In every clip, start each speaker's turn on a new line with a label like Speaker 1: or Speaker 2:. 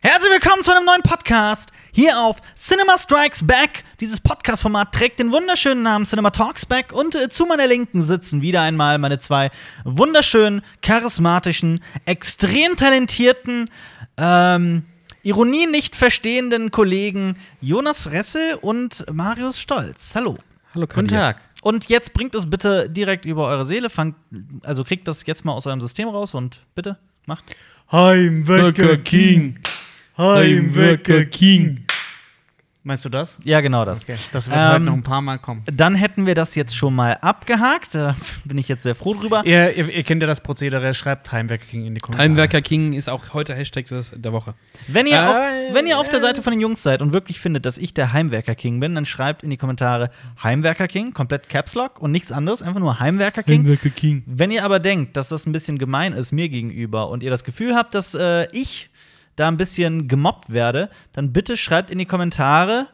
Speaker 1: Herzlich willkommen zu einem neuen Podcast hier auf Cinema Strikes Back. Dieses Podcast-Format trägt den wunderschönen Namen Cinema Talks Back und äh, zu meiner Linken sitzen wieder einmal meine zwei wunderschönen, charismatischen, extrem talentierten, ähm, Ironie nicht verstehenden Kollegen Jonas Ressel und Marius Stolz. Hallo.
Speaker 2: Hallo,
Speaker 3: Guten Tag.
Speaker 1: Und jetzt bringt es bitte direkt über eure Seele, fangt, also kriegt das jetzt mal aus eurem System raus und bitte macht.
Speaker 3: Heimwecker
Speaker 2: King. Heimwecker
Speaker 3: King. Meinst du das?
Speaker 1: Ja, genau das.
Speaker 3: Das wird
Speaker 1: Ähm,
Speaker 3: heute noch ein paar Mal kommen.
Speaker 1: Dann hätten wir das jetzt schon mal abgehakt. Da bin ich jetzt sehr froh drüber.
Speaker 3: Ihr, ihr, ihr kennt ja das Prozedere, schreibt Heimwecker King in die Kommentare.
Speaker 2: Heimwerker King ist auch heute Hashtag des- der Woche.
Speaker 1: Wenn ihr,
Speaker 3: Äh,
Speaker 1: auf, wenn ihr auf der Seite von den Jungs seid und wirklich findet, dass ich der Heimwerker King bin, dann schreibt in die Kommentare Heimwerker King, komplett Caps Lock und nichts anderes, einfach nur Heimwerker King.
Speaker 2: King.
Speaker 1: Wenn ihr aber denkt, dass das ein bisschen gemein ist mir gegenüber und ihr das Gefühl habt, dass äh, ich da ein bisschen gemobbt werde, dann bitte schreibt in die Kommentare.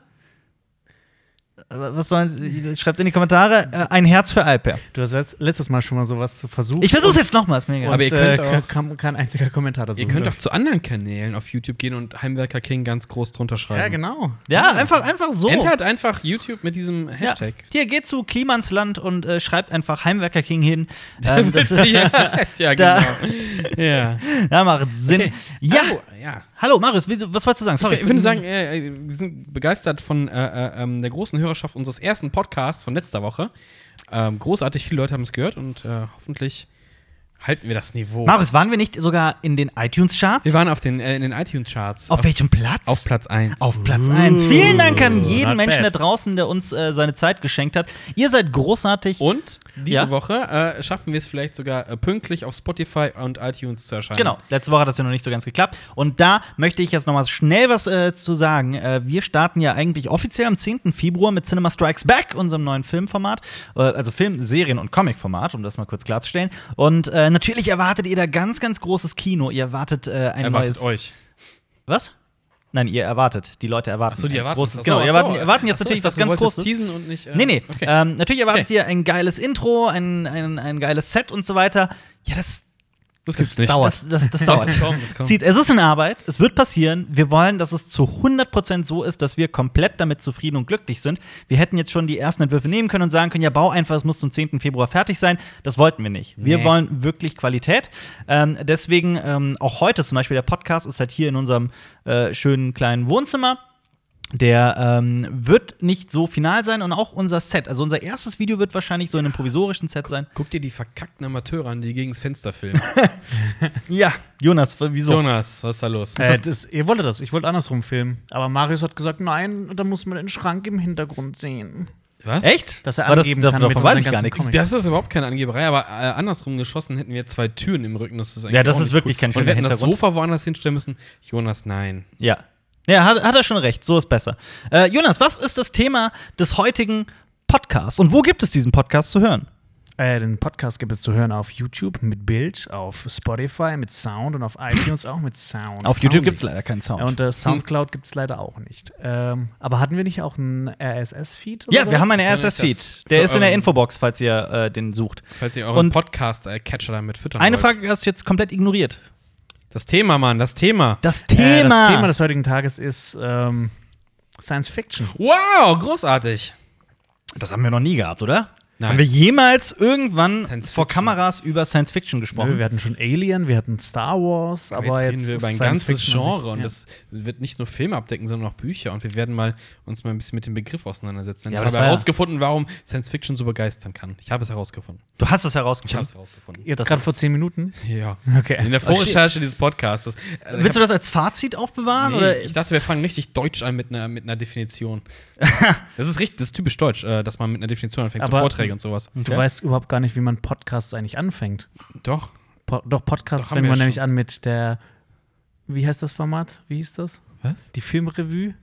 Speaker 1: Äh, Was sollen Sie? Schreibt in die Kommentare äh, ein Herz für Alper.
Speaker 3: Du hast letzt- letztes Mal schon mal sowas zu versuchen.
Speaker 1: Ich versuch's jetzt nochmal, ist mir
Speaker 3: Und,
Speaker 1: egal.
Speaker 2: Aber ihr
Speaker 3: äh,
Speaker 2: könnt
Speaker 3: ka-
Speaker 2: auch-
Speaker 3: kam kein einziger Kommentar dazu.
Speaker 2: Ihr könnt auch zu anderen Kanälen auf YouTube gehen und Heimwerker King ganz groß drunter schreiben.
Speaker 3: Ja, genau.
Speaker 1: Ja, einfach, einfach so.
Speaker 2: Entert einfach YouTube mit diesem
Speaker 1: Ja.
Speaker 2: Hashtag.
Speaker 1: Hier geht zu Klimansland und äh, schreibt einfach Heimwerker King hin. Ähm, das,
Speaker 2: ja, ja,
Speaker 1: Da-
Speaker 2: genau. ja.
Speaker 1: ja, macht Sinn.
Speaker 2: Okay.
Speaker 1: Ja,
Speaker 2: Oh, ja.
Speaker 1: hallo Marius, wieso, was wolltest du sagen? Sorry.
Speaker 2: ich würde sagen, äh, äh, wir sind begeistert von äh, äh, ähm, der großen Hörerschaft unseres ersten Podcasts von letzter Woche. Ähm, großartig viele Leute haben es gehört und äh, hoffentlich halten wir das Niveau.
Speaker 1: Marius, waren wir nicht sogar in den iTunes-Charts?
Speaker 2: wir waren auf den, äh, in den iTunes-Charts.
Speaker 1: auf, welchem Platz?
Speaker 2: auf Platz 1.
Speaker 1: Auf Platz 1. Vielen Dank an jeden
Speaker 3: not
Speaker 1: Menschen da
Speaker 3: bad.
Speaker 1: draußen, der uns äh, seine Zeit geschenkt hat. Ihr seid großartig.
Speaker 2: Und diese
Speaker 1: Ja.
Speaker 2: Woche äh, schaffen wir es vielleicht sogar äh, pünktlich auf Spotify und iTunes zu erscheinen.
Speaker 1: Genau, letzte Woche hat das ja noch nicht so ganz geklappt. Und da möchte ich jetzt noch mal schnell was äh, zu sagen. Äh, wir starten ja eigentlich offiziell am 10. Februar mit Cinema Strikes Back, unserem neuen Filmformat. Äh, also Film-, Serien- und Comic-Format, um das mal kurz klarzustellen. Und äh, natürlich erwartet ihr da ganz, ganz großes Kino. Ihr erwartet äh, ein
Speaker 2: Erwartet
Speaker 1: neues.
Speaker 2: euch.
Speaker 1: Was? Nein, ihr erwartet. Die Leute erwarten.
Speaker 2: Achso, die
Speaker 1: ein
Speaker 2: erwarten
Speaker 1: Großes,
Speaker 2: Achso,
Speaker 1: genau, ihr
Speaker 2: achso.
Speaker 1: erwarten, erwarten jetzt
Speaker 2: Achso,
Speaker 1: natürlich
Speaker 2: ich
Speaker 1: was
Speaker 2: dachte, du
Speaker 1: ganz
Speaker 2: wolltest
Speaker 1: Großes.
Speaker 2: teasen und nicht. Äh,
Speaker 1: Nee, nee.
Speaker 2: Okay.
Speaker 1: Ähm, natürlich erwartet
Speaker 2: Okay.
Speaker 1: ihr ein geiles Intro, ein, ein, ein geiles Set und so weiter. Ja, das,
Speaker 2: das gibt's nicht.
Speaker 1: dauert. Das, das, das dauert.
Speaker 2: Das kommt, das kommt.
Speaker 1: Zieht, es ist in Arbeit, es wird passieren. Wir wollen, dass es zu 100% so ist, dass wir komplett damit zufrieden und glücklich sind. Wir hätten jetzt schon die ersten Entwürfe nehmen können und sagen können, ja, bau einfach, es muss zum 10. Februar fertig sein. Das wollten wir nicht. Wir
Speaker 2: Nee.
Speaker 1: wollen wirklich Qualität. Ähm, deswegen ähm, auch heute zum Beispiel, der Podcast ist halt hier in unserem äh, schönen kleinen Wohnzimmer. Der ähm, wird nicht so final sein und auch unser Set. Also unser erstes Video wird wahrscheinlich so in einem provisorischen Set sein.
Speaker 2: Guck dir die verkackten Amateure an, die gegen das Fenster filmen.
Speaker 1: Ja, Jonas, wieso?
Speaker 2: Jonas, was ist da los?
Speaker 1: Äh,
Speaker 3: Das, ist- das, ihr wolltet das, ich wollte andersrum filmen. Aber Marius hat gesagt, nein, da muss man den Schrank im Hintergrund sehen.
Speaker 2: was?
Speaker 1: Echt?
Speaker 3: Dass er
Speaker 1: War das-
Speaker 3: angeben
Speaker 1: davon
Speaker 3: kann mit
Speaker 1: weiß
Speaker 3: unseren
Speaker 1: ich gar
Speaker 3: ganzen
Speaker 1: nichts.
Speaker 3: Comics.
Speaker 2: Das ist überhaupt keine Angeberei, aber äh, andersrum geschossen hätten wir zwei Türen im Rücken. Das ist eigentlich
Speaker 1: Ja, das
Speaker 2: auch
Speaker 1: ist
Speaker 2: nicht
Speaker 1: wirklich
Speaker 2: gut.
Speaker 1: kein
Speaker 2: Und
Speaker 1: schöner
Speaker 2: wir hätten das
Speaker 1: Hintergrund.
Speaker 2: Sofa woanders hinstellen müssen. Jonas, nein.
Speaker 1: Ja. Ja, hat, hat er schon recht. So ist besser. Äh, Jonas, was ist das Thema des heutigen Podcasts und wo gibt es diesen Podcast zu hören?
Speaker 3: Äh, den Podcast gibt es zu hören auf YouTube mit Bild, auf Spotify mit Sound und auf iTunes auch mit Sound.
Speaker 1: Auf
Speaker 3: Sound.
Speaker 1: YouTube gibt es leider keinen Sound.
Speaker 3: Ja, Und äh, Soundcloud gibt es leider auch nicht. Ähm, aber hatten wir nicht auch einen RSS-Feed?
Speaker 1: ja, wir haben einen
Speaker 2: Dann ist
Speaker 1: RSS-Feed.
Speaker 2: das
Speaker 1: Der
Speaker 2: für
Speaker 1: ist in der
Speaker 2: euren-
Speaker 1: Infobox, falls ihr äh, den sucht.
Speaker 2: Falls ihr euren
Speaker 1: Und-
Speaker 2: Podcast-Catcher damit füttern
Speaker 1: Eine
Speaker 2: wollt.
Speaker 1: Frage hast du jetzt komplett ignoriert.
Speaker 2: Das Thema, Mann, das Thema.
Speaker 1: Äh, Das
Speaker 3: Äh,
Speaker 1: Thema.
Speaker 3: das Thema des heutigen Tages ist ähm, Science Fiction.
Speaker 2: Wow, großartig.
Speaker 1: Das haben wir noch nie gehabt, oder?
Speaker 2: Nein.
Speaker 1: Haben wir jemals irgendwann
Speaker 2: Science
Speaker 1: vor
Speaker 2: Fiction.
Speaker 1: Kameras über Science Fiction gesprochen?
Speaker 3: Nö, Ne, wir hatten schon Alien, wir hatten Star Wars, aber
Speaker 2: jetzt
Speaker 3: jetzt,
Speaker 2: reden wir
Speaker 3: ist
Speaker 2: über ein
Speaker 3: Science
Speaker 2: ganzes
Speaker 3: Fiction an sich-
Speaker 2: Genre und
Speaker 3: ja.
Speaker 2: das wird nicht nur Filme abdecken, sondern auch Bücher und wir werden mal uns mal ein bisschen mit dem Begriff
Speaker 1: Ja,
Speaker 2: auseinandersetzen. Denn
Speaker 1: aber
Speaker 2: ich
Speaker 1: das
Speaker 2: habe
Speaker 1: war ja-
Speaker 2: herausgefunden, warum Science Fiction so begeistern kann. Ich habe es herausgefunden.
Speaker 1: du hast es
Speaker 2: Ich habe
Speaker 1: herausgefunden.
Speaker 2: es herausgefunden.
Speaker 3: Jetzt
Speaker 1: das
Speaker 3: gerade
Speaker 1: ist-
Speaker 3: vor zehn Minuten.
Speaker 2: Ja.
Speaker 3: Okay.
Speaker 2: In der Vorrecherche dieses Podcasts. Das, äh,
Speaker 1: Willst du das als Fazit aufbewahren?
Speaker 2: Nee,
Speaker 1: oder
Speaker 2: ich dachte, wir fangen richtig deutsch an mit einer, mit einer Definition. das ist richtig, das ist typisch deutsch, äh, dass man mit einer Definition anfängt,
Speaker 3: Aber- Hm.
Speaker 2: zu Vorträgen und sowas.
Speaker 3: Du
Speaker 1: Okay.
Speaker 3: weißt überhaupt gar nicht, wie man Podcasts eigentlich anfängt.
Speaker 2: Doch.
Speaker 3: Po doch, Podcasts
Speaker 2: Doch, haben
Speaker 3: fängt
Speaker 2: wir
Speaker 3: man
Speaker 2: ja
Speaker 3: nämlich
Speaker 2: schon.
Speaker 3: an mit der, wie heißt das Format? Wie hieß das?
Speaker 2: Was?
Speaker 3: Die Filmrevue?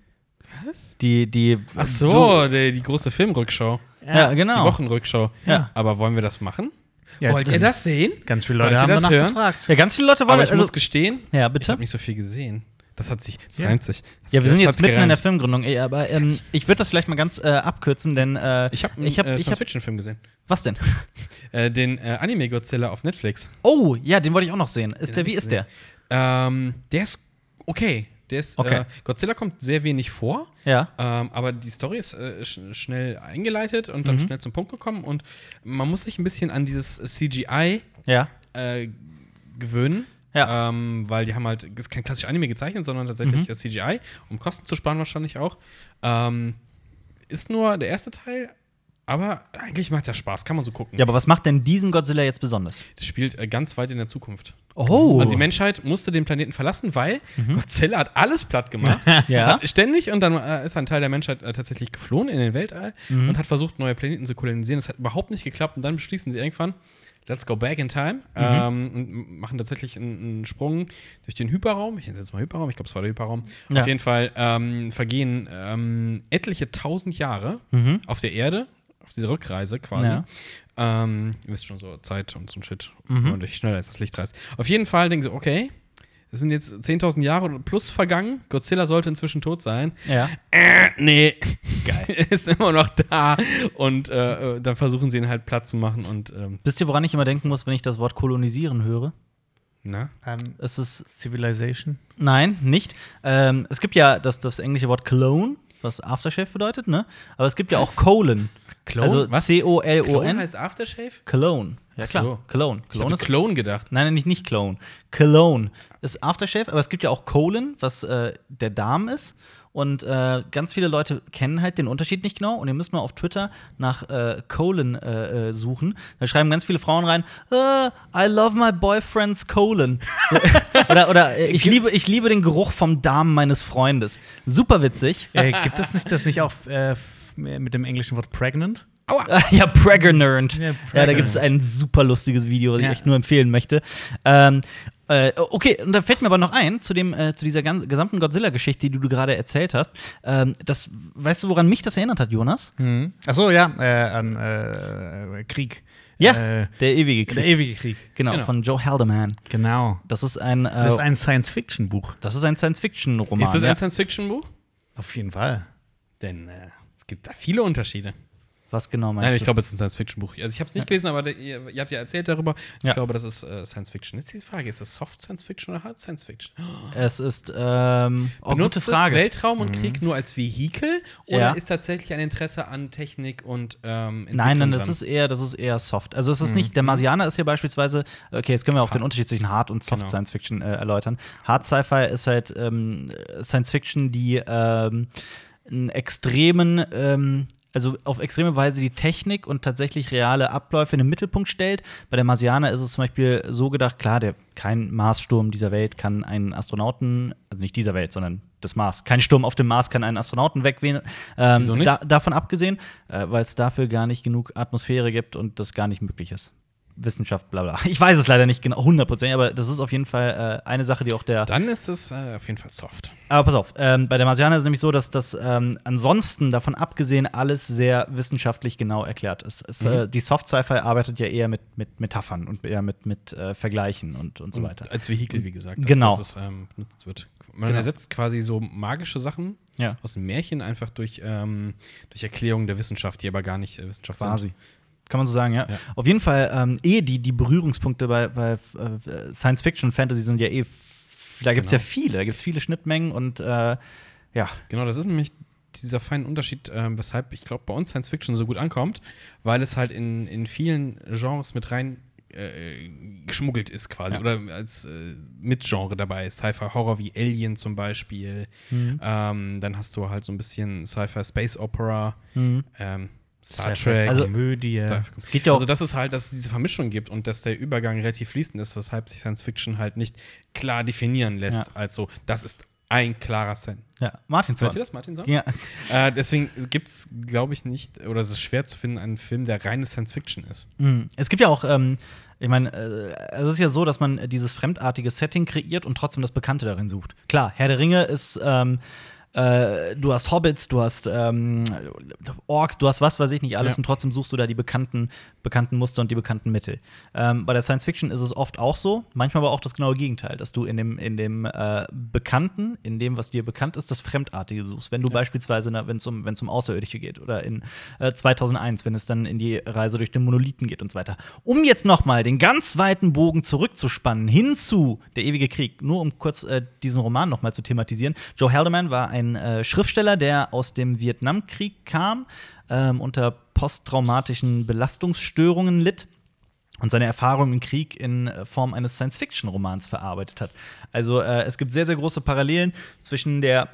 Speaker 1: die, die,
Speaker 2: Ach so, die, die große Filmrückschau.
Speaker 1: ja, genau.
Speaker 2: Die Wochenrückschau.
Speaker 1: Ja.
Speaker 2: Aber wollen wir das machen?
Speaker 3: Ja, das ist-
Speaker 2: sehen?
Speaker 3: Ganz viele Leute
Speaker 2: Wollt ihr
Speaker 3: haben
Speaker 2: das
Speaker 3: danach
Speaker 2: hören?
Speaker 3: gefragt.
Speaker 1: Ja, ganz viele Leute wollen.
Speaker 2: Aber ich
Speaker 1: also-
Speaker 2: muss gestehen,
Speaker 1: ja,
Speaker 2: ich
Speaker 1: bitte.
Speaker 2: habe nicht so viel gesehen. Das hat sich, das
Speaker 3: Ja.
Speaker 2: reimt sich. Das,
Speaker 1: Ja, wir
Speaker 2: das
Speaker 1: sind
Speaker 2: hat's
Speaker 1: jetzt mitten in der
Speaker 2: gereimt.
Speaker 1: Filmgründung, ey, aber ähm, ich würde das vielleicht mal ganz äh, abkürzen, denn äh,
Speaker 2: Ich habe einen
Speaker 1: ich hab,
Speaker 2: äh,
Speaker 1: ich hab,
Speaker 2: Science-Fiction-Film gesehen.
Speaker 1: was denn?
Speaker 2: Äh, den äh, Anime-Godzilla auf Netflix.
Speaker 1: Oh, ja, den wollte ich auch noch sehen. Ist der, wie
Speaker 2: nicht
Speaker 1: ist der?
Speaker 2: Ähm, der ist okay. Der ist,
Speaker 1: Okay.
Speaker 2: äh, Godzilla kommt sehr wenig vor,
Speaker 1: Ja.
Speaker 2: ähm, aber die Story ist äh, sch schnell eingeleitet und
Speaker 1: Mhm.
Speaker 2: dann schnell zum Punkt gekommen. Und man muss sich ein bisschen an dieses CGI
Speaker 1: Ja.
Speaker 2: äh, gewöhnen.
Speaker 1: Ja. Mhm.
Speaker 2: Ähm, weil die haben halt, ist kein klassisches Anime gezeichnet, sondern tatsächlich äh, CGI, um Kosten zu sparen wahrscheinlich auch. Ähm, ist nur der erste Teil, aber eigentlich macht der Spaß, kann man so gucken.
Speaker 1: Ja, aber was macht denn diesen Godzilla jetzt besonders?
Speaker 2: Das spielt äh, ganz weit in der Zukunft.
Speaker 1: Oh. Mhm.
Speaker 2: Also die Menschheit musste den Planeten verlassen, weil Godzilla hat alles platt gemacht.
Speaker 1: Ja.
Speaker 2: Hat ständig und dann äh, ist ein Teil der Menschheit äh, tatsächlich geflohen in den Weltall
Speaker 1: Mhm.
Speaker 2: und hat versucht, neue Planeten zu kolonisieren. Das hat überhaupt nicht geklappt und dann beschließen sie irgendwann, let's go back in time
Speaker 1: Mhm.
Speaker 2: ähm, und m- machen tatsächlich einen, einen Sprung durch den Hyperraum. Ich nenne es jetzt mal Hyperraum, ich glaube, es war der Hyperraum.
Speaker 1: Ja.
Speaker 2: Auf jeden Fall ähm, vergehen ähm, etliche tausend Jahre
Speaker 1: Mhm.
Speaker 2: auf der Erde, auf diese Rückreise quasi.
Speaker 1: Ja.
Speaker 2: Ähm, ihr wisst schon, so Zeit und so ein Shit. Und ich schneller als das Licht reißt. Auf jeden Fall denken sie, okay, es sind jetzt 10.000 Jahre und plus vergangen. Godzilla sollte inzwischen tot sein.
Speaker 1: Ja.
Speaker 2: Äh, nee. Geil. ist immer noch da. Und äh, äh, dann versuchen sie ihn halt platt zu machen. Und, ähm,
Speaker 1: Wisst ihr, woran ich immer denken muss, wenn ich das Wort kolonisieren höre?
Speaker 2: na?
Speaker 3: Ähm,
Speaker 1: Es ist,
Speaker 3: Civilization.
Speaker 1: nein, nicht. Ähm, es gibt ja das, das englische Wort clone, was Aftershave bedeutet, ne? Aber es gibt ja auch Colon.
Speaker 2: Clone?
Speaker 1: Also
Speaker 2: Was? Clone
Speaker 1: C-O-L-O-N.
Speaker 2: heißt Aftershave?
Speaker 1: Cologne. Ja,
Speaker 2: Ach
Speaker 1: klar.
Speaker 2: so.
Speaker 1: Cologne.
Speaker 2: Ich habe
Speaker 1: Cologne ist.
Speaker 2: Clone gedacht.
Speaker 1: Nein, nein, nicht, nicht Cologne. Cologne ist Aftershave, aber es gibt ja auch Colon, was äh, der Darm ist. Und äh, ganz viele Leute kennen halt den Unterschied nicht genau. Und ihr müsst mal auf Twitter nach äh, Colon äh, äh, suchen. Da schreiben ganz viele Frauen rein: äh, I love my boyfriend's Colon. So, oder oder äh, ich, liebe, ich liebe den Geruch vom Darm meines Freundes. Super witzig.
Speaker 3: Äh, gibt es nicht das nicht auch äh, f- mit dem englischen Wort pregnant?
Speaker 2: Aua!
Speaker 1: ja, Pregnant. Ja,
Speaker 3: Ja,
Speaker 1: da gibt es ein super lustiges Video, das
Speaker 3: Ja.
Speaker 1: ich echt nur empfehlen möchte. Ähm, äh, okay, und da fällt mir aber noch ein, zu, dem, äh, zu dieser ganz, gesamten Godzilla-Geschichte, die du gerade erzählt hast. Ähm, das, weißt du, woran mich das erinnert hat, Jonas?
Speaker 3: Mhm. Achso, ja, äh, an äh, Krieg.
Speaker 1: Ja,
Speaker 3: Äh,
Speaker 1: der ewige
Speaker 3: der
Speaker 1: Krieg.
Speaker 3: ewige Krieg.
Speaker 1: genau,
Speaker 2: genau.
Speaker 1: von Joe Haldeman.
Speaker 3: Genau. Also
Speaker 1: Das ist ein, äh,
Speaker 3: Das ist ein Science-Fiction-Buch.
Speaker 1: Science-Fiction-Roman.
Speaker 2: Ist das
Speaker 1: ja.
Speaker 2: ein Science-Fiction-Buch?
Speaker 3: Auf jeden Fall.
Speaker 2: Denn äh, es gibt da viele Unterschiede.
Speaker 1: Was genau meinst
Speaker 2: Nein,
Speaker 1: du?
Speaker 2: ich glaube, es ist ein Science-Fiction-Buch. Also ich habe es nicht gelesen, aber der, ihr, ihr habt ja erzählt darüber. Ich
Speaker 1: Ja.
Speaker 2: glaube, das ist äh, Science-Fiction. Jetzt die Frage, ist das Soft-Science-Fiction oder Hard-Science-Fiction?
Speaker 1: es ist, ähm, oh,
Speaker 2: Benutzt
Speaker 1: gute
Speaker 2: es
Speaker 1: Frage. Mhm.
Speaker 2: Weltraum und Krieg nur als Vehikel oder
Speaker 1: Ja.
Speaker 2: ist tatsächlich ein Interesse an Technik und ähm,
Speaker 1: Nein, nein,
Speaker 2: Entwicklung Mhm,
Speaker 1: das
Speaker 2: dran?
Speaker 1: ist eher, das ist eher soft. Also es ist nicht, der Marsianer ist hier beispielsweise, okay, jetzt können wir auch den Unterschied zwischen Hard und Soft
Speaker 2: Genau.
Speaker 1: Science Fiction äh, erläutern. Hard Sci-Fi ist halt ähm, Science Fiction, die ähm, einen extremen, ähm, also auf extreme Weise die Technik und tatsächlich reale Abläufe in den Mittelpunkt stellt. Bei der Marsianer ist es zum Beispiel so gedacht, klar, der, kein Marssturm dieser Welt kann einen Astronauten, also nicht dieser Welt, sondern des Mars. Kein Sturm auf dem Mars kann einen Astronauten wegwehen. Ähm,
Speaker 2: Wieso nicht?
Speaker 1: Da, davon abgesehen, äh, weil es dafür gar nicht genug Atmosphäre gibt und das gar nicht möglich ist. Wissenschaft, bla bla. Ich weiß es leider nicht genau, 100%, aber das ist auf jeden Fall äh, eine Sache, die auch der.
Speaker 2: Dann ist es äh, auf jeden Fall Soft.
Speaker 1: Aber pass auf, ähm, bei der Marsianer ist es nämlich so, dass das ähm, ansonsten davon abgesehen alles sehr wissenschaftlich genau erklärt ist. Es, äh, die Soft-Sci-Fi arbeitet ja eher mit, mit Metaphern und eher mit, mit äh, Vergleichen und, und so
Speaker 2: Mhm.
Speaker 1: weiter.
Speaker 2: Als Vehikel, wie gesagt.
Speaker 1: Genau.
Speaker 2: Dass es ähm, benutzt wird. Man
Speaker 1: Genau.
Speaker 2: ersetzt quasi so magische Sachen
Speaker 1: Ja.
Speaker 2: aus dem Märchen einfach durch, ähm, durch Erklärungen der Wissenschaft, die aber gar nicht äh, Wissenschaft
Speaker 1: Quasi.
Speaker 2: sind.
Speaker 1: Kann man so sagen, ja.
Speaker 2: Ja.
Speaker 1: Auf jeden Fall, ähm, eh die, die Berührungspunkte bei, bei äh, Science Fiction und Fantasy sind ja eh, f- da gibt es
Speaker 2: Genau.
Speaker 1: ja viele, da gibt es viele Schnittmengen und äh, ja.
Speaker 2: Genau, das ist nämlich dieser feine Unterschied, ähm, weshalb ich glaube, bei uns Science Fiction so gut ankommt, weil es halt in, in vielen Genres mit rein äh, geschmuggelt ist quasi oder als äh, Mitgenre dabei ist. Sci-Fi Horror wie Alien zum Beispiel.
Speaker 1: Mhm.
Speaker 2: Ähm, dann hast du halt so ein bisschen Sci-Fi Space Opera, ähm, Star Trek.
Speaker 1: Mhm. Also-
Speaker 3: Komödie.
Speaker 2: Star
Speaker 1: Es geht ja auch-
Speaker 2: also, dass es halt, dass es diese Vermischung gibt und dass der Übergang relativ fließend ist, weshalb sich Science Fiction halt nicht klar definieren lässt.
Speaker 1: Ja.
Speaker 2: Also, das ist ein klarer Sinn.
Speaker 1: ja. Martin,
Speaker 2: Hört ihr das, Martin? Sagen?
Speaker 1: Ja,
Speaker 2: Äh, deswegen gibt es, glaube ich, nicht, oder es ist schwer zu finden, einen Film, der reine Science Fiction ist.
Speaker 1: Mhm. Es gibt ja auch, ähm, ich meine, äh, es ist ja so, dass man äh, dieses fremdartige Setting kreiert und trotzdem das Bekannte darin sucht. Klar, Herr der Ringe ist ähm, äh, du hast Hobbits, du hast ähm, Orks, du hast was weiß ich nicht alles
Speaker 2: Ja.
Speaker 1: und trotzdem suchst du da die bekannten, bekannten Muster und die bekannten Mittel. Ähm, bei der Science Fiction ist es oft auch so, manchmal aber auch das genaue Gegenteil, dass du in dem, in dem äh, Bekannten, in dem, was dir bekannt ist, das Fremdartige suchst. Wenn du beispielsweise, wenn es um, wenn's um Außerirdische geht oder in äh, 2001, wenn es dann in die Reise durch den Monolithen geht und so weiter. Um jetzt nochmal den ganz weiten Bogen zurückzuspannen, hin zu Der ewige Krieg, nur um kurz äh, diesen Roman nochmal zu thematisieren. Joe Haldeman war ein äh, Schriftsteller, der aus dem Vietnamkrieg kam, ähm, unter posttraumatischen Belastungsstörungen litt und seine Erfahrungen im Krieg in äh, Form eines Science-Fiction-Romans verarbeitet hat. Also äh, es gibt sehr, sehr große Parallelen zwischen, der,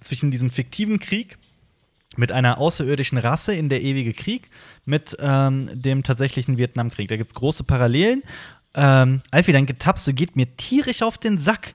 Speaker 1: zwischen diesem fiktiven Krieg mit einer außerirdischen Rasse in der ewige Krieg mit ähm, dem tatsächlichen Vietnamkrieg. Da gibt es große Parallelen. Ähm, Alfie, dein Getapse geht mir tierisch auf den Sack.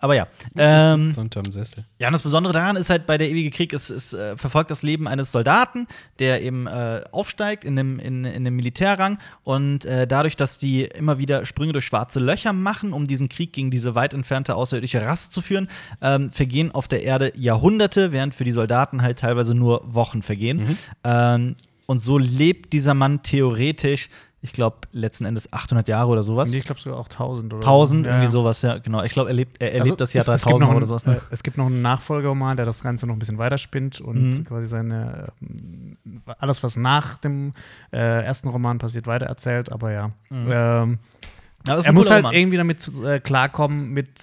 Speaker 1: Aber ja.
Speaker 2: Ähm,
Speaker 1: Ähm,
Speaker 2: sitzt unterm Sessel.
Speaker 1: ja, und das Besondere daran ist halt bei der ewige Krieg, es, es äh, verfolgt das Leben eines Soldaten, der eben äh, aufsteigt in dem, in, in dem Militärrang und äh, dadurch, dass die immer wieder Sprünge durch schwarze Löcher machen, um diesen Krieg gegen diese weit entfernte außerirdische Rasse zu führen, ähm, vergehen auf der Erde Jahrhunderte, während für die Soldaten halt teilweise nur Wochen vergehen.
Speaker 3: Mhm.
Speaker 1: Ähm, und so lebt dieser Mann theoretisch, ich glaube, letzten Endes 800 Jahre oder sowas.
Speaker 3: Nee, ich glaube sogar auch 1000 oder
Speaker 1: 1000,
Speaker 3: so. Ja,
Speaker 1: irgendwie
Speaker 3: ja.
Speaker 1: sowas, ja, genau. Ich glaube, er lebt, er, er
Speaker 3: Also,
Speaker 1: lebt das Jahr
Speaker 3: es- es
Speaker 1: 3000
Speaker 3: gibt noch
Speaker 1: oder
Speaker 3: einen-
Speaker 1: sowas. Ne?
Speaker 3: äh, Es gibt noch einen Nachfolgerroman, der das Ganze noch ein bisschen weiterspinnt und
Speaker 1: Mhm.
Speaker 3: quasi seine äh, alles, was nach dem äh, ersten Roman passiert, weitererzählt. Aber ja, ähm,
Speaker 1: Ja, Mhm. das ist
Speaker 3: er
Speaker 1: ein
Speaker 3: muss
Speaker 1: cooler
Speaker 3: halt
Speaker 1: Roman.
Speaker 3: irgendwie damit zu- äh, klarkommen mit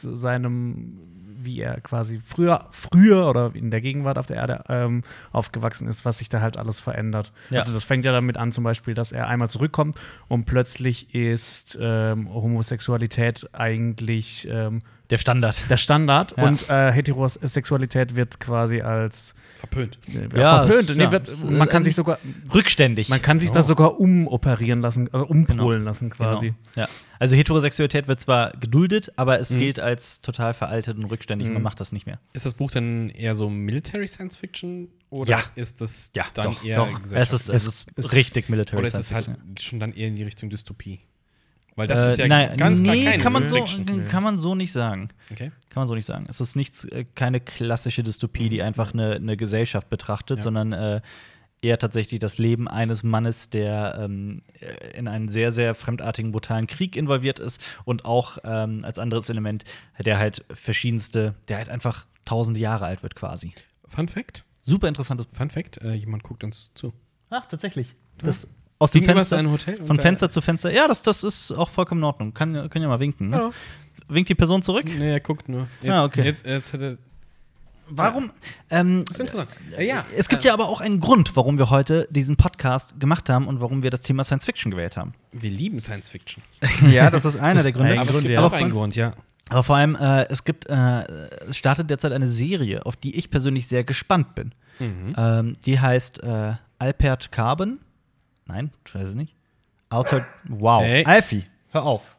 Speaker 3: seinem, wie er quasi früher, früher oder in der Gegenwart auf der Erde ähm, aufgewachsen ist, was sich da halt alles verändert.
Speaker 1: Ja.
Speaker 3: Also das fängt ja damit an, zum Beispiel, dass er einmal zurückkommt und plötzlich ist ähm, Homosexualität eigentlich ähm,
Speaker 1: der Standard.
Speaker 3: der Standard
Speaker 1: Ja.
Speaker 3: und äh, Heterosexualität wird quasi als
Speaker 2: Verpönt.
Speaker 3: äh,
Speaker 1: Ja,
Speaker 3: verpönt.
Speaker 1: es-
Speaker 3: Nee,
Speaker 1: ja, es-
Speaker 3: wird, man kann
Speaker 1: äh, genau.
Speaker 3: sich sogar
Speaker 1: rückständig.
Speaker 3: man kann sich
Speaker 2: Oh.
Speaker 3: da sogar umoperieren lassen, also umpolen lassen quasi.
Speaker 1: Genau. Ja. Also Heterosexualität wird zwar geduldet, aber es gilt als total veraltet und rückständig. Man macht das nicht mehr.
Speaker 2: Ist das Buch dann eher so Military Science Fiction oder
Speaker 1: Ja.
Speaker 2: ist das dann
Speaker 1: doch,
Speaker 2: eher
Speaker 1: doch. Es ist, es ist
Speaker 3: Es-
Speaker 1: richtig military
Speaker 2: oder ist
Speaker 1: Science
Speaker 2: es halt
Speaker 1: Fiction,
Speaker 2: schon dann eher in die Richtung Dystopie? Weil
Speaker 1: ja.
Speaker 2: das ist ja
Speaker 1: äh, nein,
Speaker 2: ganz klar
Speaker 1: nee,
Speaker 2: keine
Speaker 1: kann man, so,
Speaker 2: Science Fiction.
Speaker 1: kann man so nicht sagen.
Speaker 2: Okay.
Speaker 1: Kann man so nicht sagen. Es ist nichts, äh, keine klassische Dystopie, die einfach eine, eine Gesellschaft betrachtet,
Speaker 2: Mhm. Ja.
Speaker 1: sondern äh, eher tatsächlich das Leben eines Mannes, der ähm, äh, in einen sehr, sehr fremdartigen, brutalen Krieg involviert ist und auch ähm, als anderes Element, der halt verschiedenste, der halt einfach tausende Jahre alt wird quasi.
Speaker 2: Fun Fact:
Speaker 1: Super interessantes
Speaker 2: Fun Fact, äh, jemand guckt uns zu.
Speaker 1: Ach, tatsächlich. Das aus dem
Speaker 2: Gegenüber ist
Speaker 1: Fenster,
Speaker 2: ein Hotel und
Speaker 1: von
Speaker 2: da-
Speaker 1: Fenster zu Fenster. Ja, das, das ist auch vollkommen in Ordnung. Kann, können ja mal winken. Ne?
Speaker 2: Ja.
Speaker 1: Winkt die Person zurück?
Speaker 2: Nee, er guckt nur. Jetzt,
Speaker 1: Ah, okay.
Speaker 2: Jetzt, jetzt hat er.
Speaker 1: Warum? Ähm,
Speaker 2: Das ist interessant. Äh, ja.
Speaker 1: es gibt ja aber auch einen Grund, warum wir heute diesen Podcast gemacht haben und warum wir das Thema Science Fiction gewählt haben.
Speaker 2: Äh, Wir lieben Science Fiction.
Speaker 1: Genau. Ja, das ist einer der
Speaker 3: Gründe.
Speaker 2: Aber es gibt
Speaker 1: ja.
Speaker 2: auch
Speaker 1: Aber
Speaker 2: einen
Speaker 1: von-
Speaker 2: Grund, ja.
Speaker 1: Aber vor allem, äh, es gibt, äh, es startet derzeit eine Serie, auf die ich persönlich sehr gespannt bin.
Speaker 2: Mhm.
Speaker 1: Ähm, die heißt äh, Alpert Carbon. Nein, ich weiß es nicht. Altered. Wow.
Speaker 2: Hey.
Speaker 1: Alfie, hör auf.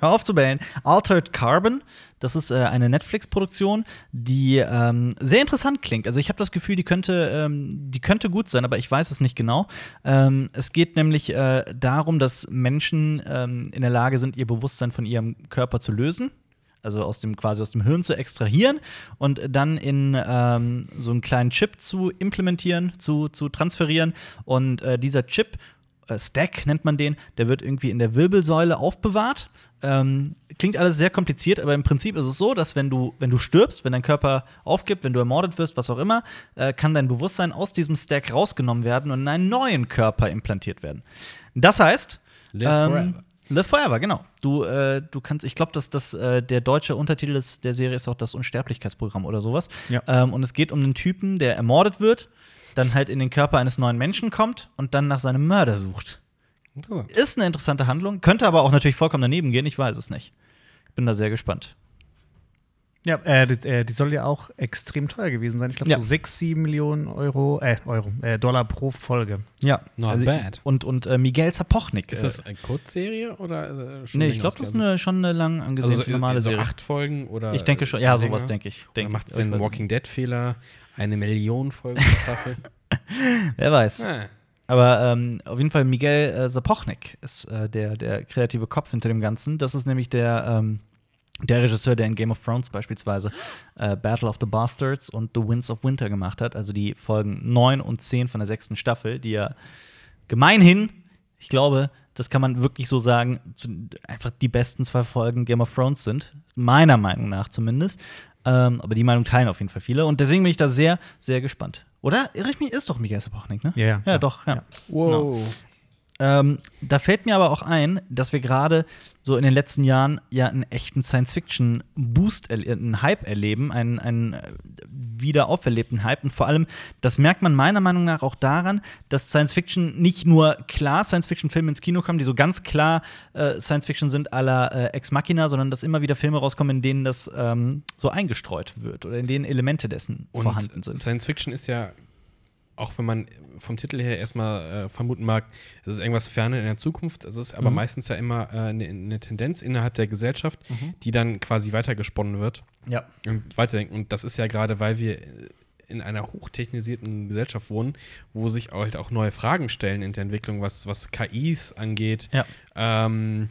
Speaker 1: Hör auf zu bellen. Altered Carbon, das ist äh, eine Netflix-Produktion, die ähm, sehr interessant klingt. Also ich habe das Gefühl, die könnte, ähm, die könnte gut sein, aber ich weiß es nicht genau. Ähm, es geht nämlich äh, darum, dass Menschen ähm, in der Lage sind, ihr Bewusstsein von ihrem Körper zu lösen also aus dem quasi aus dem Hirn zu extrahieren und dann in ähm, so einen kleinen Chip zu implementieren, zu, zu transferieren. Und äh, dieser Chip, äh, Stack nennt man den, der wird irgendwie in der Wirbelsäule aufbewahrt. Ähm, klingt alles sehr kompliziert, aber im Prinzip ist es so, dass wenn du, wenn du stirbst, wenn dein Körper aufgibt, wenn du ermordet wirst, was auch immer, äh, kann dein Bewusstsein aus diesem Stack rausgenommen werden und in einen neuen Körper implantiert werden. Das heißt, ähm,
Speaker 2: Live forever.
Speaker 1: Live Forever, genau. Du, äh, du kannst, ich glaube, dass das äh, der deutsche Untertitel des, der Serie ist auch das Unsterblichkeitsprogramm oder sowas.
Speaker 3: Ja.
Speaker 1: Ähm, und es geht um einen Typen, der ermordet wird, dann halt in den Körper eines neuen Menschen kommt und dann nach seinem Mörder sucht.
Speaker 2: Interessant.
Speaker 1: Ist eine interessante Handlung, könnte aber auch natürlich vollkommen daneben gehen, ich weiß es nicht. Ich bin da sehr gespannt.
Speaker 3: Ja, äh, die, äh, die soll ja auch extrem teuer gewesen sein. Ich glaube
Speaker 1: Ja.
Speaker 3: so 6, 7 Millionen Euro, äh, Euro, äh, Dollar pro Folge.
Speaker 1: Ja,
Speaker 2: Not bad.
Speaker 1: Und, und äh, Miguel Sapochnik.
Speaker 2: Ist
Speaker 1: äh,
Speaker 2: das eine Kurzserie oder äh, schon
Speaker 1: nee,
Speaker 2: länger
Speaker 1: ich glaube, das ist
Speaker 2: ausgearbeitet?
Speaker 1: eine, schon eine lang angesehene
Speaker 2: also so,
Speaker 1: normale
Speaker 2: so
Speaker 1: Serie.
Speaker 2: acht Folgen oder
Speaker 1: Ich denke schon, ja,
Speaker 2: länger?
Speaker 1: sowas denke ich.
Speaker 2: Oder
Speaker 1: Denk
Speaker 2: macht es
Speaker 1: ich. Ich
Speaker 2: den
Speaker 1: weiß
Speaker 2: Walking Dead Fehler eine Million Folgen pro Staffel?
Speaker 1: Wer weiß.
Speaker 2: ah,
Speaker 1: Aber ähm, auf jeden Fall Miguel äh, Sapochnik ist äh, der, der kreative Kopf hinter dem Ganzen. Das ist nämlich der ähm, Der Regisseur, der in Game of Thrones beispielsweise äh, Battle of the Bastards und The Winds of Winter gemacht hat, also die Folgen 9 und 10 von der sechsten Staffel, die ja gemeinhin, ich glaube, das kann man wirklich so sagen, zu- einfach die besten zwei Folgen Game of Thrones sind. Meiner Meinung nach zumindest. Ähm, aber die Meinung teilen auf jeden Fall viele. Und deswegen bin ich da sehr, sehr gespannt. Oder? Irre ich mich? Ist doch Michael Sapochnik, ne?
Speaker 3: Ja, ja,
Speaker 1: Ja,
Speaker 3: ja.
Speaker 1: doch, ja.
Speaker 3: Ja.
Speaker 2: Wow.
Speaker 1: Genau. Ähm, da fällt mir aber auch ein, dass wir gerade so in den letzten Jahren ja einen echten Science-Fiction-Boost, erle- einen Hype erleben, einen, einen äh, wieder auferlebten Hype. Und vor allem, das merkt man meiner Meinung nach auch daran, dass Science-Fiction nicht nur klar Science-Fiction-Filme ins Kino kommen, die so ganz klar äh, Science-Fiction sind aller äh, Ex Machina, sondern dass immer wieder Filme rauskommen, in denen das ähm, so eingestreut wird oder in denen Elemente dessen
Speaker 2: Und
Speaker 1: vorhanden sind.
Speaker 2: Science Fiction ist ja, auch wenn man vom Titel her erstmal äh, vermuten mag, es ist irgendwas ferne in der Zukunft, es ist aber
Speaker 1: Mhm.
Speaker 2: meistens ja immer eine ne Tendenz innerhalb der Gesellschaft,
Speaker 1: Mhm.
Speaker 2: die dann quasi weitergesponnen wird.
Speaker 1: Ja.
Speaker 2: Und weiterdenken. Und das ist ja gerade, weil wir äh, in einer hochtechnisierten Gesellschaft wohnen, wo sich auch halt auch neue Fragen stellen in der Entwicklung, was, was KIs angeht.
Speaker 1: Ja.
Speaker 2: Ähm,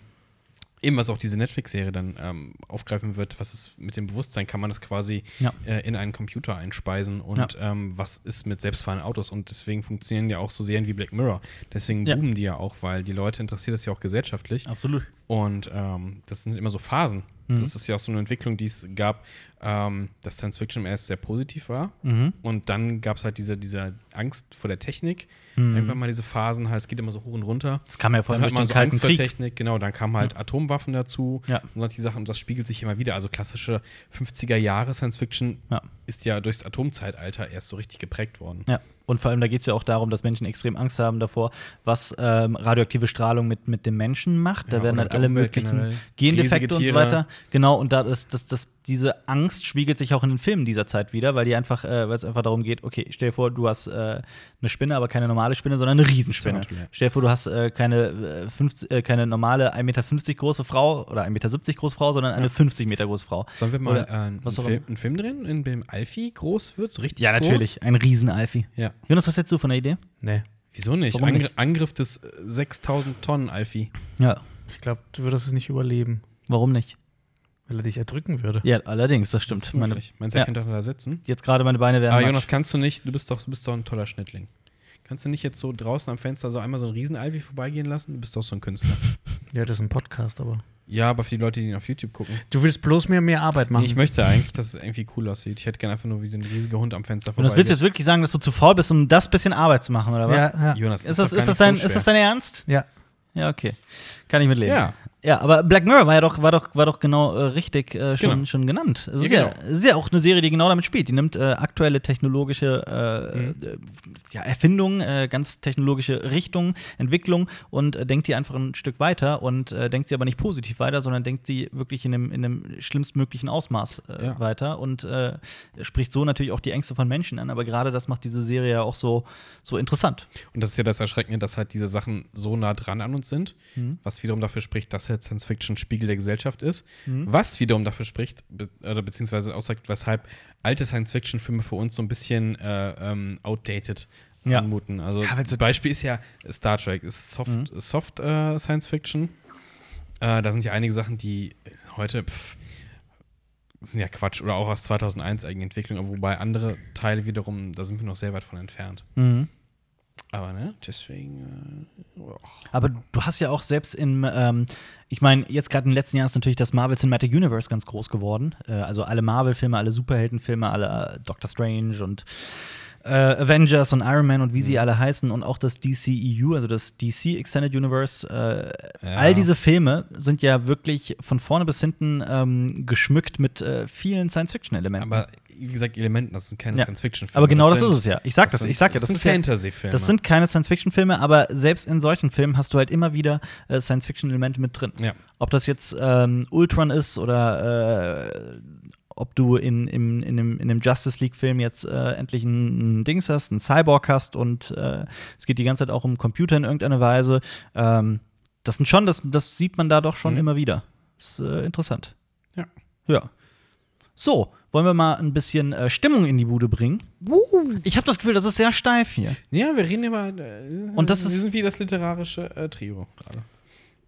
Speaker 2: eben was auch diese Netflix-Serie dann ähm, aufgreifen wird, was ist mit dem Bewusstsein, kann man das quasi
Speaker 1: Ja.
Speaker 2: äh, in einen Computer einspeisen und ähm, was ist mit selbstfahrenden Autos und deswegen funktionieren ja auch so Serien wie Black Mirror. Deswegen
Speaker 1: Ja.
Speaker 2: boomen die ja auch, weil die Leute interessiert das ja auch gesellschaftlich.
Speaker 1: Absolut.
Speaker 2: Und ähm, das sind immer so Phasen.
Speaker 1: Mhm.
Speaker 2: Das ist ja auch so eine Entwicklung, die es gab, ähm, dass Science Fiction erst sehr positiv war.
Speaker 1: Mhm.
Speaker 2: Und dann gab es halt diese, diese Angst vor der Technik.
Speaker 1: Mhm.
Speaker 2: Irgendwann mal diese Phasen, halt, es geht immer so hoch und runter.
Speaker 1: Das kam ja vor
Speaker 2: Dann
Speaker 1: allem
Speaker 2: hat
Speaker 1: durch
Speaker 2: man
Speaker 1: den
Speaker 2: so
Speaker 1: Kalten
Speaker 2: Angst vor
Speaker 1: Krieg.
Speaker 2: Technik, genau, dann kamen halt Atomwaffen dazu
Speaker 1: Ja.
Speaker 2: und solche Sachen. Das spiegelt sich immer wieder. Also klassische 50er Jahre Science Fiction
Speaker 1: Ja.
Speaker 2: ist ja durchs Atomzeitalter erst so richtig geprägt worden.
Speaker 1: Ja. Und vor allem, da geht es ja auch darum, dass Menschen extrem Angst haben davor, was ähm, radioaktive Strahlung mit, mit dem Menschen macht. Da
Speaker 2: Ja,
Speaker 1: werden
Speaker 2: oder
Speaker 1: halt
Speaker 2: der
Speaker 1: alle
Speaker 2: Umwelt
Speaker 1: möglichen
Speaker 2: generell.
Speaker 1: Gendefekte
Speaker 2: Riesige
Speaker 1: und so
Speaker 2: Tiere.
Speaker 1: weiter. Genau, und da ist, das, das, diese Angst spiegelt sich auch in den Filmen dieser Zeit wieder, weil die einfach, äh, weil es einfach darum geht, okay, stell dir vor, du hast äh, eine Spinne, aber keine normale Spinne, sondern eine Riesenspinne.
Speaker 2: Zum Beispiel, ja.
Speaker 1: Stell dir vor, du hast äh, keine, äh, 50, äh, keine normale 1,50 Meter große Frau oder 1,70 Meter große Frau, sondern eine 50 Meter große Frau.
Speaker 2: Sollen wir mal
Speaker 1: Oder
Speaker 2: äh, einen,
Speaker 1: was auch
Speaker 2: Film,
Speaker 1: immer.
Speaker 2: einen Film drehen, in dem Alfie groß wird? So richtig
Speaker 1: Ja, natürlich, ein Riesenalfi.
Speaker 2: Groß? Ja.
Speaker 1: Jonas, was hältst du von der Idee?
Speaker 3: Nee.
Speaker 2: Wieso nicht?
Speaker 1: Warum
Speaker 2: Angr
Speaker 1: nicht?
Speaker 2: Angriff des äh, 6000 Tonnen, Alfie.
Speaker 1: Ja,
Speaker 3: Ich glaube, du würdest es nicht überleben,
Speaker 1: warum nicht?
Speaker 3: weil er dich erdrücken würde.
Speaker 1: Ja, allerdings, das stimmt. Meine,
Speaker 2: Möglich. Meinst du,
Speaker 1: ja.
Speaker 2: er könnte da sitzen?
Speaker 1: jetzt gerade meine Beine werden.
Speaker 2: Aber
Speaker 1: matsch.
Speaker 2: Jonas, kannst du nicht, du bist doch, du bist doch ein toller Schnittling. Kannst du nicht jetzt so draußen am Fenster so einmal so einen riesen Alfie vorbeigehen lassen? Du bist doch so ein Künstler.
Speaker 3: Ja, das ist ein Podcast, aber.
Speaker 2: ja, aber für die Leute, die ihn auf YouTube gucken.
Speaker 3: Du willst bloß mehr mehr Arbeit machen.
Speaker 2: Nee, ich möchte eigentlich, dass es irgendwie cool aussieht. Ich hätte gerne einfach nur wie so ein riesiger Hund am Fenster
Speaker 1: Jonas, willst du jetzt wirklich sagen, dass du zu faul bist, um das bisschen Arbeit zu machen, oder was?
Speaker 3: ja, ja.
Speaker 2: Jonas,
Speaker 1: Ist das,
Speaker 2: doch gar
Speaker 1: ist, das
Speaker 2: nicht
Speaker 1: dein,
Speaker 2: so
Speaker 1: ist das
Speaker 2: schwer.
Speaker 1: dein Ernst?
Speaker 3: ja.
Speaker 1: Ja, okay. Kann ich mitleben.
Speaker 2: Ja.
Speaker 1: ja aber Black Mirror war ja doch, war doch, war doch genau äh, richtig äh, schon,
Speaker 2: Genau.
Speaker 1: schon genannt. Es ist,
Speaker 2: Ja,
Speaker 1: ja,
Speaker 2: genau.
Speaker 1: es ist ja auch eine Serie, die genau damit spielt. Die nimmt äh, aktuelle technologische äh,
Speaker 2: Mhm.
Speaker 1: äh, ja, Erfindungen, äh, ganz technologische Richtungen, Entwicklung und äh, denkt die einfach ein Stück weiter und äh, denkt sie aber nicht positiv weiter, sondern denkt sie wirklich in einem, in einem schlimmstmöglichen Ausmaß äh,
Speaker 2: Ja.
Speaker 1: weiter und äh, spricht so natürlich auch die Ängste von Menschen an. Aber gerade das macht diese Serie ja auch so, so interessant.
Speaker 2: Und das ist ja das Erschreckende, dass halt diese Sachen so nah dran an uns sind,
Speaker 1: Mhm.
Speaker 2: was wiederum dafür spricht, dass halt Science Fiction Spiegel der Gesellschaft ist,
Speaker 1: Mhm.
Speaker 2: was wiederum dafür spricht, be oder beziehungsweise aussagt, weshalb alte Science Fiction Filme für uns so ein bisschen äh, ähm, outdated
Speaker 1: Ja.
Speaker 2: anmuten. Also
Speaker 1: Ja, Mhm. weil's-
Speaker 2: zum Beispiel ist ja Star Trek, ist Soft, Soft äh, Science Fiction. Äh, da sind ja einige Sachen, die heute pff, sind ja Quatsch oder auch aus 2001 eigene Entwicklung, wobei andere Teile wiederum, da sind wir noch sehr weit von entfernt. Aber ne, deswegen. Äh, oh.
Speaker 1: Aber du hast ja auch selbst im, ähm, ich meine, jetzt gerade in den letzten Jahren ist natürlich das Marvel Cinematic Universe ganz groß geworden. Äh, also alle Marvel-Filme, alle Superheldenfilme, alle äh, Doctor Strange und äh, Avengers und Iron Man und wie
Speaker 2: Mhm.
Speaker 1: sie alle heißen und auch das DCEU, also das DC Extended Universe. Äh,
Speaker 2: Ja.
Speaker 1: All diese Filme sind ja wirklich von vorne bis hinten ähm, geschmückt mit äh, vielen Science-Fiction-Elementen.
Speaker 2: Aber wie gesagt, Elementen, das sind keine
Speaker 1: Ja.
Speaker 2: Science-Fiction-Filme.
Speaker 1: Aber genau das,
Speaker 2: sind-
Speaker 1: ist es ja. Ich sag das,
Speaker 2: sind-
Speaker 1: ich sag ja,
Speaker 2: das
Speaker 1: das,
Speaker 2: sind
Speaker 1: ist ja,
Speaker 2: Fantasy-Filme.
Speaker 1: das sind keine Science-Fiction-Filme, aber selbst in solchen Filmen hast du halt immer wieder äh, Science-Fiction-Elemente mit drin.
Speaker 2: Ja.
Speaker 1: Ob das jetzt ähm, Ultron ist oder äh, ob du in, in, in, dem, in dem Justice League-Film jetzt äh, endlich einen Dings hast, einen Cyborg hast und äh, es geht die ganze Zeit auch um Computer in irgendeiner Weise. Ähm, das sind schon, das, das sieht man da doch schon
Speaker 2: Mhm.
Speaker 1: immer wieder. Ist äh, interessant.
Speaker 2: Ja.
Speaker 1: Ja. So, wollen wir mal ein bisschen äh, Stimmung in die Bude bringen? Ich habe das Gefühl, das ist sehr steif hier.
Speaker 2: ja, wir reden immer. Äh,
Speaker 1: Und das
Speaker 2: Wir
Speaker 1: ist-
Speaker 2: sind wie das literarische äh, Trio gerade.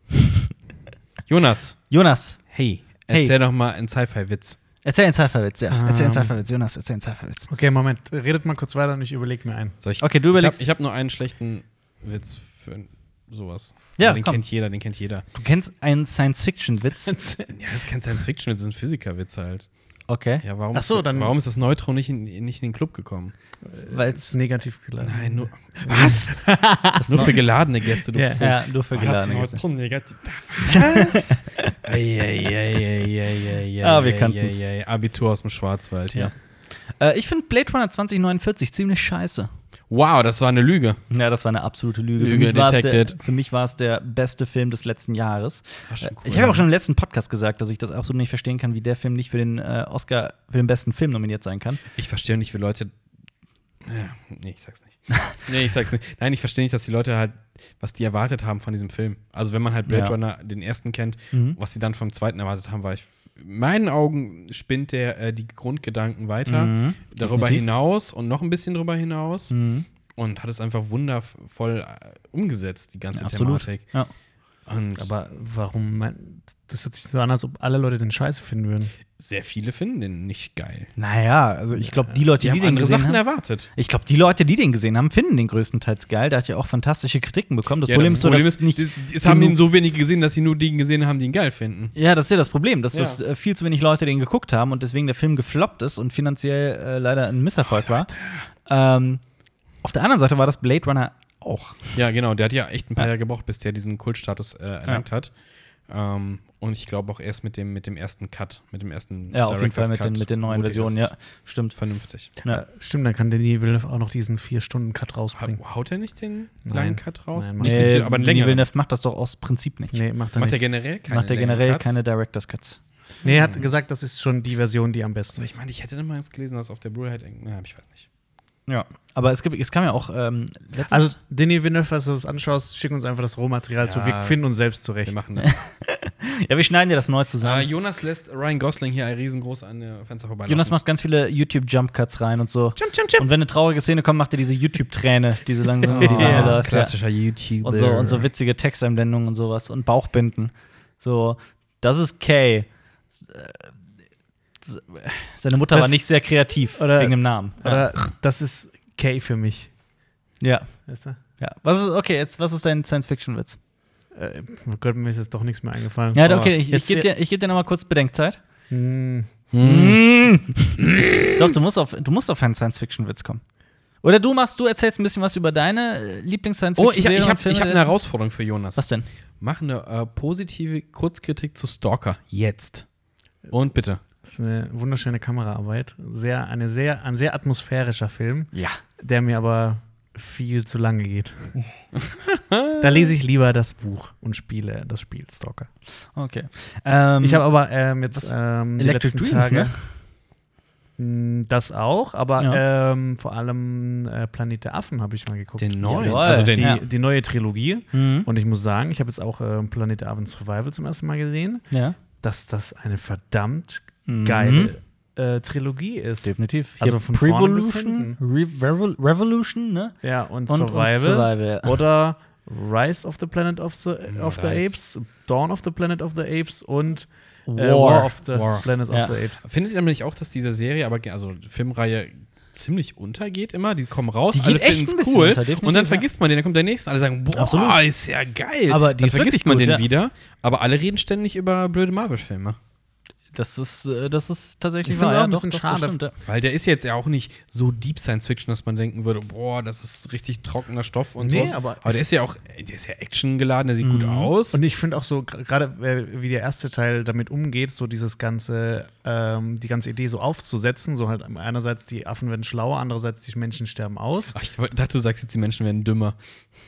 Speaker 2: Jonas,
Speaker 1: Jonas,
Speaker 2: hey,
Speaker 1: Hey.
Speaker 2: Erzähl doch mal einen Sci-Fi-Witz.
Speaker 1: Erzähl einen Sci-Fi-Witz, ja. Erzähl einen
Speaker 3: Ähm.
Speaker 1: Sci-Fi-Witz, Jonas, erzähl einen Sci-Fi-Witz.
Speaker 3: Okay, Moment. Redet mal kurz weiter und ich überlege mir einen.
Speaker 2: Soll ich-
Speaker 1: Okay, du überlegst-
Speaker 2: Ich habe hab nur einen schlechten Witz für sowas.
Speaker 1: Ja,
Speaker 2: den
Speaker 1: komm.
Speaker 2: kennt jeder, den kennt jeder.
Speaker 1: Du kennst einen Science-Fiction-Witz?
Speaker 2: Ja, das ist kein Science-Fiction, das ist ein Physikerwitz halt.
Speaker 1: Okay.
Speaker 2: Ja, warum,
Speaker 3: Ach so,
Speaker 2: ist,
Speaker 3: dann-
Speaker 2: warum ist das Neutron nicht in, nicht in den Club gekommen?
Speaker 1: Weil
Speaker 3: Ist negativ geladen.
Speaker 2: Nein, nur. Was? das ist nur für geladene Gäste, du
Speaker 3: Ja,
Speaker 2: Fuchs.
Speaker 1: ja, nur für
Speaker 2: War
Speaker 1: geladene
Speaker 2: das
Speaker 1: Gäste.
Speaker 2: Neutron negativ. Was? Ah,
Speaker 1: Ah, wir kannten's.
Speaker 2: Abitur aus dem Schwarzwald,
Speaker 1: Ja.
Speaker 2: ja.
Speaker 1: Äh, ich finde Blade Runner 2049 ziemlich scheiße.
Speaker 2: Wow, das war eine Lüge.
Speaker 1: Ja, das war eine absolute Lüge.
Speaker 2: Lüge
Speaker 1: für, mich war's
Speaker 2: detected.
Speaker 1: Der, für mich war es der beste Film des letzten Jahres.
Speaker 2: War schon cool,
Speaker 1: Äh, ich habe
Speaker 2: ja.
Speaker 1: auch schon im letzten Podcast gesagt, dass ich das absolut nicht verstehen kann, wie der Film nicht für den äh, Oscar, für den besten Film nominiert sein kann.
Speaker 2: Ich verstehe nicht, wie Leute. Ja, nee, ich sag's nicht. nee, ich sag's nicht. Nein, ich verstehe nicht, dass die Leute halt, was die erwartet haben von diesem Film. Also, wenn man halt Blade
Speaker 1: Ja.
Speaker 2: Runner den ersten kennt,
Speaker 1: Mhm.
Speaker 2: was sie dann vom zweiten erwartet haben, war ich. In meinen Augen spinnt der äh, die Grundgedanken weiter.
Speaker 1: Mhm.
Speaker 2: Darüber
Speaker 1: Definitiv.
Speaker 2: hinaus und noch ein bisschen darüber hinaus.
Speaker 1: Mhm.
Speaker 2: Und hat es einfach wundervoll äh, umgesetzt, die ganze
Speaker 1: Absolut.
Speaker 2: Thematik.
Speaker 1: Ja.
Speaker 2: Und
Speaker 3: Aber warum? mein- Das hört sich so an, als ob alle Leute den Scheiße finden würden.
Speaker 2: sehr viele finden den nicht geil.
Speaker 1: Naja, also ich glaube, die Leute,
Speaker 2: Die,
Speaker 1: die,
Speaker 2: haben
Speaker 1: den
Speaker 2: andere
Speaker 1: gesehen ne?
Speaker 2: Sachen
Speaker 1: haben.
Speaker 2: erwartet.
Speaker 1: Ich glaube, die Leute, die den gesehen haben, finden den größtenteils geil. Der hat ja auch fantastische Kritiken bekommen. Das Problem ist, nur, dass nicht
Speaker 2: es- es haben
Speaker 1: genug-
Speaker 2: ihn so wenige gesehen, dass sie nur den gesehen haben, die ihn geil finden.
Speaker 1: Ja, das ist ja das Problem, dass
Speaker 2: Ja.
Speaker 1: das äh, viel zu wenig Leute den geguckt haben und deswegen der Film gefloppt ist und finanziell äh, leider ein Misserfolg war. Ähm, auf der anderen Seite war das Blade Runner auch.
Speaker 2: Ja, genau. Der hat ja echt ein paar Jahre gebraucht, bis der diesen Kultstatus äh, erlangt hat. Ähm, und ich glaube auch erst mit dem, mit dem ersten Cut, mit dem ersten
Speaker 1: Ja, auf jeden Fall
Speaker 2: Director's
Speaker 1: mit den,
Speaker 2: Cut
Speaker 1: mit den neuen
Speaker 2: mutig
Speaker 1: Versionen,
Speaker 2: ist.
Speaker 1: ja. Stimmt.
Speaker 2: Vernünftig.
Speaker 1: Ja.
Speaker 3: Stimmt, dann kann Denis Villeneuve auch noch diesen 4-Stunden-Cut
Speaker 2: Ha-
Speaker 3: rausbringen.
Speaker 2: Haut er nicht den
Speaker 3: Nein.
Speaker 2: Line Cut raus?
Speaker 3: Nein,
Speaker 2: nicht
Speaker 3: macht
Speaker 2: den
Speaker 1: Nee,
Speaker 2: viel, aber einen
Speaker 1: Denis
Speaker 2: längeren.
Speaker 1: Äh, Villeneuve macht das doch aus Prinzip nicht.
Speaker 3: Nee, macht er
Speaker 2: Macht er
Speaker 3: nicht.
Speaker 2: generell keine
Speaker 1: macht er
Speaker 2: längeren
Speaker 1: generell
Speaker 2: Cuts?
Speaker 1: keine Director's Cuts.
Speaker 3: nee, er hat gesagt, das ist schon die Version, die am besten
Speaker 2: So, Also ich
Speaker 3: ist.
Speaker 2: meine, ich hätte immer eins gelesen, dass auf der Blu-ray halt. irgend- Na, ich weiß nicht.
Speaker 1: Ja. Aber es, gibt, es kam ja auch ähm, letztes
Speaker 3: Also, Denis Villeneuve, falls du das anschaust, schick uns einfach das Rohmaterial zu.
Speaker 2: Ja.
Speaker 3: Wir finden uns selbst zurecht.
Speaker 2: Wir machen das.
Speaker 1: Ja, wir schneiden dir das neu
Speaker 2: äh,
Speaker 1: zusammen.
Speaker 2: Jonas lässt Ryan Gosling hier riesengroß an der Fenster vorbei.
Speaker 1: Jonas macht ganz viele YouTube-Jump-Cuts rein und so.
Speaker 2: Jump, jump, jump.
Speaker 1: Und wenn eine traurige Szene kommt, macht er diese YouTube-Träne, diese langsam
Speaker 3: Ja,
Speaker 1: die läuft. Ja.
Speaker 2: klassischer YouTuber.
Speaker 1: und so, und so witzige Texteinblendungen und sowas und Bauchbinden. So, das ist Kay. S- äh, Seine Mutter
Speaker 3: Das-
Speaker 1: war nicht sehr kreativ
Speaker 3: oder-
Speaker 1: wegen dem Namen. ja.
Speaker 3: Oder das ist K für mich.
Speaker 1: ja,
Speaker 3: Weißt du?
Speaker 1: ja. Was ist, okay, jetzt, was ist dein Science-Fiction-Witz?
Speaker 3: Äh, oh Gott, mir ist jetzt doch nichts mehr eingefallen.
Speaker 1: Ja, okay, ich, ich
Speaker 3: Oh, Jetzt
Speaker 1: gebe
Speaker 3: hier-
Speaker 1: dir, ich geb dir nochmal kurz Bedenkzeit.
Speaker 3: Hm.
Speaker 1: Doch, du musst auf, du musst auf einen Science-Fiction-Witz kommen. Oder du machst, du erzählst ein bisschen was über deine äh,
Speaker 2: Oh, ich,
Speaker 1: Lieblings-Science-Fiction-Serie
Speaker 2: ich
Speaker 1: und
Speaker 2: habe
Speaker 1: Filme
Speaker 2: ich hab
Speaker 1: der
Speaker 2: eine
Speaker 1: letzten-
Speaker 2: Herausforderung für Jonas.
Speaker 1: Was denn?
Speaker 2: Mach eine äh, positive Kurzkritik zu Stalker. Jetzt. Und bitte.
Speaker 3: Das ist eine wunderschöne Kameraarbeit. Sehr, eine sehr, ein sehr atmosphärischer Film,
Speaker 1: Ja.
Speaker 3: der mir aber viel zu lange geht. da lese ich lieber das Buch und spiele das Spiel Stalker.
Speaker 1: Okay. Ähm,
Speaker 3: Ich habe aber ähm, jetzt
Speaker 1: was-
Speaker 3: ähm, die
Speaker 1: Electric
Speaker 3: letzten
Speaker 1: Dreams,
Speaker 3: Tage
Speaker 1: ne?
Speaker 3: Mm, das auch, aber
Speaker 1: Ja.
Speaker 3: ähm, vor allem äh, Planet der Affen habe ich mal geguckt.
Speaker 2: Den neuen.
Speaker 1: Jawohl.
Speaker 2: also den,
Speaker 3: die,
Speaker 1: Ja.
Speaker 3: die neue Trilogie.
Speaker 1: Mhm.
Speaker 3: Und ich muss sagen, ich habe jetzt auch ähm, Planet der Affen Survival zum ersten Mal gesehen,
Speaker 1: Ja.
Speaker 3: dass das eine verdammt
Speaker 1: Mhm.
Speaker 3: geile äh, Trilogie ist.
Speaker 1: Definitiv.
Speaker 3: Also
Speaker 1: Hier
Speaker 3: von vorne bis
Speaker 1: Revolution, Re Revol Revolution, ne?
Speaker 3: Ja, und,
Speaker 1: Und- und
Speaker 3: Survival.
Speaker 1: Survival, ja.
Speaker 3: Oder Rise of the Planet of the, of the
Speaker 2: Rise.
Speaker 3: Apes, Dawn of the Planet of the Apes und äh,
Speaker 1: War.
Speaker 3: War of the
Speaker 2: War.
Speaker 3: Planet
Speaker 1: Ja.
Speaker 3: of the Apes.
Speaker 2: Findet ihr nämlich auch, dass diese Serie, aber ge- also Filmreihe ziemlich untergeht immer? Die kommen raus,
Speaker 1: Die geht echt ein bisschen
Speaker 2: cool.
Speaker 1: unter, definitiv,
Speaker 2: und dann
Speaker 1: ja.
Speaker 2: vergisst man den, dann kommt der nächste. Alle sagen, boah,
Speaker 1: Absolut.
Speaker 2: ist ja geil.
Speaker 1: Aber die
Speaker 2: dann
Speaker 1: ist wirklich
Speaker 2: vergisst man
Speaker 1: gut,
Speaker 2: den
Speaker 1: ja.
Speaker 2: wieder. Aber alle reden ständig über blöde Marvel-Filme.
Speaker 1: Das ist, äh, das ist tatsächlich
Speaker 3: Ich find's auch
Speaker 1: ja,
Speaker 3: ein bisschen
Speaker 1: das
Speaker 3: schade.
Speaker 1: stimmt, ja.
Speaker 2: Weil der ist jetzt ja auch nicht so Deep Science Fiction, dass man denken würde, boah, das ist richtig trockener Stoff und
Speaker 3: Nee,
Speaker 2: so.
Speaker 3: aber-
Speaker 2: der ist ja auch, ey, der ist ja Action geladen, der sieht gut
Speaker 1: Mhm.
Speaker 2: aus.
Speaker 3: Und ich finde auch so, gr- gerade äh, wie der erste Teil damit umgeht, so dieses ganze, ähm, die ganze Idee so aufzusetzen, so halt einerseits die Affen werden schlauer, andererseits die Menschen sterben aus.
Speaker 2: Ach, ich wollte- dachte, du sagst jetzt, die Menschen werden dümmer.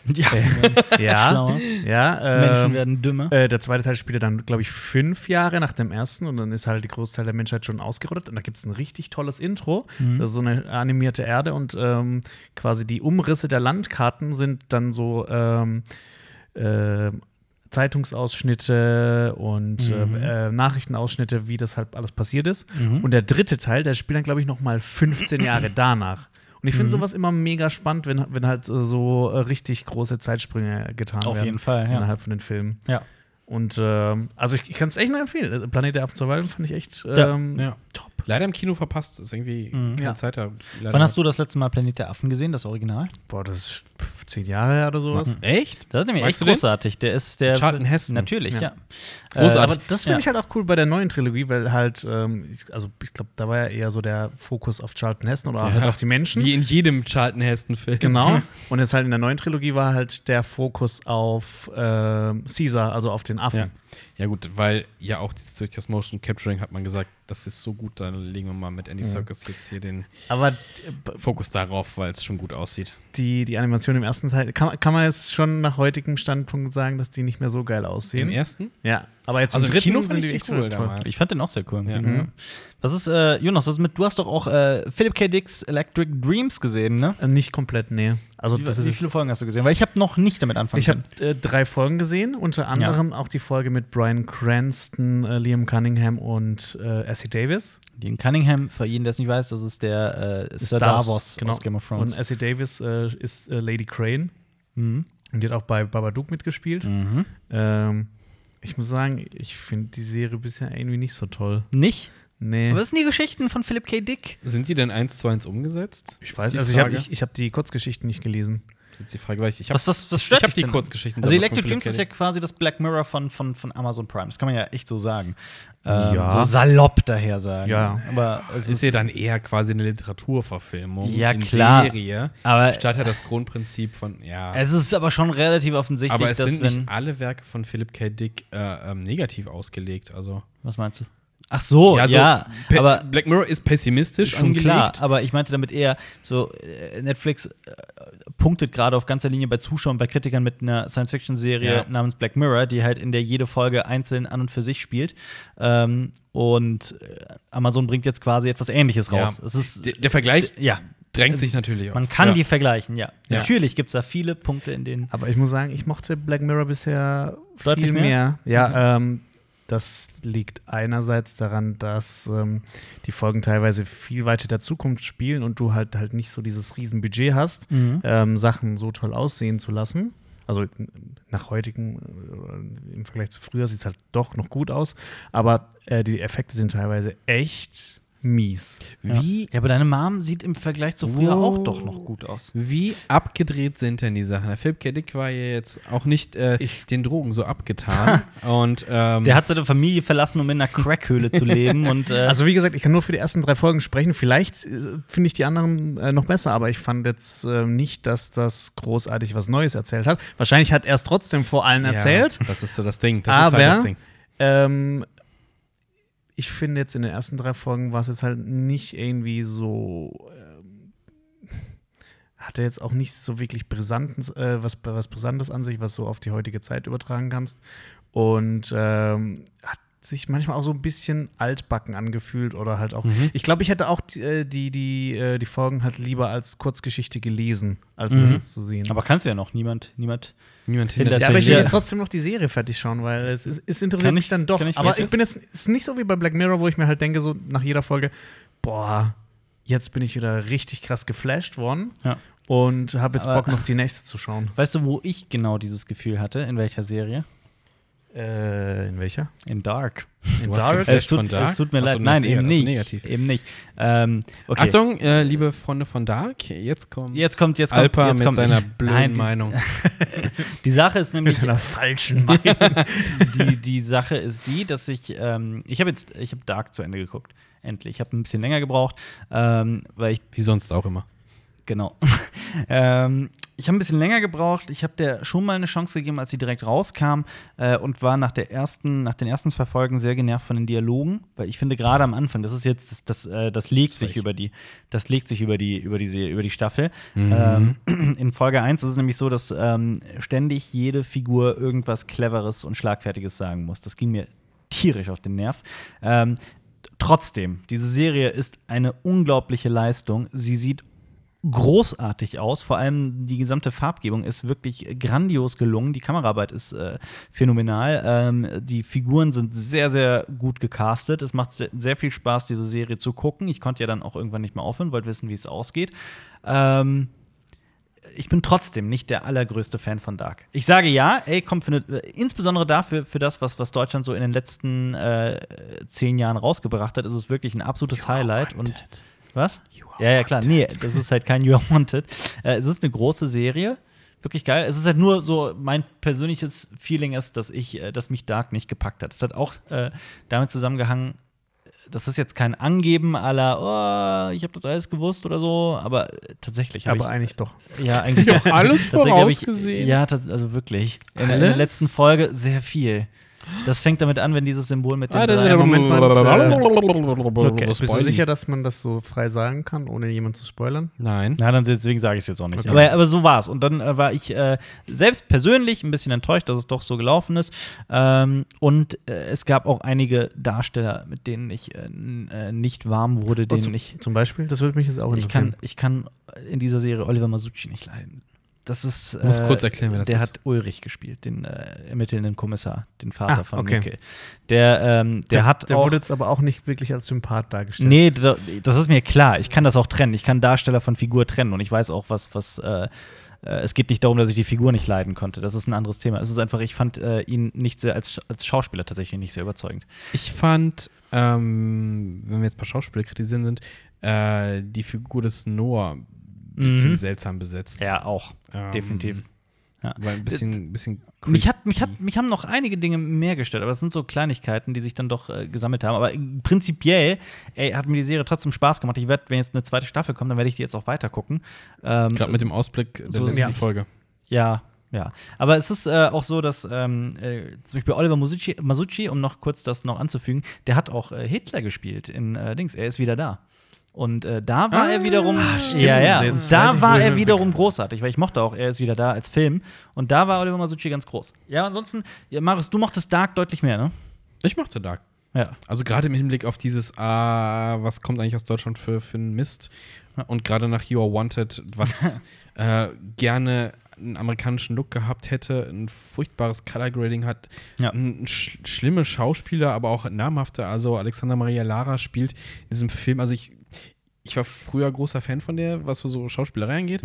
Speaker 3: ja,
Speaker 1: Äh, Schlauer.
Speaker 3: ja.
Speaker 1: Menschen
Speaker 3: ähm,
Speaker 1: werden dümmer.
Speaker 3: Äh, der zweite Teil spielt ja dann, glaube ich, fünf Jahre nach dem ersten und dann ist halt die Großteil der Menschheit schon ausgerottet. Und da gibt es ein richtig tolles Intro.
Speaker 1: Mhm.
Speaker 3: Das ist so eine animierte Erde und ähm, quasi die Umrisse der Landkarten sind dann so ähm, ähm, Zeitungsausschnitte und
Speaker 1: Mhm.
Speaker 3: äh, äh, Nachrichtenausschnitte, wie das halt alles passiert ist. Und der dritte Teil, der spielt dann, glaube ich, noch mal 15 Jahre danach. Und ich
Speaker 1: Mhm.
Speaker 3: finde sowas immer mega spannend, wenn, wenn halt äh, so äh, richtig große Zeitsprünge getan
Speaker 1: Auf
Speaker 3: werden.
Speaker 1: jeden Fall, ja.
Speaker 3: Innerhalb von den Filmen.
Speaker 1: ja.
Speaker 3: Und ähm, also ich, ich kann es echt nur empfehlen. Äh, Planet der Affen Survival fand ich echt
Speaker 1: Ja, Mhm.
Speaker 3: ähm,
Speaker 2: ja.
Speaker 3: top.
Speaker 2: Leider im Kino verpasst. Ist irgendwie keine
Speaker 1: ja.
Speaker 2: Zeit da. Leider
Speaker 1: Wann hast du das letzte Mal Planet der Affen gesehen, das Original?
Speaker 3: Boah, das ist pf, zehn Jahre her oder sowas.
Speaker 2: Echt?
Speaker 1: Das ist nämlich
Speaker 2: Magst
Speaker 1: echt
Speaker 2: du den?
Speaker 1: großartig. Der ist der.
Speaker 2: Charlton Heston.
Speaker 1: Natürlich, ja.
Speaker 3: Ja.
Speaker 2: Großartig.
Speaker 1: Äh,
Speaker 3: Aber das finde
Speaker 1: ja.
Speaker 3: ich halt auch cool bei der neuen Trilogie, weil halt, ähm, ich, also ich glaube, da war ja eher so der Fokus auf Charlton Heston oder halt auf die Menschen.
Speaker 2: Wie in jedem Charlton Heston-Film.
Speaker 3: Genau. Und jetzt halt in der neuen Trilogie war halt der Fokus auf ähm, Caesar, also auf den Affen.
Speaker 2: Ja. ja, gut, weil ja auch dieses- durch das Motion Capturing hat man gesagt, das ist so gut, dann legen wir mal mit Andy Circus jetzt hier den
Speaker 3: Aber
Speaker 2: Fokus darauf, weil es schon gut aussieht.
Speaker 3: die, die Animation im ersten Teil, kann, kann man jetzt schon nach heutigem Standpunkt sagen, dass die nicht mehr so geil aussehen.
Speaker 2: Im ersten?
Speaker 3: Ja, aber jetzt
Speaker 2: Also
Speaker 3: im
Speaker 2: im
Speaker 3: dritten
Speaker 2: Kino fand
Speaker 3: sind
Speaker 2: ich
Speaker 3: die
Speaker 2: die
Speaker 3: echt
Speaker 2: cool
Speaker 3: cool toll.
Speaker 2: damals.
Speaker 1: Ich fand den auch sehr cool. im
Speaker 2: Ja.
Speaker 1: Kino, ja. Mhm. Was ist, äh, Jonas, was ist mit, du hast doch auch äh, Philip K. Dicks Electric Dreams gesehen, ne?
Speaker 3: Äh, Nicht komplett, nee. Also
Speaker 1: Wie,
Speaker 3: das
Speaker 1: wie
Speaker 3: ist
Speaker 1: viele Folgen hast du gesehen? Weil ich habe noch nicht damit anfangen
Speaker 3: Ich habe äh, drei Folgen gesehen, unter anderem auch die Folge mit Brian Cranston, äh, Liam Cunningham und äh, Essie Davis.
Speaker 1: Den Cunningham, für jeden, der es nicht weiß, das ist der äh, Sir Davos
Speaker 3: genau.
Speaker 1: aus Game of Thrones.
Speaker 3: Und Essie Davis äh, ist äh, Lady Crane
Speaker 1: mhm.
Speaker 3: und die hat auch bei Babadook mitgespielt. Ähm, ich muss sagen, ich finde die Serie bisher irgendwie nicht so toll.
Speaker 1: Nicht?
Speaker 3: Nee.
Speaker 1: sind die Geschichten von Philip K. Dick?
Speaker 2: Sind sie denn eins zu eins umgesetzt?
Speaker 3: Ich
Speaker 2: Ist
Speaker 3: weiß,
Speaker 2: die
Speaker 3: also ich habe
Speaker 2: Frage.
Speaker 3: ich, ich hab die Kurzgeschichten nicht gelesen.
Speaker 2: Das ist jetzt die Frage, weil ich, ich hab-
Speaker 1: was, was, was stört
Speaker 2: ich hab
Speaker 1: dich
Speaker 2: die
Speaker 1: denn?
Speaker 2: Kurzgeschichten
Speaker 1: Also
Speaker 2: selber von
Speaker 1: Electric
Speaker 2: Philip
Speaker 1: Dreams ist
Speaker 2: K.
Speaker 1: ja quasi das Black Mirror von, von, von Amazon Prime. Das kann man ja echt so sagen. Ähm,
Speaker 3: Ja.
Speaker 1: So salopp daher sagen.
Speaker 3: Ja.
Speaker 1: Aber es
Speaker 2: Es ist ja dann eher quasi eine Literaturverfilmung.
Speaker 1: Ja,
Speaker 2: in
Speaker 1: klar.
Speaker 2: Serie.
Speaker 1: Aber-
Speaker 2: statt ja das Grundprinzip von, ja.
Speaker 1: es ist aber schon relativ offensichtlich,
Speaker 2: aber es
Speaker 1: dass
Speaker 2: sind
Speaker 1: wenn.
Speaker 2: nicht alle Werke von Philip K. Dick äh, ähm, negativ ausgelegt. Also,
Speaker 1: was meinst du? Ach so, ja.
Speaker 2: so Pe-
Speaker 1: aber
Speaker 2: Black Mirror ist pessimistisch
Speaker 1: schon
Speaker 2: angelegt.
Speaker 1: klar. Aber ich meinte damit eher, so äh, Netflix äh, punktet gerade auf ganzer Linie bei Zuschauern, bei Kritikern mit einer Science-Fiction-Serie
Speaker 2: Ja.
Speaker 1: namens Black Mirror, die halt in der jede Folge einzeln an und für sich spielt. Ähm, und äh, Amazon bringt jetzt quasi etwas Ähnliches raus.
Speaker 2: Ja.
Speaker 1: Es ist
Speaker 2: Der, der Vergleich
Speaker 1: ja.
Speaker 2: drängt sich natürlich auf.
Speaker 1: Man kann
Speaker 2: ja.
Speaker 1: die vergleichen, ja.
Speaker 2: Ja.
Speaker 1: Natürlich gibt es da viele Punkte, in denen.
Speaker 3: Aber ich muss sagen, ich mochte Black Mirror bisher
Speaker 1: Deutlich
Speaker 3: viel mehr. Ja, ähm, das liegt einerseits daran, dass ähm, die Folgen teilweise viel weiter der Zukunft spielen und du halt halt nicht so dieses riesen Budget hast,
Speaker 1: Mhm.
Speaker 3: ähm, Sachen so toll aussehen zu lassen. Also n- nach heutigen, äh, im Vergleich zu früher sieht es halt doch noch gut aus, aber äh, die Effekte sind teilweise echt mies.
Speaker 2: Wie, Oh.
Speaker 1: Ja, aber deine Mom sieht im Vergleich zu früher
Speaker 2: Wow.
Speaker 1: auch doch noch gut aus.
Speaker 2: wie abgedreht sind denn die Sachen? Der Philip K. Dick war ja jetzt auch nicht äh, den Drogen so abgetan. und ähm,
Speaker 1: Der hat seine Familie verlassen, um in einer Crackhöhle zu leben und äh,
Speaker 3: Also wie gesagt, ich kann nur für die ersten drei Folgen sprechen. Vielleicht äh, finde ich die anderen äh, noch besser, aber ich fand jetzt äh, nicht, dass das großartig was Neues erzählt hat. Wahrscheinlich hat er es trotzdem vor allen erzählt,
Speaker 2: Ja, das ist so das Ding. Das ist
Speaker 3: aber
Speaker 2: halt das Ding.
Speaker 3: ähm, ich finde jetzt in den ersten drei Folgen war es jetzt halt nicht irgendwie so hatte jetzt auch nicht so wirklich Brisantes, äh, was, was Brisantes an sich, was so auf die heutige Zeit übertragen kannst. Und ähm, hat sich manchmal auch so ein bisschen altbacken angefühlt oder halt auch.
Speaker 1: Mhm.
Speaker 3: Ich glaube, ich hätte auch die, äh, die, die, äh, die Folgen halt lieber als Kurzgeschichte gelesen, als das
Speaker 1: Mhm.
Speaker 3: jetzt zu sehen.
Speaker 1: Aber kannst du ja noch. Niemand, niemand.
Speaker 2: Niemand
Speaker 1: Hinter-
Speaker 2: hindert
Speaker 3: ja, aber ich
Speaker 2: den
Speaker 3: will
Speaker 1: Ja.
Speaker 3: jetzt trotzdem noch die Serie fertig schauen, weil es, ist- es interessiert
Speaker 1: Also Kann
Speaker 3: mich
Speaker 1: ich-
Speaker 3: dann doch.
Speaker 1: kann ich
Speaker 3: aber
Speaker 1: verstehen.
Speaker 3: ich bin jetzt ist nicht so wie bei Black Mirror, wo ich mir halt denke, so nach jeder Folge, boah, jetzt bin ich wieder richtig krass geflasht worden
Speaker 1: Ja.
Speaker 3: und habe jetzt
Speaker 1: Aber-
Speaker 3: Bock, noch die nächste zu schauen.
Speaker 1: Weißt du, wo ich genau dieses Gefühl hatte? In welcher Serie?
Speaker 3: Äh, in welcher?
Speaker 1: In Dark.
Speaker 2: Du
Speaker 3: In
Speaker 2: hast
Speaker 3: Dark?
Speaker 2: geflasht
Speaker 1: Es tut,
Speaker 2: von Dark?
Speaker 1: es tut mir
Speaker 2: Ach so,
Speaker 1: leid.
Speaker 2: das
Speaker 1: Nein,
Speaker 2: ist eher-
Speaker 1: eben
Speaker 2: das ist
Speaker 1: nicht.
Speaker 2: negativ.
Speaker 1: Eben nicht. Ähm, okay.
Speaker 2: Achtung, äh, liebe Freunde von Dark, jetzt kommt
Speaker 1: Jetzt kommt, jetzt kommt,
Speaker 2: Alpa
Speaker 1: jetzt
Speaker 2: mit
Speaker 1: kommt
Speaker 2: seiner blöden
Speaker 1: Nein, die-
Speaker 2: Meinung.
Speaker 1: Die Sache ist nämlich,
Speaker 3: Mit einer falschen Meinung.
Speaker 1: die, die Sache ist die, dass ich, ähm, ich habe jetzt, ich habe Dark zu Ende geguckt. Endlich. Ich habe ein bisschen länger gebraucht, ähm, weil ich
Speaker 2: Wie sonst auch immer.
Speaker 1: Genau. ähm, ich habe ein bisschen länger gebraucht. Ich habe der schon mal eine Chance gegeben, als sie direkt rauskam äh, und war nach, der ersten, nach den ersten zwei Folgen sehr genervt von den Dialogen, weil ich finde gerade am Anfang, das ist jetzt, das, das, äh, das legt sich
Speaker 2: echt-
Speaker 1: über die, das legt sich über die, über die, Se- über die Staffel. Ähm, in Folge 1 ist es nämlich so, dass ähm, ständig jede Figur irgendwas Cleveres und Schlagfertiges sagen muss. Das ging mir tierisch auf den Nerv. Ähm, Trotzdem, diese Serie ist eine unglaubliche Leistung. Sie sieht großartig aus. Vor allem die gesamte Farbgebung ist wirklich grandios gelungen. Die Kameraarbeit ist äh, phänomenal. Ähm, die Figuren sind sehr, sehr gut gecastet. Es macht sehr, sehr viel Spaß, diese Serie zu gucken. Ich konnte ja dann auch irgendwann nicht mehr aufhören, wollte wissen, wie es ausgeht. Ähm, ich bin trotzdem nicht der allergrößte Fan von Dark. Ich sage ja, ey, kommt für eine, insbesondere dafür, für das, was, was Deutschland so in den letzten äh, zehn Jahren rausgebracht hat, ist es wirklich ein absolutes Highlight. Und was?
Speaker 2: are
Speaker 1: Ja, ja, klar. Nee, das ist halt kein You Are Wanted. Äh, es ist eine große Serie. Wirklich geil. Es ist halt nur so, mein persönliches Feeling ist, dass ich, äh, dass mich Dark nicht gepackt hat. Es hat auch äh, damit zusammengehangen, das ist jetzt kein Angeben aller, oh, ich habe das alles gewusst oder so, aber äh, tatsächlich habe ich.
Speaker 3: Aber eigentlich doch.
Speaker 1: Ja, eigentlich.
Speaker 2: Ich hab alles
Speaker 1: Tatsächlich hab
Speaker 2: vorausgesehen.
Speaker 1: Ich, ja, tats- also wirklich. In, der- in der
Speaker 2: Alles?
Speaker 1: letzten Folge sehr viel. Das fängt damit an, wenn dieses Symbol mit
Speaker 2: Ah,
Speaker 1: dem. drei-
Speaker 3: Moment,
Speaker 1: okay.
Speaker 2: Okay.
Speaker 1: Bist
Speaker 3: Bist du sicher, dass man das so frei sagen kann, ohne jemanden zu spoilern?
Speaker 2: Nein.
Speaker 1: Na, dann deswegen sage ich es jetzt auch nicht.
Speaker 2: Okay.
Speaker 1: Aber, aber so war's. Und dann äh, war ich äh, selbst persönlich ein bisschen enttäuscht, dass es doch so gelaufen ist. Ähm, und äh, es gab auch einige Darsteller, mit denen ich äh, n- äh, nicht warm wurde,
Speaker 3: Und
Speaker 1: denen
Speaker 3: zum,
Speaker 1: ich.
Speaker 3: zum Beispiel? Das würde mich jetzt auch
Speaker 1: Ich kann,
Speaker 3: interessieren.
Speaker 1: ich kann in dieser Serie Oliver Masucci nicht leiden. Das ist. äh,
Speaker 2: Muss kurz erklären, wer das
Speaker 1: Der
Speaker 2: ist.
Speaker 1: hat Ulrich gespielt, den äh, ermittelnden Kommissar, den Vater
Speaker 3: Ah,
Speaker 1: von
Speaker 3: okay.
Speaker 1: Mikkel. Der, ähm, der, hat
Speaker 3: der
Speaker 1: auch.
Speaker 3: wurde jetzt aber auch nicht wirklich als Sympath dargestellt.
Speaker 1: Nee, da- das ist mir klar. Ich kann das auch trennen. Ich kann Darsteller von Figur trennen und ich weiß auch, was, was. Äh, äh, es geht nicht darum, dass ich die Figur nicht leiden konnte. Das ist ein anderes Thema. Es ist einfach, ich fand äh, ihn nicht sehr als, als Schauspieler tatsächlich nicht sehr überzeugend.
Speaker 2: Ich fand, ähm, wenn wir jetzt bei Schauspieler kritisieren sind, äh, die Figur des Noah ein bisschen
Speaker 1: Mhm.
Speaker 2: seltsam besetzt.
Speaker 1: Ja, auch.
Speaker 2: Ähm,
Speaker 1: definitiv. Ja.
Speaker 2: Weil ein bisschen, bisschen
Speaker 1: Mich, hat, mich, hat, mich haben noch einige Dinge mehr gestört, aber es sind so Kleinigkeiten, die sich dann doch äh, gesammelt haben. Aber äh, prinzipiell ey, hat mir die Serie trotzdem Spaß gemacht. Ich werde, wenn jetzt eine zweite Staffel kommt, dann werde ich die jetzt auch weiter gucken. Ähm,
Speaker 2: Gerade mit dem Ausblick der
Speaker 1: So ist-
Speaker 2: letzten
Speaker 3: Ja.
Speaker 2: Folge.
Speaker 1: Ja, ja. Aber es ist äh, auch so, dass ähm, äh, zum Beispiel Oliver Masucci, Masucci, um noch kurz das noch anzufügen, der hat auch äh, Hitler gespielt in äh, Dings. Er ist wieder da. Und äh, da war
Speaker 2: Ah,
Speaker 1: er wiederum, ja, ja,
Speaker 3: Jetzt weiß
Speaker 1: da
Speaker 3: ich,
Speaker 1: war
Speaker 3: wohin
Speaker 1: er
Speaker 3: wir
Speaker 1: wiederum großartig, weil ich mochte auch, er ist wieder da als Film. Und da war Oliver Masucci ganz groß. Ja, ansonsten, ja, Marius, du mochtest Dark deutlich mehr, ne?
Speaker 2: Ich mochte Dark.
Speaker 1: Ja.
Speaker 2: Also gerade im Hinblick auf dieses, ah, was kommt eigentlich aus Deutschland für, für einen Mist? Und gerade nach You Are Wanted, was äh, gerne einen amerikanischen Look gehabt hätte, ein furchtbares Color Grading hat,
Speaker 1: Ja.
Speaker 2: ein, sch schlimme Schauspieler, aber auch namhafte, also Alexander Maria Lara spielt in diesem Film, also ich, ich war früher großer Fan von der, was für so Schauspielerei angeht,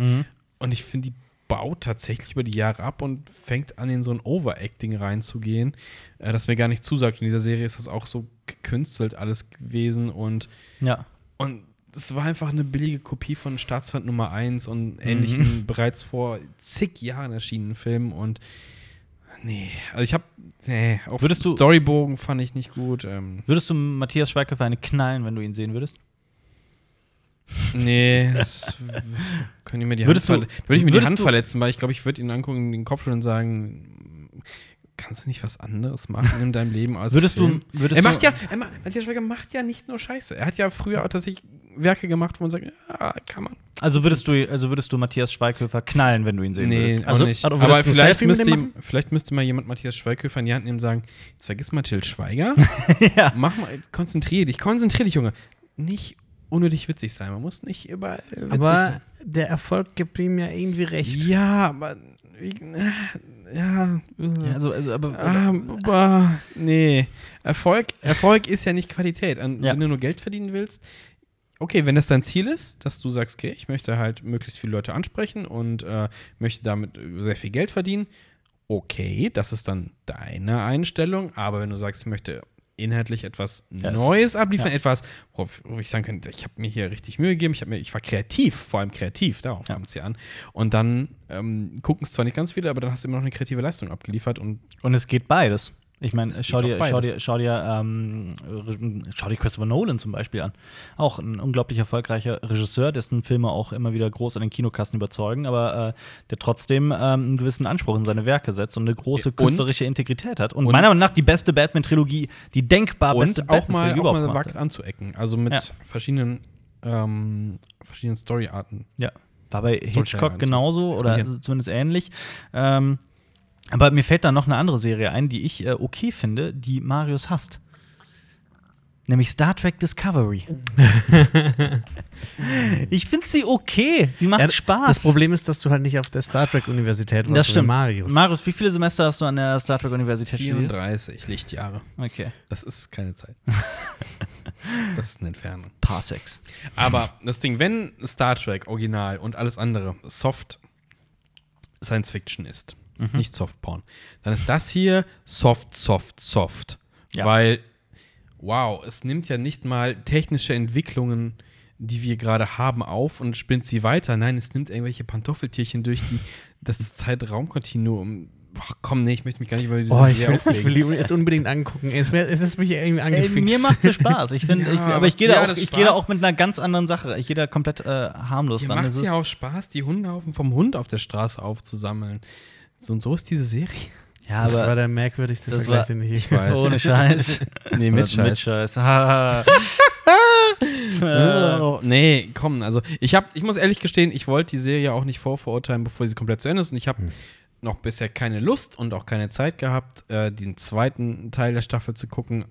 Speaker 2: und ich finde, die baut tatsächlich über die Jahre ab und fängt an, in so ein Overacting reinzugehen, äh, das mir gar nicht zusagt. In dieser Serie ist das auch so gekünstelt alles gewesen und,
Speaker 1: Ja.
Speaker 2: und es war einfach eine billige Kopie von Staatsfeind Nummer 1
Speaker 1: Mhm.
Speaker 2: und ähnlichen bereits vor zig Jahren erschienenen Filmen und nee, also ich habe nee, auch
Speaker 1: Würdest du-
Speaker 2: Storybogen fand ich nicht gut. Ähm,
Speaker 1: Würdest du Matthias Schweighöfer eine knallen, wenn du ihn sehen würdest?
Speaker 2: nee, das w- kann ich mir die
Speaker 1: Würdest
Speaker 2: Hand
Speaker 1: du-
Speaker 2: verletzen. Würde ich mir die
Speaker 1: würdest
Speaker 2: Hand
Speaker 1: du-
Speaker 2: verletzen, weil ich glaube, ich würde ihn angucken, den Kopf schütteln und sagen, kannst du nicht was anderes machen in deinem Leben als
Speaker 1: Würdest
Speaker 2: Film?
Speaker 1: du, würdest
Speaker 2: er macht
Speaker 1: du,
Speaker 2: ja, er macht, Matthias Schweiger macht ja nicht nur Scheiße. Er hat ja früher auch tatsächlich Werke gemacht, wo man sagt, ja, kann man.
Speaker 1: also würdest du, also würdest du Matthias Schweighöfer knallen, wenn du ihn sehen würdest?
Speaker 2: auch
Speaker 3: also-
Speaker 2: nicht.
Speaker 3: also
Speaker 2: Aber,
Speaker 3: würdest du ein
Speaker 2: vielleicht,
Speaker 3: Selfie mit
Speaker 2: müsste
Speaker 3: dem
Speaker 2: ihm, vielleicht müsste mal jemand Matthias Schweighöfer in die Hand nehmen und sagen, jetzt vergiss mal Till Schweiger.
Speaker 1: Ja.
Speaker 2: Mach mal, konzentrier dich, konzentrier dich, Junge. Nicht unnötig witzig sein. Man muss nicht über äh, witzig
Speaker 3: aber
Speaker 2: sein.
Speaker 3: der Erfolg gibt ihm ja irgendwie recht.
Speaker 2: Ja, aber wie, äh, ja, äh,
Speaker 1: Ja, also, also, aber,
Speaker 2: Ah, bah, nee. Erfolg, Erfolg ist ja nicht Qualität. An,
Speaker 1: Ja.
Speaker 2: Wenn du nur Geld verdienen willst, okay, wenn das dein Ziel ist, dass du sagst, okay, ich möchte halt möglichst viele Leute ansprechen und äh, möchte damit äh, sehr viel Geld verdienen, okay, das ist dann deine Einstellung. Aber wenn du sagst, ich möchte inhaltlich etwas
Speaker 1: Das-
Speaker 2: Neues abliefern, etwas, worauf, wo ich sagen kann, ich habe mir hier richtig Mühe gegeben, ich, hab mir, ich war kreativ, vor allem kreativ, darauf
Speaker 1: Ja.
Speaker 2: kommt es ja an. Und dann ähm, gucken es zwar nicht ganz viele, aber dann hast du immer noch eine kreative Leistung abgeliefert und
Speaker 1: Und es geht beides. Ich meine,
Speaker 2: Es geht
Speaker 1: schau dir,
Speaker 2: auch
Speaker 1: schau
Speaker 2: beides.
Speaker 1: dir, schau dir, ähm, Re- schau dir Christopher Nolan zum Beispiel an. Auch ein unglaublich erfolgreicher Regisseur, dessen Filme auch immer wieder groß an den Kinokassen überzeugen, aber äh, der trotzdem ähm, einen gewissen Anspruch in seine Werke setzt und eine große
Speaker 2: Und-
Speaker 1: künstlerische Integrität hat. Und,
Speaker 2: und-
Speaker 1: meiner Meinung nach die beste Batman-Trilogie, die denkbar beste
Speaker 2: und auch mal,
Speaker 1: Batman-Trilogie
Speaker 2: auch
Speaker 1: überhaupt.
Speaker 2: mal
Speaker 1: gemacht
Speaker 2: wagt
Speaker 1: hat.
Speaker 2: anzuecken. Also mit
Speaker 1: Ja.
Speaker 2: verschiedenen, ähm, verschiedenen Story-Arten.
Speaker 1: Ja. War bei Hitchcock
Speaker 2: anzunehmen.
Speaker 1: genauso oder also
Speaker 2: Kommt hin.
Speaker 1: zumindest ähnlich. Ähm, aber mir fällt da noch eine andere Serie ein, die ich äh, okay finde, die Marius hasst. Nämlich Star Trek Discovery. ich finde sie okay. Sie macht
Speaker 3: Ja,
Speaker 1: Spaß.
Speaker 3: Das Problem ist, dass du halt nicht auf der Star Trek Universität warst,
Speaker 1: das
Speaker 3: so wie
Speaker 1: stimmt.
Speaker 3: Marius.
Speaker 1: Marius. wie viele Semester hast du an der Star Trek Universität studiert?
Speaker 2: 34 Lichtjahre.
Speaker 1: Okay.
Speaker 2: Das ist keine Zeit. das ist eine Entfernung.
Speaker 1: Parsecs.
Speaker 2: Aber das Ding, wenn Star Trek, Original und alles andere soft Science Fiction ist,
Speaker 3: Mhm.
Speaker 2: nicht Softporn, dann ist das hier Soft, Soft, Soft.
Speaker 1: Ja.
Speaker 2: Weil, wow, es nimmt ja nicht mal technische Entwicklungen, die wir gerade haben, auf und spinnt sie weiter. Nein, es nimmt irgendwelche Pantoffeltierchen durch die, das Zeitraumkontinuum. Ach komm, nee, ich möchte mich gar nicht über diese
Speaker 3: Oh, ich
Speaker 2: Serie
Speaker 3: will, ich will
Speaker 2: aufregen.
Speaker 3: die jetzt unbedingt angucken. Es, wär, es ist mich irgendwie
Speaker 1: Ey,
Speaker 3: angefixt.
Speaker 1: Äh, mir macht es Spaß. Ich find,
Speaker 2: Ja,
Speaker 1: ich, aber
Speaker 2: aber
Speaker 1: ich gehe da,
Speaker 2: ja,
Speaker 1: auch-
Speaker 2: das
Speaker 1: ich gehe da
Speaker 2: Spaß-
Speaker 1: auch mit einer ganz anderen Sache. Ich gehe da komplett äh, harmlos
Speaker 2: Dir
Speaker 1: ran.
Speaker 2: macht
Speaker 1: Das
Speaker 2: es
Speaker 1: ist,
Speaker 2: ja auch Spaß, die Hundehaufen vom Hund auf der Straße aufzusammeln. So und so ist diese Serie.
Speaker 1: ja,
Speaker 3: das war
Speaker 1: aber
Speaker 3: der merkwürdigste
Speaker 1: Das
Speaker 3: Vergleich,
Speaker 1: war-
Speaker 3: den ich je
Speaker 2: ich weiß. der-
Speaker 1: ohne Scheiß.
Speaker 2: Nee,
Speaker 1: Oder
Speaker 2: mit Scheiß.
Speaker 1: Scheiß. Ha, ha, ha. Äh,
Speaker 2: Oh, nee, komm, also ich hab, ich muss ehrlich gestehen, ich wollte die Serie auch nicht vorverurteilen, bevor sie komplett zu Ende ist. Und ich habe
Speaker 1: Hm.
Speaker 2: noch bisher keine Lust und auch keine Zeit gehabt, äh, den zweiten Teil der Staffel zu gucken.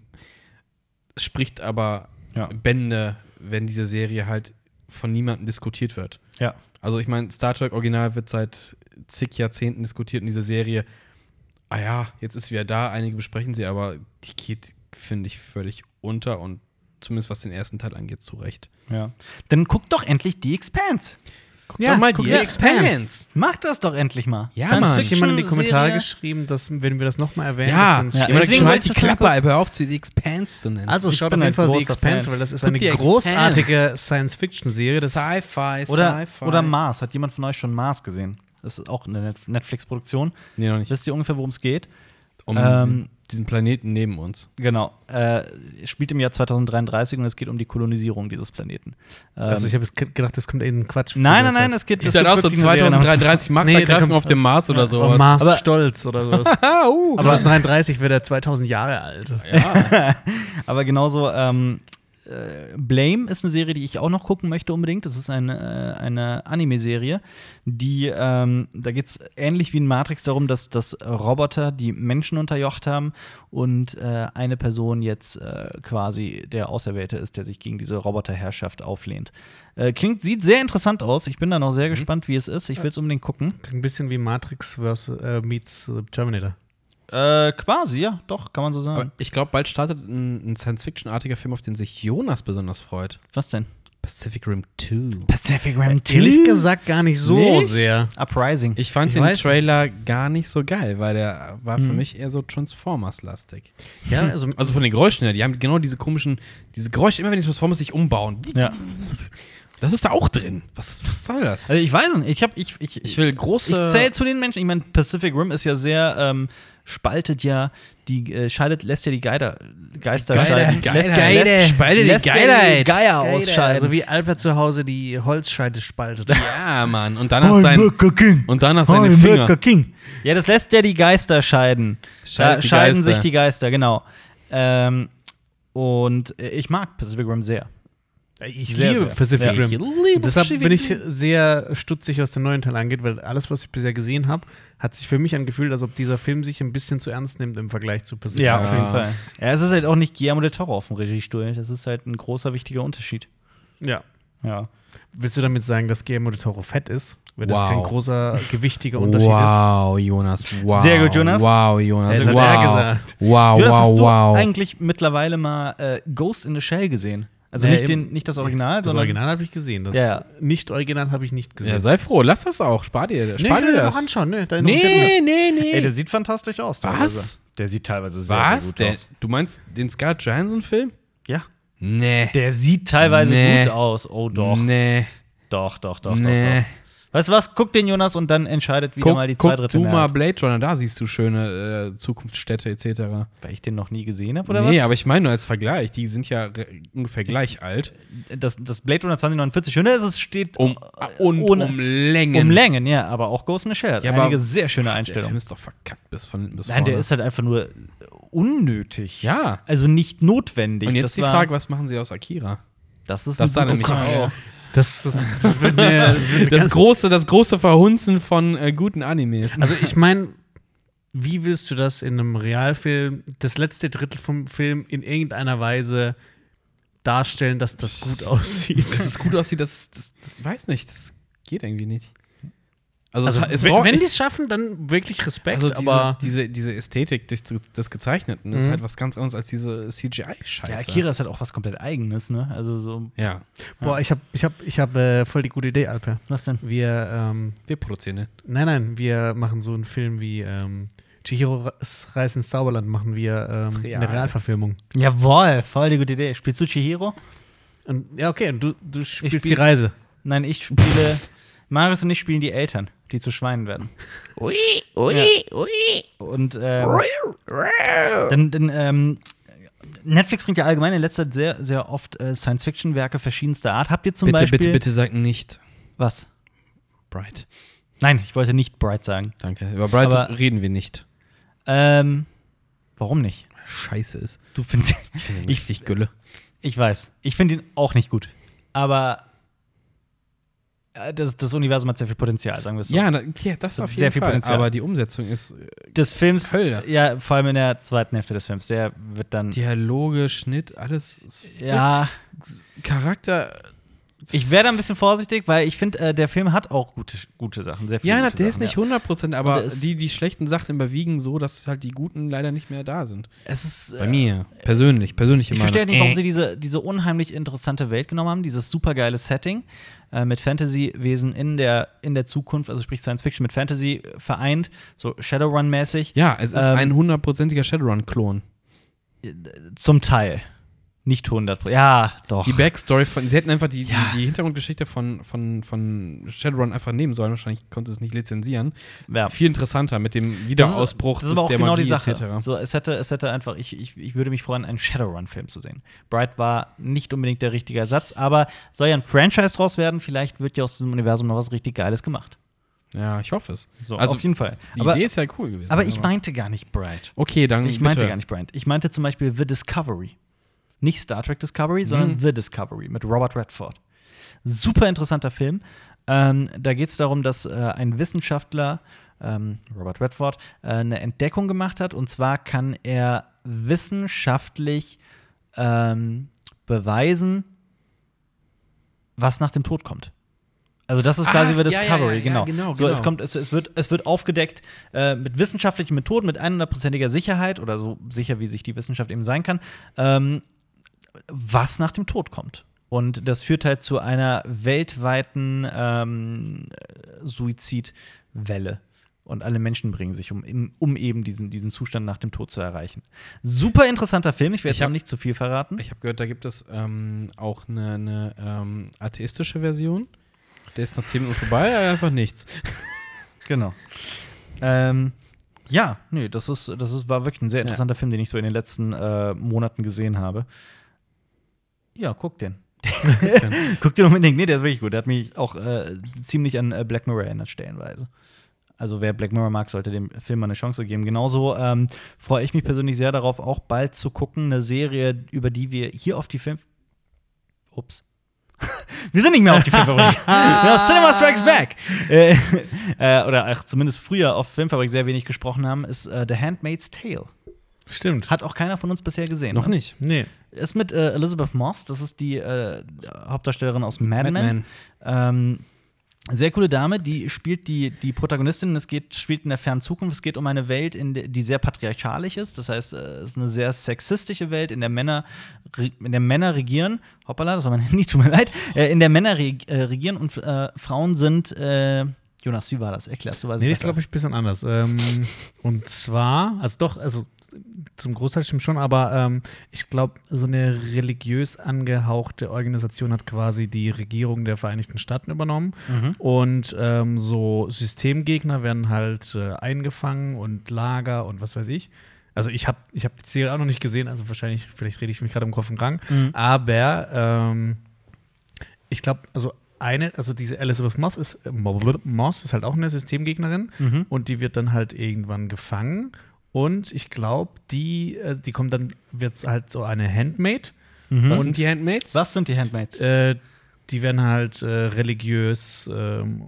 Speaker 2: Spricht aber
Speaker 1: Ja.
Speaker 2: Bände, wenn diese Serie halt von niemandem diskutiert wird.
Speaker 1: ja.
Speaker 2: Also ich meine, Star Trek Original wird seit zig Jahrzehnten diskutiert und diese Serie, ah ja, jetzt ist wieder da, einige besprechen sie, aber die geht, finde ich, völlig unter und zumindest was den ersten Teil angeht, zu Recht.
Speaker 1: Ja. Dann guck doch endlich die Expanse.
Speaker 2: Guck
Speaker 3: Ja,
Speaker 2: doch mal
Speaker 3: guck
Speaker 2: die
Speaker 3: mal,
Speaker 2: Expanse.
Speaker 1: Mach das doch endlich mal.
Speaker 2: Ja,
Speaker 1: Science
Speaker 2: Mann.
Speaker 3: Hat
Speaker 1: Fiction
Speaker 3: jemand in die Kommentare
Speaker 1: Serie.
Speaker 3: geschrieben, dass, wenn wir das nochmal erwähnen,
Speaker 2: Ja,
Speaker 3: dass
Speaker 1: Ja,
Speaker 3: dann
Speaker 2: jemand
Speaker 1: deswegen
Speaker 2: schon
Speaker 1: wollte
Speaker 2: halt die
Speaker 1: ich das nur
Speaker 2: Klappe,
Speaker 1: kurz-
Speaker 2: aber hör auf, sie die Expanse zu nennen.
Speaker 3: Also
Speaker 1: Ich
Speaker 3: schaut
Speaker 1: bin
Speaker 3: auf jeden
Speaker 1: ein
Speaker 3: Fall The
Speaker 1: großer
Speaker 3: Expanse,
Speaker 1: Fan.
Speaker 3: weil das ist
Speaker 2: Guck
Speaker 3: eine
Speaker 2: dir
Speaker 3: großartige Science-Fiction-Serie. Das
Speaker 2: Sci-Fi,
Speaker 1: Oder,
Speaker 2: Sci-Fi.
Speaker 1: oder Mars. Hat jemand von euch schon Mars gesehen? Das ist auch eine Net- Netflix-Produktion.
Speaker 2: Nee, noch nicht.
Speaker 1: Wisst ihr ungefähr, worum es geht?
Speaker 2: Um
Speaker 1: Ähm,
Speaker 2: diesen, diesen Planeten neben uns.
Speaker 1: Genau. Äh, spielt im Jahr 2033 und es geht um die Kolonisierung dieses Planeten. Ähm,
Speaker 3: also ich habe jetzt ge- gedacht, das kommt eben Quatsch.
Speaker 1: nein, nein, nein, es geht.
Speaker 2: Ist
Speaker 1: es
Speaker 2: dann
Speaker 1: gibt
Speaker 2: auch so
Speaker 1: wirklich eine Serie namens-
Speaker 2: 2033
Speaker 3: da
Speaker 2: Machtergreifung
Speaker 3: kommt
Speaker 2: auf dem Mars oder
Speaker 3: so
Speaker 2: sowas.
Speaker 3: Mars
Speaker 1: Aber-
Speaker 3: stolz oder sowas.
Speaker 2: Ah, uh.
Speaker 3: Aber 33 wird er 2000 Jahre alt.
Speaker 2: Ja,
Speaker 1: Aber genauso ähm, äh, Blame ist eine Serie, die ich auch noch gucken möchte unbedingt. Das ist eine, äh, eine Anime-Serie, die, ähm, da geht es ähnlich wie in Matrix darum, dass, dass Roboter die Menschen unterjocht haben und äh, eine Person jetzt äh, quasi der Auserwählte ist, der sich gegen diese Roboterherrschaft auflehnt. Äh, klingt, sieht sehr interessant aus. Ich bin da noch sehr gespannt, wie es ist. Ich will es unbedingt gucken.
Speaker 3: Ein bisschen wie Matrix versus, äh, meets äh, Terminator.
Speaker 1: Äh, quasi, ja, doch, kann man so sagen.
Speaker 2: Aber ich glaube, bald startet ein, ein Science-Fiction-artiger Film, auf den sich Jonas besonders freut.
Speaker 1: Was denn?
Speaker 2: Pacific Rim 2.
Speaker 1: Pacific Rim
Speaker 3: Ehrlich gesagt gar nicht so
Speaker 2: Nicht?
Speaker 3: sehr.
Speaker 1: Uprising.
Speaker 2: Ich fand
Speaker 3: Ich
Speaker 2: den
Speaker 3: weiß
Speaker 2: Trailer gar nicht so geil, weil der war für
Speaker 1: Mhm.
Speaker 2: mich eher so Transformers-lastig.
Speaker 3: Ja,
Speaker 1: Hm.
Speaker 3: also,
Speaker 2: Also von den Geräuschen her, die haben genau diese komischen, diese Geräusche, immer wenn die Transformers sich umbauen.
Speaker 1: Ja.
Speaker 2: Das ist da auch drin. Was, was soll das?
Speaker 1: Also ich weiß es nicht. Ich, hab, ich, ich,
Speaker 2: Ich will große.
Speaker 1: ich zähle zu den Menschen. Ich meine, Pacific Rim ist ja sehr ähm, spaltet ja die äh, scheidet lässt ja die Geider Geister
Speaker 2: Geider-
Speaker 1: scheiden.
Speaker 2: Geider-
Speaker 1: lässt,
Speaker 2: Geider-
Speaker 1: lässt,
Speaker 2: spalte die
Speaker 1: lässt ja
Speaker 2: Geider-
Speaker 1: die Geier ausscheiden.
Speaker 3: also wie Albert zu Hause die Holzscheite spaltet.
Speaker 2: ja, Mann. Und danach sein.
Speaker 1: King.
Speaker 2: Und danach seine Finger.
Speaker 1: King. Ja, das lässt ja die Geister scheiden.
Speaker 2: Scheidet
Speaker 1: da
Speaker 2: die
Speaker 1: scheiden
Speaker 2: Geister.
Speaker 1: sich die Geister, genau. Ähm, und äh, ich mag Pacific Rim sehr.
Speaker 3: äh, Ich
Speaker 1: Sehr,
Speaker 3: liebe
Speaker 1: sehr.
Speaker 3: Pacific
Speaker 2: Ich
Speaker 3: Rim.
Speaker 2: liebe
Speaker 3: Deshalb
Speaker 2: Pacific
Speaker 3: bin ich
Speaker 2: Rim.
Speaker 3: sehr stutzig, was den neuen Teil angeht, weil alles, was ich bisher gesehen habe, hat sich für mich angefühlt, als ob dieser Film sich ein bisschen zu ernst nimmt im Vergleich zu Pacific
Speaker 1: Ja,
Speaker 2: Ja.
Speaker 1: auf jeden Fall. Ja, es ist halt auch nicht Guillermo del Toro auf dem Regiestuhl. Das ist halt ein großer, wichtiger Unterschied.
Speaker 3: Ja.
Speaker 1: Ja.
Speaker 3: Willst du damit sagen, dass Guillermo de Toro fett ist? Weil das
Speaker 2: Wow.
Speaker 3: kein großer, gewichtiger Unterschied ist.
Speaker 2: Wow, Jonas. Wow.
Speaker 1: Sehr gut, Jonas.
Speaker 2: Wow, Jonas.
Speaker 3: Das
Speaker 2: wow.
Speaker 3: hat er gesagt.
Speaker 2: Wow,
Speaker 1: Jonas, hast
Speaker 2: Ah, wow,
Speaker 1: du
Speaker 2: wow.
Speaker 1: eigentlich mittlerweile mal äh, Ghost in the Shell gesehen? Also
Speaker 3: Ja,
Speaker 1: nicht,
Speaker 3: eben.
Speaker 1: den, nicht das Original,
Speaker 3: Das
Speaker 1: sondern.
Speaker 3: Original habe ich gesehen. Das
Speaker 1: Ja.
Speaker 3: Nicht-Original habe ich nicht gesehen.
Speaker 2: Ja, sei froh, lass das auch. Spar dir, spar dir das.
Speaker 3: Nee, da
Speaker 2: Nee, nee, nee.
Speaker 1: Ey, der sieht fantastisch aus. teilweise. Der sieht teilweise sehr,
Speaker 2: Was?
Speaker 1: sehr gut
Speaker 2: der,
Speaker 1: aus.
Speaker 2: Du meinst den Scarlett Johansson-Film?
Speaker 1: Ja.
Speaker 2: Nee.
Speaker 1: Der sieht teilweise
Speaker 2: Nee.
Speaker 1: gut aus. Oh doch.
Speaker 2: Nee.
Speaker 1: Doch, doch, doch,
Speaker 2: nee.
Speaker 1: doch, doch. Weißt du was? Guck den Jonas und dann entscheidet wieder
Speaker 2: Guck,
Speaker 1: mal die zwei
Speaker 2: guck
Speaker 1: Drittel.
Speaker 2: du mal
Speaker 1: Mehrheit.
Speaker 2: Blade Runner, da siehst du schöne äh, Zukunftsstädte etc.
Speaker 1: Weil ich den noch nie gesehen habe, oder
Speaker 2: nee,
Speaker 1: was?
Speaker 2: aber ich meine nur als Vergleich, die sind ja re- ungefähr gleich alt.
Speaker 1: das, das Blade Runner 2049, schöner ist, es steht
Speaker 2: Um, und
Speaker 1: ohne-
Speaker 2: um Längen.
Speaker 1: um Längen, ja, aber auch Ghost in the Shell. Hat
Speaker 2: Ja, aber-
Speaker 1: einige sehr schöne
Speaker 2: Der
Speaker 1: Einstellungen.
Speaker 2: Film ist doch verkackt bis von bis
Speaker 1: Nein, der
Speaker 2: vorne.
Speaker 1: ist halt einfach nur unnötig.
Speaker 2: Ja.
Speaker 1: Also nicht notwendig.
Speaker 2: Und
Speaker 1: das
Speaker 2: jetzt die
Speaker 1: war-
Speaker 2: Frage, was machen sie aus Akira?
Speaker 1: Das ist
Speaker 2: Das
Speaker 1: eine
Speaker 2: sah
Speaker 1: gute
Speaker 2: nämlich aus.
Speaker 1: Frage.
Speaker 3: Das, das, das wird mir, das wird mir
Speaker 2: Das
Speaker 3: ganz
Speaker 2: große, das große Verhunzen von äh, guten Animes.
Speaker 3: Also ich meine, wie willst du das in einem Realfilm, das letzte Drittel vom Film in irgendeiner Weise darstellen, dass das gut aussieht?
Speaker 2: Dass es gut aussieht, das, das, das ich weiß nicht, das geht irgendwie nicht. Also, es- es
Speaker 3: wenn
Speaker 2: braucht-
Speaker 3: wenn die es schaffen, dann wirklich Respekt.
Speaker 2: also diese,
Speaker 3: aber
Speaker 2: diese, diese Ästhetik des, des Gezeichneten ist halt was ganz anderes als diese CGI-Scheiße.
Speaker 1: Mhm. Ja, Akira ist halt auch was komplett Eigenes, ne? Also so,
Speaker 2: Ja,
Speaker 3: boah, ich habe ich hab, ich hab, äh, voll die gute Idee, Alper.
Speaker 1: was denn?
Speaker 3: Wir, ähm,
Speaker 2: wir produzieren den.
Speaker 3: nein, nein, wir machen so einen Film wie ähm, Chihiro Reis ins Zauberland, machen wir ähm,
Speaker 2: Real.
Speaker 3: eine Realverfilmung.
Speaker 1: Jawohl, voll die gute Idee. Spielst du Chihiro?
Speaker 3: Und, ja, okay, und du, du spielst
Speaker 1: spiel-
Speaker 3: die Reise.
Speaker 1: Nein, ich spiele. Marius und ich spielen die Eltern, die zu Schweinen werden. Ui, ui, ui. Und ähm, dann, dann ähm, Netflix bringt ja allgemein in letzter Zeit sehr, sehr oft äh, Science-Fiction-Werke verschiedenster Art. Habt ihr zum
Speaker 2: Bitte,
Speaker 1: Beispiel
Speaker 2: bitte, bitte sag nicht
Speaker 1: was?
Speaker 2: Bright.
Speaker 1: Nein, ich wollte nicht Bright sagen.
Speaker 2: Danke. Über Bright
Speaker 1: Aber-
Speaker 2: reden wir nicht.
Speaker 1: Ähm, warum nicht?
Speaker 2: Scheiße ist.
Speaker 1: Du findest ich,
Speaker 2: Richtig Gülle.
Speaker 1: ich weiß. Ich finde ihn auch nicht gut. Aber äh, das, das Universum hat sehr viel Potenzial, sagen wir es so.
Speaker 2: Ja, na, ja, das auf jeden
Speaker 1: Sehr viel
Speaker 2: Fall.
Speaker 1: Potenzial.
Speaker 2: Aber die Umsetzung ist äh,
Speaker 1: Des Films,
Speaker 2: Hölle.
Speaker 1: ja, vor allem in der zweiten Hälfte des Films. Der wird dann.
Speaker 2: Dialoge, Schnitt, alles. ist-
Speaker 1: ja,
Speaker 2: Charakter.
Speaker 1: ich wäre da ein bisschen vorsichtig, weil ich finde, äh, der Film hat auch gute, gute Sachen. Sehr viele
Speaker 2: Ja, na,
Speaker 1: gute
Speaker 2: der ist
Speaker 1: Sachen,
Speaker 2: nicht
Speaker 1: ja.
Speaker 2: 100%,
Speaker 1: Und
Speaker 2: aber
Speaker 1: der ist-
Speaker 2: die, die schlechten Sachen überwiegen so, dass halt die guten leider nicht mehr da sind.
Speaker 1: Es ist, äh,
Speaker 2: Bei mir. Persönlich. Persönliche
Speaker 1: Ich
Speaker 2: Meinung.
Speaker 1: verstehe nicht, warum sie
Speaker 2: Äh.
Speaker 1: diese, diese unheimlich interessante Welt genommen haben, dieses supergeile Setting äh, mit Fantasy-Wesen in der, in der Zukunft, also sprich Science Fiction mit Fantasy äh, vereint, so Shadowrun-mäßig,
Speaker 2: Ja, es ist
Speaker 1: Ähm.
Speaker 2: ein hundertprozentiger Shadowrun-Klon.
Speaker 1: zum Teil. Nicht 100 Ja, doch.
Speaker 2: Die Backstory von. Sie hätten einfach die,
Speaker 1: Ja.
Speaker 2: die, die Hintergrundgeschichte von, von, von Shadowrun einfach nehmen sollen. Wahrscheinlich konnte es nicht lizenzieren.
Speaker 1: ja.
Speaker 2: Viel interessanter mit dem
Speaker 1: Das ist-
Speaker 2: Wiederausbruch
Speaker 1: das ist aber auch
Speaker 2: der
Speaker 1: genau
Speaker 2: Magie
Speaker 1: die Sache.
Speaker 2: etc.
Speaker 1: So, es hätte, es hätte einfach, ich, ich, ich würde mich freuen, einen Shadowrun-Film zu sehen. Bright war nicht unbedingt der richtige Ersatz, aber soll ja ein Franchise draus werden. Vielleicht wird ja aus diesem Universum noch was richtig Geiles gemacht.
Speaker 2: Ja, ich hoffe es. Also,
Speaker 1: So, auf jeden Fall.
Speaker 2: Die
Speaker 1: Aber-
Speaker 2: Idee ist ja cool gewesen. also.
Speaker 1: Aber ich meinte gar nicht Bright.
Speaker 2: Okay, dann.
Speaker 1: Ich meinte gar nicht Bright. Ich meinte zum Beispiel The Discovery. Nicht Star Trek Discovery, sondern The Discovery mit Robert Redford. Super interessanter Film. Ähm, da geht es darum, dass äh, ein Wissenschaftler, ähm, Robert Redford, äh, eine Entdeckung gemacht hat. Und zwar kann er wissenschaftlich ähm, beweisen, was nach dem Tod kommt. Also das ist
Speaker 2: Ah,
Speaker 1: quasi über
Speaker 2: ja, ja,
Speaker 1: Discovery,
Speaker 2: ja, ja,
Speaker 1: genau.
Speaker 2: genau,
Speaker 1: So, es
Speaker 2: genau.
Speaker 1: kommt, es, es, wird, es wird aufgedeckt äh, mit wissenschaftlichen Methoden, mit 100%iger Sicherheit oder so sicher, wie sich die Wissenschaft eben sein kann, ähm, was nach dem Tod kommt. Und das führt halt zu einer weltweiten ähm, Suizidwelle. Und alle Menschen bringen sich um, im- um eben diesen, diesen Zustand nach dem Tod zu erreichen. Super interessanter Film, ich werde
Speaker 2: Ich
Speaker 1: jetzt auch
Speaker 2: hab-
Speaker 1: nicht zu viel verraten.
Speaker 2: Ich habe gehört, da gibt es ähm, auch eine, eine ähm, atheistische Version. Der ist nach 10 Minuten vorbei, aber einfach nichts.
Speaker 1: Genau. Ähm, ja, nee, das ist, das ist, war wirklich ein sehr interessanter Film, den ich so in den letzten äh, Monaten gesehen habe. Ja, guck den. guck den unbedingt. Nee, der ist wirklich gut. Der hat mich auch äh, ziemlich an äh, Black Mirror erinnert, stellenweise. Also, wer Black Mirror mag, sollte dem Film mal eine Chance geben. Genauso ähm, freue ich mich persönlich sehr darauf, auch bald zu gucken, eine Serie, über die wir hier auf die Film. Ups. Wir sind nicht mehr auf die Filmfabrik. ja, Cinema Strikes Back. Äh, äh, oder auch zumindest früher auf Filmfabrik sehr wenig gesprochen haben, ist äh, The Handmaid's Tale.
Speaker 3: Stimmt.
Speaker 1: Hat auch keiner von uns bisher gesehen.
Speaker 2: Noch
Speaker 1: ne?
Speaker 2: nicht.
Speaker 3: Nee.
Speaker 1: Ist mit äh, Elizabeth Moss, das ist die äh, Hauptdarstellerin aus Mad, Men.
Speaker 2: Mad
Speaker 1: Ähm, sehr coole Dame, die spielt die, die Protagonistin. Es geht, spielt in der fernen Zukunft. Es geht um eine Welt, in der, die sehr patriarchalisch ist. Das heißt, äh, es ist eine sehr sexistische Welt, in der Männer, re- in der Männer regieren. Hoppala, das war mein Handy, tut mir leid. Äh, in der Männer reg- äh, regieren und äh, Frauen sind. Äh, Jonas, wie war das? Erklärst du, weißt
Speaker 3: Nee, das ist, glaube ich, ein bisschen anders. Ähm, und zwar, also doch, also zum Großteil stimmt schon, aber ähm, ich glaube, so eine religiös angehauchte Organisation hat quasi die Regierung der Vereinigten Staaten übernommen.
Speaker 1: Mhm.
Speaker 3: Und ähm, so Systemgegner werden halt äh, eingefangen und Lager und was weiß ich. Also ich habe ich hab die Serie auch noch nicht gesehen, also wahrscheinlich, vielleicht rede ich mich gerade im Kopf und Kragen. Aber ähm, ich glaube, also eine, also diese Elizabeth Moss ist, äh, Moss ist halt auch eine Systemgegnerin und die wird dann halt irgendwann gefangen. Und ich glaube, die, äh, die kommt dann, wird halt so eine Handmaid.
Speaker 2: Was
Speaker 3: Und-
Speaker 2: sind die Handmaids?
Speaker 1: Mhm. Was sind die Handmaids?
Speaker 3: Äh, die werden halt äh, religiös ähm,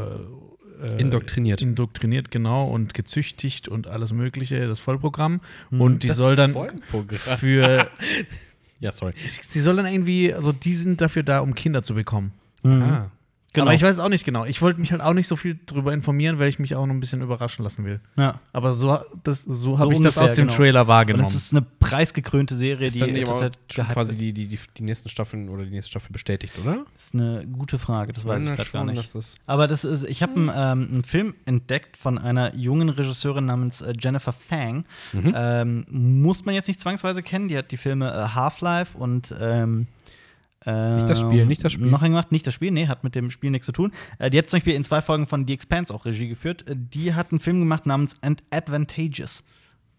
Speaker 3: äh, äh,
Speaker 2: Indoktriniert.
Speaker 3: indoktriniert, genau, und gezüchtigt und alles Mögliche, das Vollprogramm.
Speaker 1: Hm,
Speaker 3: Und die soll dann
Speaker 2: Vollprogramm.
Speaker 3: für,
Speaker 2: Ja, sorry.
Speaker 3: sie soll dann irgendwie, also die sind dafür da, um Kinder zu bekommen.
Speaker 2: Ah.
Speaker 1: Genau.
Speaker 3: Aber ich weiß auch nicht genau. Ich wollte mich halt auch nicht so viel drüber informieren, weil ich mich auch noch ein bisschen überraschen lassen will.
Speaker 1: ja.
Speaker 3: Aber so, das, so habe
Speaker 1: So
Speaker 3: ich das
Speaker 1: ungefähr,
Speaker 3: aus dem
Speaker 1: genau.
Speaker 3: Trailer
Speaker 1: Und
Speaker 3: wahrgenommen.
Speaker 1: das ist eine preisgekrönte Serie,
Speaker 2: Ist
Speaker 1: die halt
Speaker 2: dann eben auch
Speaker 1: total
Speaker 2: schon
Speaker 1: gehypt
Speaker 2: quasi
Speaker 1: wird.
Speaker 2: die, die, die, die nächsten Staffeln oder die nächste Staffel bestätigt, oder?
Speaker 1: ist eine gute Frage, das weiß ich
Speaker 2: Na,
Speaker 1: gerade gar
Speaker 2: schon,
Speaker 1: nicht.
Speaker 2: dass das- Hm.
Speaker 1: Aber das ist, ich habe einen, ähm, einen Film entdeckt von einer jungen Regisseurin namens äh, Jennifer Fang.
Speaker 2: Mhm.
Speaker 1: Ähm, muss man jetzt nicht zwangsweise kennen. Die hat die Filme äh, Half-Life und ähm,
Speaker 2: Nicht das Spiel, nicht das Spiel.
Speaker 1: Noch einen gemacht, nicht das Spiel, nee, hat mit dem Spiel nichts zu tun. Äh, die hat zum Beispiel in zwei Folgen von The Expanse auch Regie geführt. Äh, Die hat einen Film gemacht namens Ad- Advantageous.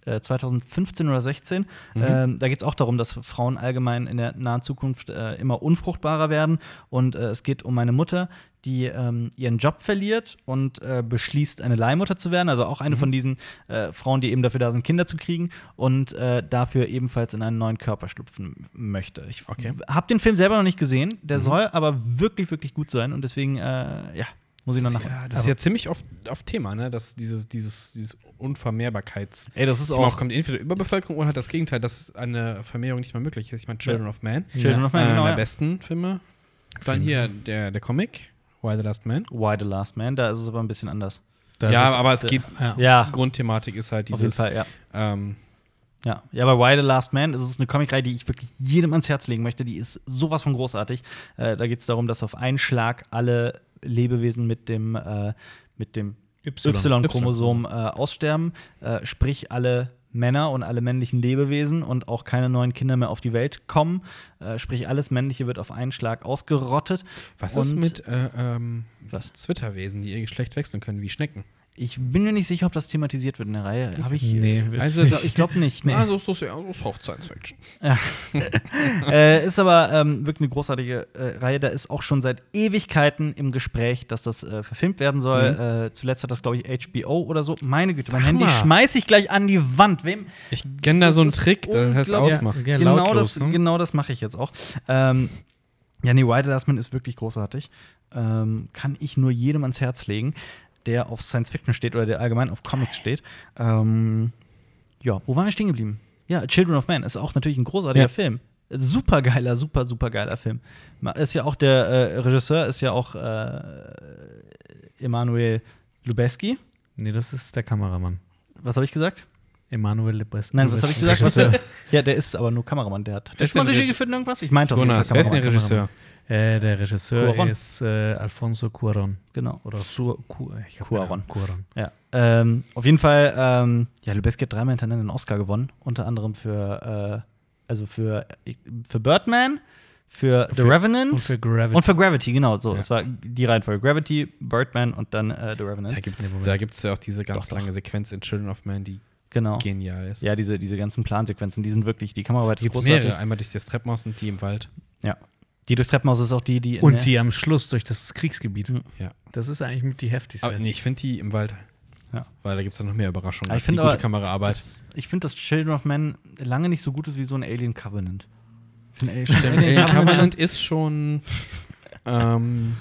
Speaker 1: äh, 2015 oder 16.
Speaker 2: Mhm.
Speaker 1: Ähm, da geht es auch darum, dass Frauen allgemein in der nahen Zukunft äh, immer unfruchtbarer werden. Und äh, es geht um eine Mutter, die ähm, ihren Job verliert und äh, beschließt, eine Leihmutter zu werden. Also auch
Speaker 2: Mhm.
Speaker 1: eine von diesen äh, Frauen, die eben dafür da sind, Kinder zu kriegen und äh, dafür ebenfalls in einen neuen Körper schlüpfen möchte. Ich
Speaker 2: Okay. Mhm.
Speaker 1: habe den Film selber noch nicht gesehen. Der soll aber wirklich, wirklich gut sein. Und deswegen, äh, ja, muss ich noch
Speaker 2: Das ist
Speaker 1: nachher.
Speaker 2: ja, das ist ja ziemlich oft auf Thema, ne? Dass dieses, dieses, dieses Unvermehrbarkeits.
Speaker 1: Ey, das ist
Speaker 2: Thema
Speaker 1: auch-
Speaker 2: kommt entweder Überbevölkerung oder halt das Gegenteil, dass eine Vermehrung nicht mehr möglich ist. Ich meine, Children of Man.
Speaker 1: Children of Man,
Speaker 2: Einer
Speaker 1: genau,
Speaker 2: Äh, der
Speaker 1: ja.
Speaker 2: besten Filme. Dann hier der, der Comic, Why the Last Man.
Speaker 1: Why the Last Man? Da ist es aber ein bisschen anders.
Speaker 3: Das
Speaker 2: ja,
Speaker 3: ist-
Speaker 2: aber es geht.
Speaker 3: ja.
Speaker 1: Ja,
Speaker 2: Grundthematik ist halt
Speaker 1: äh, auf jeden
Speaker 2: dieses.
Speaker 1: Fall, ja.
Speaker 2: Ähm,
Speaker 1: Ja, ja bei Why the Last Man ist es eine Comicreihe, die ich wirklich jedem ans Herz legen möchte. Die ist sowas von großartig. Äh, da geht es darum, dass auf einen Schlag alle Lebewesen mit dem, äh, mit dem Y-Chromosom äh, aussterben, äh, sprich alle Männer und alle männlichen Lebewesen und auch keine neuen Kinder mehr auf die Welt kommen. Äh, sprich, alles Männliche wird auf einen Schlag ausgerottet.
Speaker 2: was ist
Speaker 1: Und
Speaker 2: mit äh, ähm,
Speaker 1: Was?
Speaker 2: Zwitterwesen, die ihr Geschlecht wechseln können, wie Schnecken?
Speaker 1: Ich bin mir nicht sicher, ob das thematisiert wird in der Reihe. Habe ich.
Speaker 3: Nee, wird's
Speaker 2: Also,
Speaker 3: nicht.
Speaker 2: so-
Speaker 1: Ich glaube nicht. Nee.
Speaker 2: Also, so ist ja so Soft Science Fiction.
Speaker 1: äh, ist aber ähm, wirklich eine großartige äh, Reihe. Da ist auch schon seit Ewigkeiten im Gespräch, dass das äh, verfilmt werden soll. Äh, zuletzt hat das, glaube ich, HBO oder so. Meine Güte, mein
Speaker 2: Mhm. Sag
Speaker 1: Handy
Speaker 2: mal.
Speaker 1: schmeiß ich gleich an die Wand. Wem?
Speaker 2: Ich kenne da
Speaker 1: Das
Speaker 2: so einen
Speaker 1: ist
Speaker 2: Trick, das heißt
Speaker 1: unglaublich.
Speaker 2: ausmachen.
Speaker 3: Ja,
Speaker 1: genau,
Speaker 3: lautlos,
Speaker 1: das,
Speaker 3: ne?
Speaker 1: genau das mache ich jetzt auch. Ähm, ja, nee, Wild Last Man ist wirklich großartig. Ähm, kann ich nur jedem ans Herz legen, der auf Science Fiction steht oder der allgemein auf Comics steht. Ähm, ja, wo waren wir stehen geblieben? Ja, Children of Man ist auch natürlich ein großartiger
Speaker 2: Ja.
Speaker 1: Film. Super geiler, super, super geiler Film. Ma- Ist ja auch der äh, Regisseur, ist ja auch äh, Emanuel Lubezki.
Speaker 3: Nee, das ist der Kameramann.
Speaker 1: Was habe ich gesagt?
Speaker 3: Emanuel Lebes.
Speaker 1: Nein, was habe ich gesagt? Was
Speaker 3: Regisseur.
Speaker 1: der, ja, der ist aber nur Kameramann. Der hat. Hat der
Speaker 2: ist
Speaker 1: schon mal
Speaker 2: denn
Speaker 1: Regie
Speaker 2: Regi-
Speaker 1: geführt in irgendwas? Ich meinte auf jeden Fall
Speaker 2: Jonas, wer ist denn
Speaker 1: Kameramann. ne?
Speaker 2: der Regisseur?
Speaker 3: Äh, der Regisseur
Speaker 1: Cuarón.
Speaker 3: ist äh, Alfonso Cuaron.
Speaker 1: Genau.
Speaker 3: Oder Su Cu ich hab keine
Speaker 1: Cuarón.
Speaker 3: Ahnung. Cuarón.
Speaker 1: Ja. Ähm, auf jeden Fall, ähm, ja, Lubeski hat dreimal hintereinander einen Oscar gewonnen. Unter anderem für, äh, also für, für Birdman, für The
Speaker 3: Für-
Speaker 1: Revenant
Speaker 3: Und für Gravity.
Speaker 1: und für Gravity, genau. So,
Speaker 2: Ja.
Speaker 1: das war die Reihenfolge. Gravity, Birdman und dann äh, The Revenant.
Speaker 2: Da gibt es
Speaker 3: Nee, Moment.
Speaker 2: da gibt's ja auch diese ganz
Speaker 1: Doch, doch.
Speaker 2: lange Sequenz in Children of Man, die
Speaker 1: Genau.
Speaker 2: genial ist.
Speaker 1: Ja, diese, diese ganzen Plansequenzen, die sind wirklich, die Kameraarbeit ist
Speaker 2: Gibt's
Speaker 1: großartig.
Speaker 2: mehrere. Einmal durch das Treppenhaus und die im Wald.
Speaker 1: Ja. Die durchs Treppenhaus ist auch die, die. in der-
Speaker 3: Und die am Schluss durch das Kriegsgebiet.
Speaker 2: Ja.
Speaker 3: Das ist eigentlich mit die heftigste.
Speaker 2: Aber nee, ich finde die im Wald.
Speaker 1: Ja.
Speaker 2: Weil da gibt es noch mehr Überraschungen.
Speaker 1: Ja, ich
Speaker 2: als
Speaker 1: find
Speaker 2: die gute
Speaker 1: aber,
Speaker 2: Kameraarbeit.
Speaker 1: Das, ich finde, dass Children of Man lange nicht so gut ist wie so ein Alien Covenant. Ich find, Alien
Speaker 2: Stimmt, Alien Covenant ist schon ähm,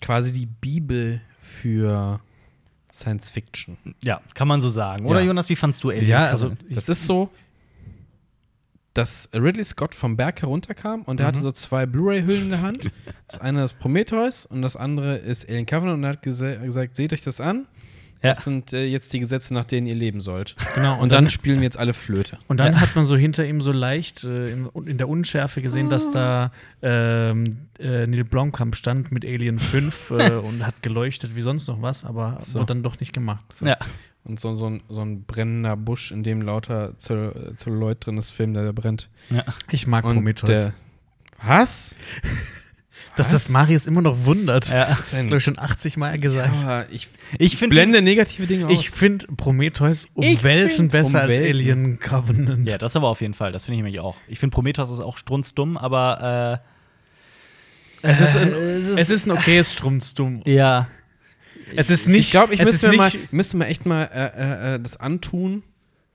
Speaker 2: quasi die Bibel für Science Fiction.
Speaker 1: Ja, kann man so sagen. Oder
Speaker 2: Ja.
Speaker 1: Jonas, wie fandst du Alien
Speaker 3: Ja, also
Speaker 1: Covenant?
Speaker 3: ich,
Speaker 2: Das ist so, dass Ridley Scott vom Berg herunterkam und er hatte so zwei Blu-ray-Hüllen in der Hand. Das eine ist Prometheus und das andere ist Alien Covenant und er hat gese- gesagt, seht euch das an.
Speaker 1: Ja.
Speaker 2: Das sind äh, jetzt die Gesetze, nach denen ihr leben sollt.
Speaker 3: genau.
Speaker 2: Und dann spielen wir jetzt alle Flöte.
Speaker 3: Und dann hat man so hinter ihm so leicht äh, in, in der Unschärfe gesehen, dass da ähm, äh, Neil Blomkamp stand mit Alien 5 äh, und hat geleuchtet wie sonst noch was, aber
Speaker 2: So.
Speaker 3: wurde dann doch nicht gemacht.
Speaker 1: ja.
Speaker 2: Und so, so, ein, so ein brennender Busch, in dem lauter Zell- äh, Zelluloid drin ist, Film, der brennt.
Speaker 1: ja.
Speaker 3: Ich mag
Speaker 2: Und
Speaker 3: Prometheus.
Speaker 2: der- was?
Speaker 3: dass das Marius immer noch wundert,
Speaker 1: Ja.
Speaker 3: das ist, glaube ich, schon 80 Mal gesagt.
Speaker 2: Aber ich
Speaker 1: Ich finde.
Speaker 2: blende negative Dinge aus.
Speaker 3: Ich finde Prometheus um
Speaker 2: Ich
Speaker 3: Welten
Speaker 2: find
Speaker 3: besser
Speaker 2: um
Speaker 3: als
Speaker 2: Welten.
Speaker 3: Alien Covenant.
Speaker 1: Ja, das aber auf jeden Fall. Das finde ich nämlich auch. Ich finde Prometheus ist auch strunzdumm, aber. Äh,
Speaker 3: Es ist ein-
Speaker 1: es ist.
Speaker 3: Es ist ein okayes Strunzdumm.
Speaker 1: ja.
Speaker 3: Es ist nicht.
Speaker 2: ich glaube, ich
Speaker 3: es
Speaker 2: müsste
Speaker 3: ist
Speaker 2: mir, mal,
Speaker 3: nicht-
Speaker 2: müsste mir echt mal äh, äh, äh, das antun,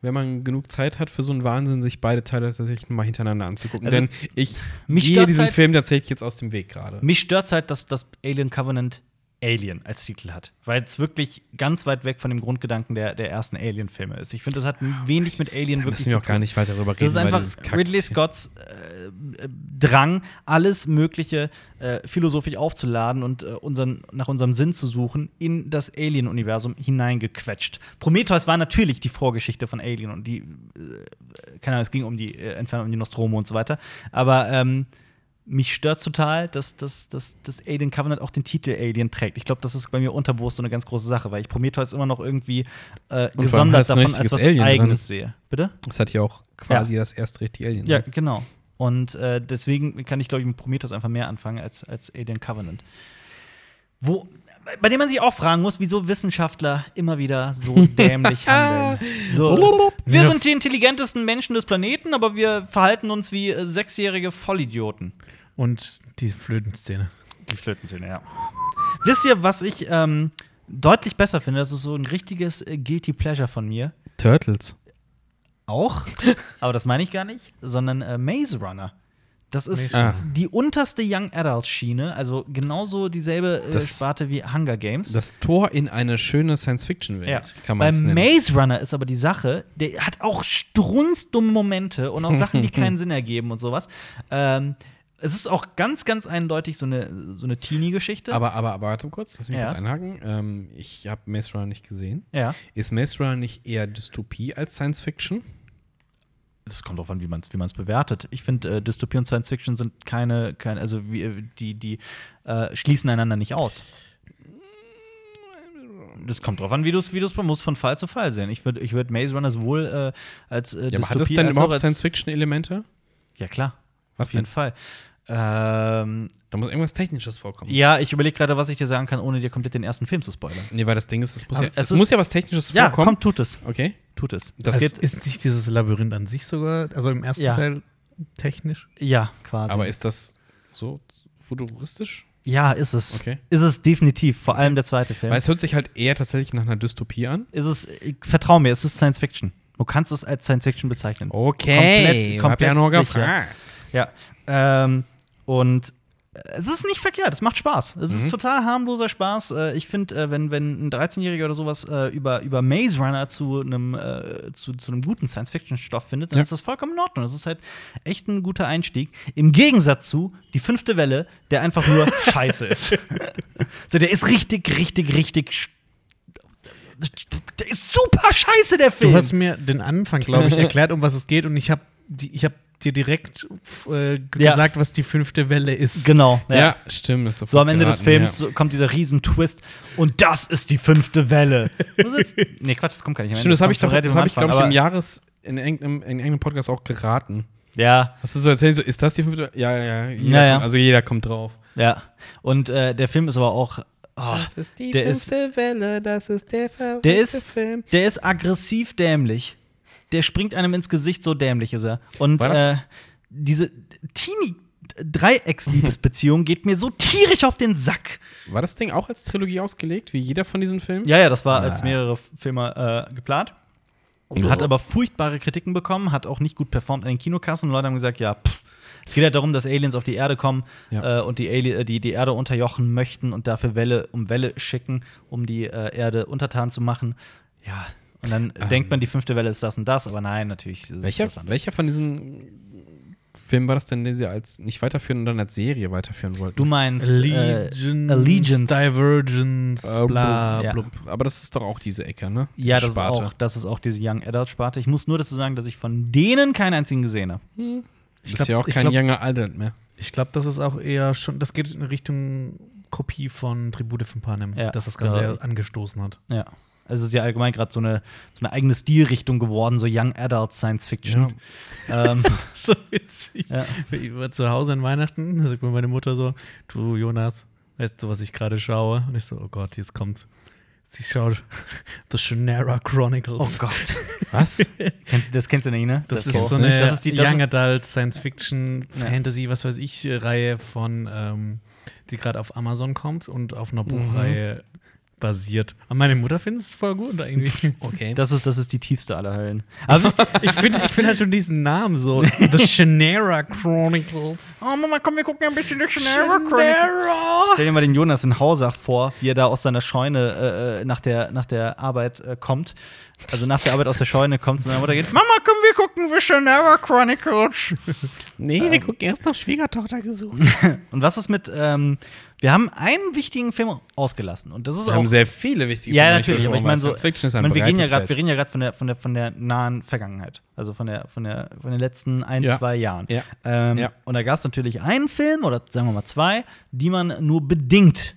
Speaker 2: wenn man genug Zeit hat für so einen Wahnsinn, sich beide Teile tatsächlich mal hintereinander anzugucken.
Speaker 1: Also,
Speaker 2: Denn ich
Speaker 1: mich
Speaker 2: gehe
Speaker 1: stört's
Speaker 2: diesen
Speaker 1: halt-
Speaker 2: Film tatsächlich jetzt aus dem Weg gerade.
Speaker 1: Mich stört halt, dass das Alien Covenant Alien als Titel hat. Weil es wirklich ganz weit weg von dem Grundgedanken der, der ersten Alien-Filme ist. Ich finde, das hat wenig mit Alien
Speaker 2: Da
Speaker 1: wirklich
Speaker 2: müssen wir
Speaker 1: zu
Speaker 2: auch gar nicht weiter darüber reden.
Speaker 1: das ist
Speaker 2: weil
Speaker 1: einfach
Speaker 2: dieses Kack-
Speaker 1: Ridley Scotts äh, äh, Drang, alles Mögliche äh, philosophisch aufzuladen und äh, unseren, nach unserem Sinn zu suchen, in das Alien-Universum hineingequetscht. Prometheus war natürlich die Vorgeschichte von Alien und die, äh, keine Ahnung, es ging um die äh, Entfernung, um die Nostromo und so weiter. Aber ähm, mich stört total, dass, dass, dass, dass Alien Covenant auch den Titel Alien trägt. Ich glaube, das ist bei mir unterbewusst so eine ganz große Sache, weil ich Prometheus immer noch irgendwie äh, gesondert
Speaker 2: heißt ein
Speaker 1: davon als
Speaker 2: richtiges
Speaker 1: was
Speaker 2: Alien dran.
Speaker 1: Eigenes sehe. Bitte?
Speaker 2: Das hat ja auch quasi das erste richtige Alien.
Speaker 1: Ja,
Speaker 2: ne?
Speaker 1: genau. Und äh, deswegen kann ich, glaube ich, mit Prometheus einfach mehr anfangen als, als Alien Covenant. Wo, bei dem man sich auch fragen muss, wieso Wissenschaftler immer wieder so dämlich handeln. So, wir sind die intelligentesten Menschen des Planeten, aber wir verhalten uns wie äh, sechsjährige Vollidioten.
Speaker 3: Und die Flötenszene.
Speaker 1: Die Flötenszene, ja. Wisst ihr, was ich ähm, deutlich besser finde? Das ist so ein richtiges äh, Guilty Pleasure von mir.
Speaker 2: Turtles.
Speaker 1: Auch, aber das meine ich gar nicht, sondern äh, Maze Runner. Das ist
Speaker 2: Maze Runner.
Speaker 1: die unterste Young Adult Schiene, also genauso dieselbe äh,
Speaker 2: Das-
Speaker 1: Sparte wie Hunger Games.
Speaker 2: Das Tor in eine schöne Science-Fiction-Welt.
Speaker 1: ja.
Speaker 2: Kann
Speaker 1: Bei
Speaker 2: man nennen.
Speaker 1: Maze Runner ist aber die Sache, der hat auch strunzdumme Momente und auch Sachen, die keinen Sinn ergeben und sowas. Ähm, es ist auch ganz, ganz eindeutig so eine, so eine Teenie-Geschichte.
Speaker 2: Aber, aber, aber warte kurz, lass mich
Speaker 1: Ja.
Speaker 2: kurz einhaken. Ähm, ich habe Maze Runner nicht gesehen.
Speaker 1: ja.
Speaker 2: Ist Maze Runner nicht eher Dystopie als Science-Fiction?
Speaker 1: Es kommt drauf an, wie man es wie man's bewertet. Ich finde, äh, Dystopie und Science Fiction sind keine, kein, also wie, die, die äh, schließen einander nicht aus. Das kommt drauf an, wie du es wie du's- man muss von Fall zu Fall sehen. Ich würde ich würd Maze Runner sowohl äh, als äh,
Speaker 2: Ja, aber hat das
Speaker 1: Dystopie
Speaker 2: denn
Speaker 1: als auch
Speaker 2: überhaupt
Speaker 1: als
Speaker 2: Science-Fiction-Elemente?
Speaker 1: Ja klar,
Speaker 2: Was
Speaker 1: auf jeden
Speaker 2: denn?
Speaker 1: Fall. Ähm,
Speaker 2: Da muss irgendwas Technisches vorkommen.
Speaker 1: ja, ich überlege gerade, was ich dir sagen kann, ohne dir komplett den ersten Film zu spoilern.
Speaker 2: Nee, weil das Ding ist, es muss,
Speaker 1: Aber
Speaker 2: ja,
Speaker 1: es
Speaker 2: es
Speaker 1: ist-
Speaker 2: muss ja was Technisches
Speaker 1: Ja, komm,
Speaker 2: vorkommen.
Speaker 1: tut es,
Speaker 2: Okay.
Speaker 1: tut es.
Speaker 2: Das
Speaker 1: es
Speaker 3: Also
Speaker 1: geht,
Speaker 3: ist nicht dieses Labyrinth an sich sogar, also im ersten
Speaker 1: Ja.
Speaker 3: Teil technisch?
Speaker 1: ja, quasi.
Speaker 2: Aber ist das so futuristisch?
Speaker 1: ja, ist es.
Speaker 2: Okay.
Speaker 1: Ist es definitiv, vor allem der zweite Film.
Speaker 2: Weil es hört sich halt eher tatsächlich nach einer Dystopie an.
Speaker 1: Es ist, ich- vertrau mir, es ist Science Fiction. Du kannst es als Science Fiction bezeichnen.
Speaker 2: Okay,
Speaker 1: Komplett-
Speaker 2: hab ja
Speaker 1: komplett
Speaker 2: nur
Speaker 1: sicher.
Speaker 2: gefragt.
Speaker 1: Ja. Ähm, und äh, es ist nicht verkehrt, es macht Spaß. Es ist total harmloser Spaß. Äh, Ich finde, äh, wenn, wenn ein 13-Jähriger oder sowas äh, über, über Maze Runner zu einem äh, zu, zu einem guten Science-Fiction-Stoff findet, dann
Speaker 2: Ja.
Speaker 1: ist das vollkommen in Ordnung. Das ist halt echt ein guter Einstieg. Im Gegensatz zu die fünfte Welle, der einfach nur scheiße ist. So, der ist richtig, richtig, richtig. sch- Der ist super scheiße, der Film.
Speaker 3: Du hast mir den Anfang, glaube ich, erklärt, um was es geht und ich habe ich hab dir direkt äh, g-
Speaker 1: Ja.
Speaker 3: gesagt, was die fünfte Welle ist.
Speaker 1: Genau.
Speaker 2: Ja,
Speaker 1: Ja.
Speaker 2: stimmt. ist
Speaker 1: So
Speaker 2: sofort
Speaker 1: am Ende des
Speaker 2: geraten,
Speaker 1: Films so kommt dieser riesen Twist und das ist die fünfte Welle. Was ist- nee, Quatsch, das kommt gar nicht. am Ende,
Speaker 2: Ja. Stimmt, das habe ich
Speaker 1: kommt
Speaker 2: doch, das
Speaker 1: relativ am
Speaker 2: habe ich, glaube ich,
Speaker 1: Anfang,
Speaker 2: im Jahres in irgendeinem, in irgendeinem Podcast auch geraten.
Speaker 1: aber- Ja,
Speaker 2: Hast du so erzählt, so, ist das die fünfte? Ja, ja, ja. Jeder
Speaker 1: Ja, ja.
Speaker 2: Kommt, also jeder kommt drauf.
Speaker 1: ja. Und äh, der Film ist aber auch. Oh,
Speaker 2: ist die
Speaker 1: der ist-
Speaker 2: Welle, das ist der verrückte
Speaker 1: der ist,
Speaker 2: Film.
Speaker 1: der ist aggressiv dämlich. Der springt einem ins Gesicht, so dämlich ist er. Und
Speaker 2: War
Speaker 1: äh,
Speaker 2: das-
Speaker 1: diese Teenie Dreiecksliebesbeziehung geht mir so tierisch auf den Sack.
Speaker 2: War das Ding auch als Trilogie ausgelegt, wie jeder von diesen Filmen?
Speaker 1: Ja, ja, das war als mehrere Filme äh, geplant. Hat aber furchtbare Kritiken bekommen, hat auch nicht gut performt an den Kinokassen. Und Leute haben gesagt, ja, pff, es geht halt darum, dass Aliens auf die Erde kommen
Speaker 2: Ja.
Speaker 1: äh, und die, Ali äh, die, die Erde unterjochen möchten und dafür Welle um Welle schicken, um die äh, Erde untertan zu machen. Ja, und dann denkt man, die fünfte Welle ist das und das, aber nein, natürlich ist es
Speaker 2: Ähm. Welcher,
Speaker 1: was anderes.
Speaker 2: welcher von diesen Filmen war das denn, den sie als nicht weiterführen und dann als Serie weiterführen wollten?
Speaker 1: Du meinst
Speaker 3: Allegiance,
Speaker 1: Äh, Allegiance.
Speaker 3: Divergence,
Speaker 2: Äh,
Speaker 3: bla,
Speaker 1: ja.
Speaker 3: blub.
Speaker 2: Aber das ist doch auch diese Ecke, ne?
Speaker 1: Ja, das
Speaker 2: Die
Speaker 1: ist,
Speaker 2: Sparte.
Speaker 1: auch, das ist auch diese Young Adult Sparte. Ich muss nur dazu sagen, dass ich von denen keinen einzigen gesehen habe.
Speaker 2: Ich
Speaker 3: glaub-
Speaker 2: ist ja auch
Speaker 3: ich
Speaker 2: kein
Speaker 3: glaub-
Speaker 2: junger Adult mehr.
Speaker 3: Ich glaube, das ist auch eher schon, das geht in Richtung Kopie von Tribute von Panem,
Speaker 1: Ja,
Speaker 3: dass das Ganze
Speaker 1: genau.
Speaker 3: ja angestoßen hat.
Speaker 1: Ja. Also es ist ja allgemein gerade so eine, so eine eigene Stilrichtung geworden, so Young Adult Science Fiction. Ähm,
Speaker 3: so witzig.
Speaker 1: Ja.
Speaker 3: Ich war zu Hause an Weihnachten, da sagt mir meine Mutter so: Du, Jonas, weißt du, was ich gerade schaue? Und ich so: Oh Gott, jetzt kommt's. Sie schaut The Shannara
Speaker 1: oh
Speaker 3: Chronicles.
Speaker 1: Gott.
Speaker 2: Was?
Speaker 1: Kennst, du- das kennst du nicht, ne?
Speaker 3: Das,
Speaker 2: kenn
Speaker 3: ist
Speaker 2: ich
Speaker 3: so
Speaker 2: nicht.
Speaker 3: eine
Speaker 1: Das ist die, das
Speaker 3: Young
Speaker 1: ist,
Speaker 3: Adult Science Fiction
Speaker 1: Ja.
Speaker 3: Fantasy, was weiß ich,
Speaker 1: Mhm.
Speaker 3: äh, Reihe von, ähm, die gerade auf Amazon kommt und auf einer Buchreihe basiert. Und meine Mutter findet es voll gut irgendwie.
Speaker 2: Okay.
Speaker 1: Das ist, das ist die tiefste aller Höllen. Aber wisst ihr,
Speaker 3: ich finde ich find halt schon diesen Namen so. The Shannara Chronicles.
Speaker 1: oh Mama, komm, wir gucken ein bisschen durch
Speaker 3: Shannara!
Speaker 1: Stell dir mal den Jonas in Hausach vor, wie er da aus seiner Scheune äh, äh, nach, der, nach der Arbeit äh, kommt. Also nach der Arbeit aus der Scheune kommt und seine Mutter geht: Mama, komm, wir gucken Visionary Chronicles.
Speaker 2: Nee, wir gucken erst nach Schwiegertochter gesucht.
Speaker 1: Und was Ähm. ist mit. Ähm, wir haben einen wichtigen Film ausgelassen. Und das ist
Speaker 2: Wir
Speaker 1: auch.
Speaker 2: haben sehr viele wichtige
Speaker 1: ja,
Speaker 2: Filme,
Speaker 1: natürlich. Aber ich
Speaker 2: glaube,
Speaker 1: meine, so,
Speaker 2: Science Fiction ist
Speaker 1: ich
Speaker 2: ein
Speaker 1: meine, wir reden ja gerade
Speaker 2: breites Feld.
Speaker 1: grad von, der, von, der, von der nahen Vergangenheit. Also von der, von der, von den letzten ein,
Speaker 2: Ja.
Speaker 1: zwei Jahren.
Speaker 2: Ja.
Speaker 1: Ähm,
Speaker 2: Ja.
Speaker 1: Und da gab es natürlich einen Film oder sagen wir mal zwei, die man nur bedingt,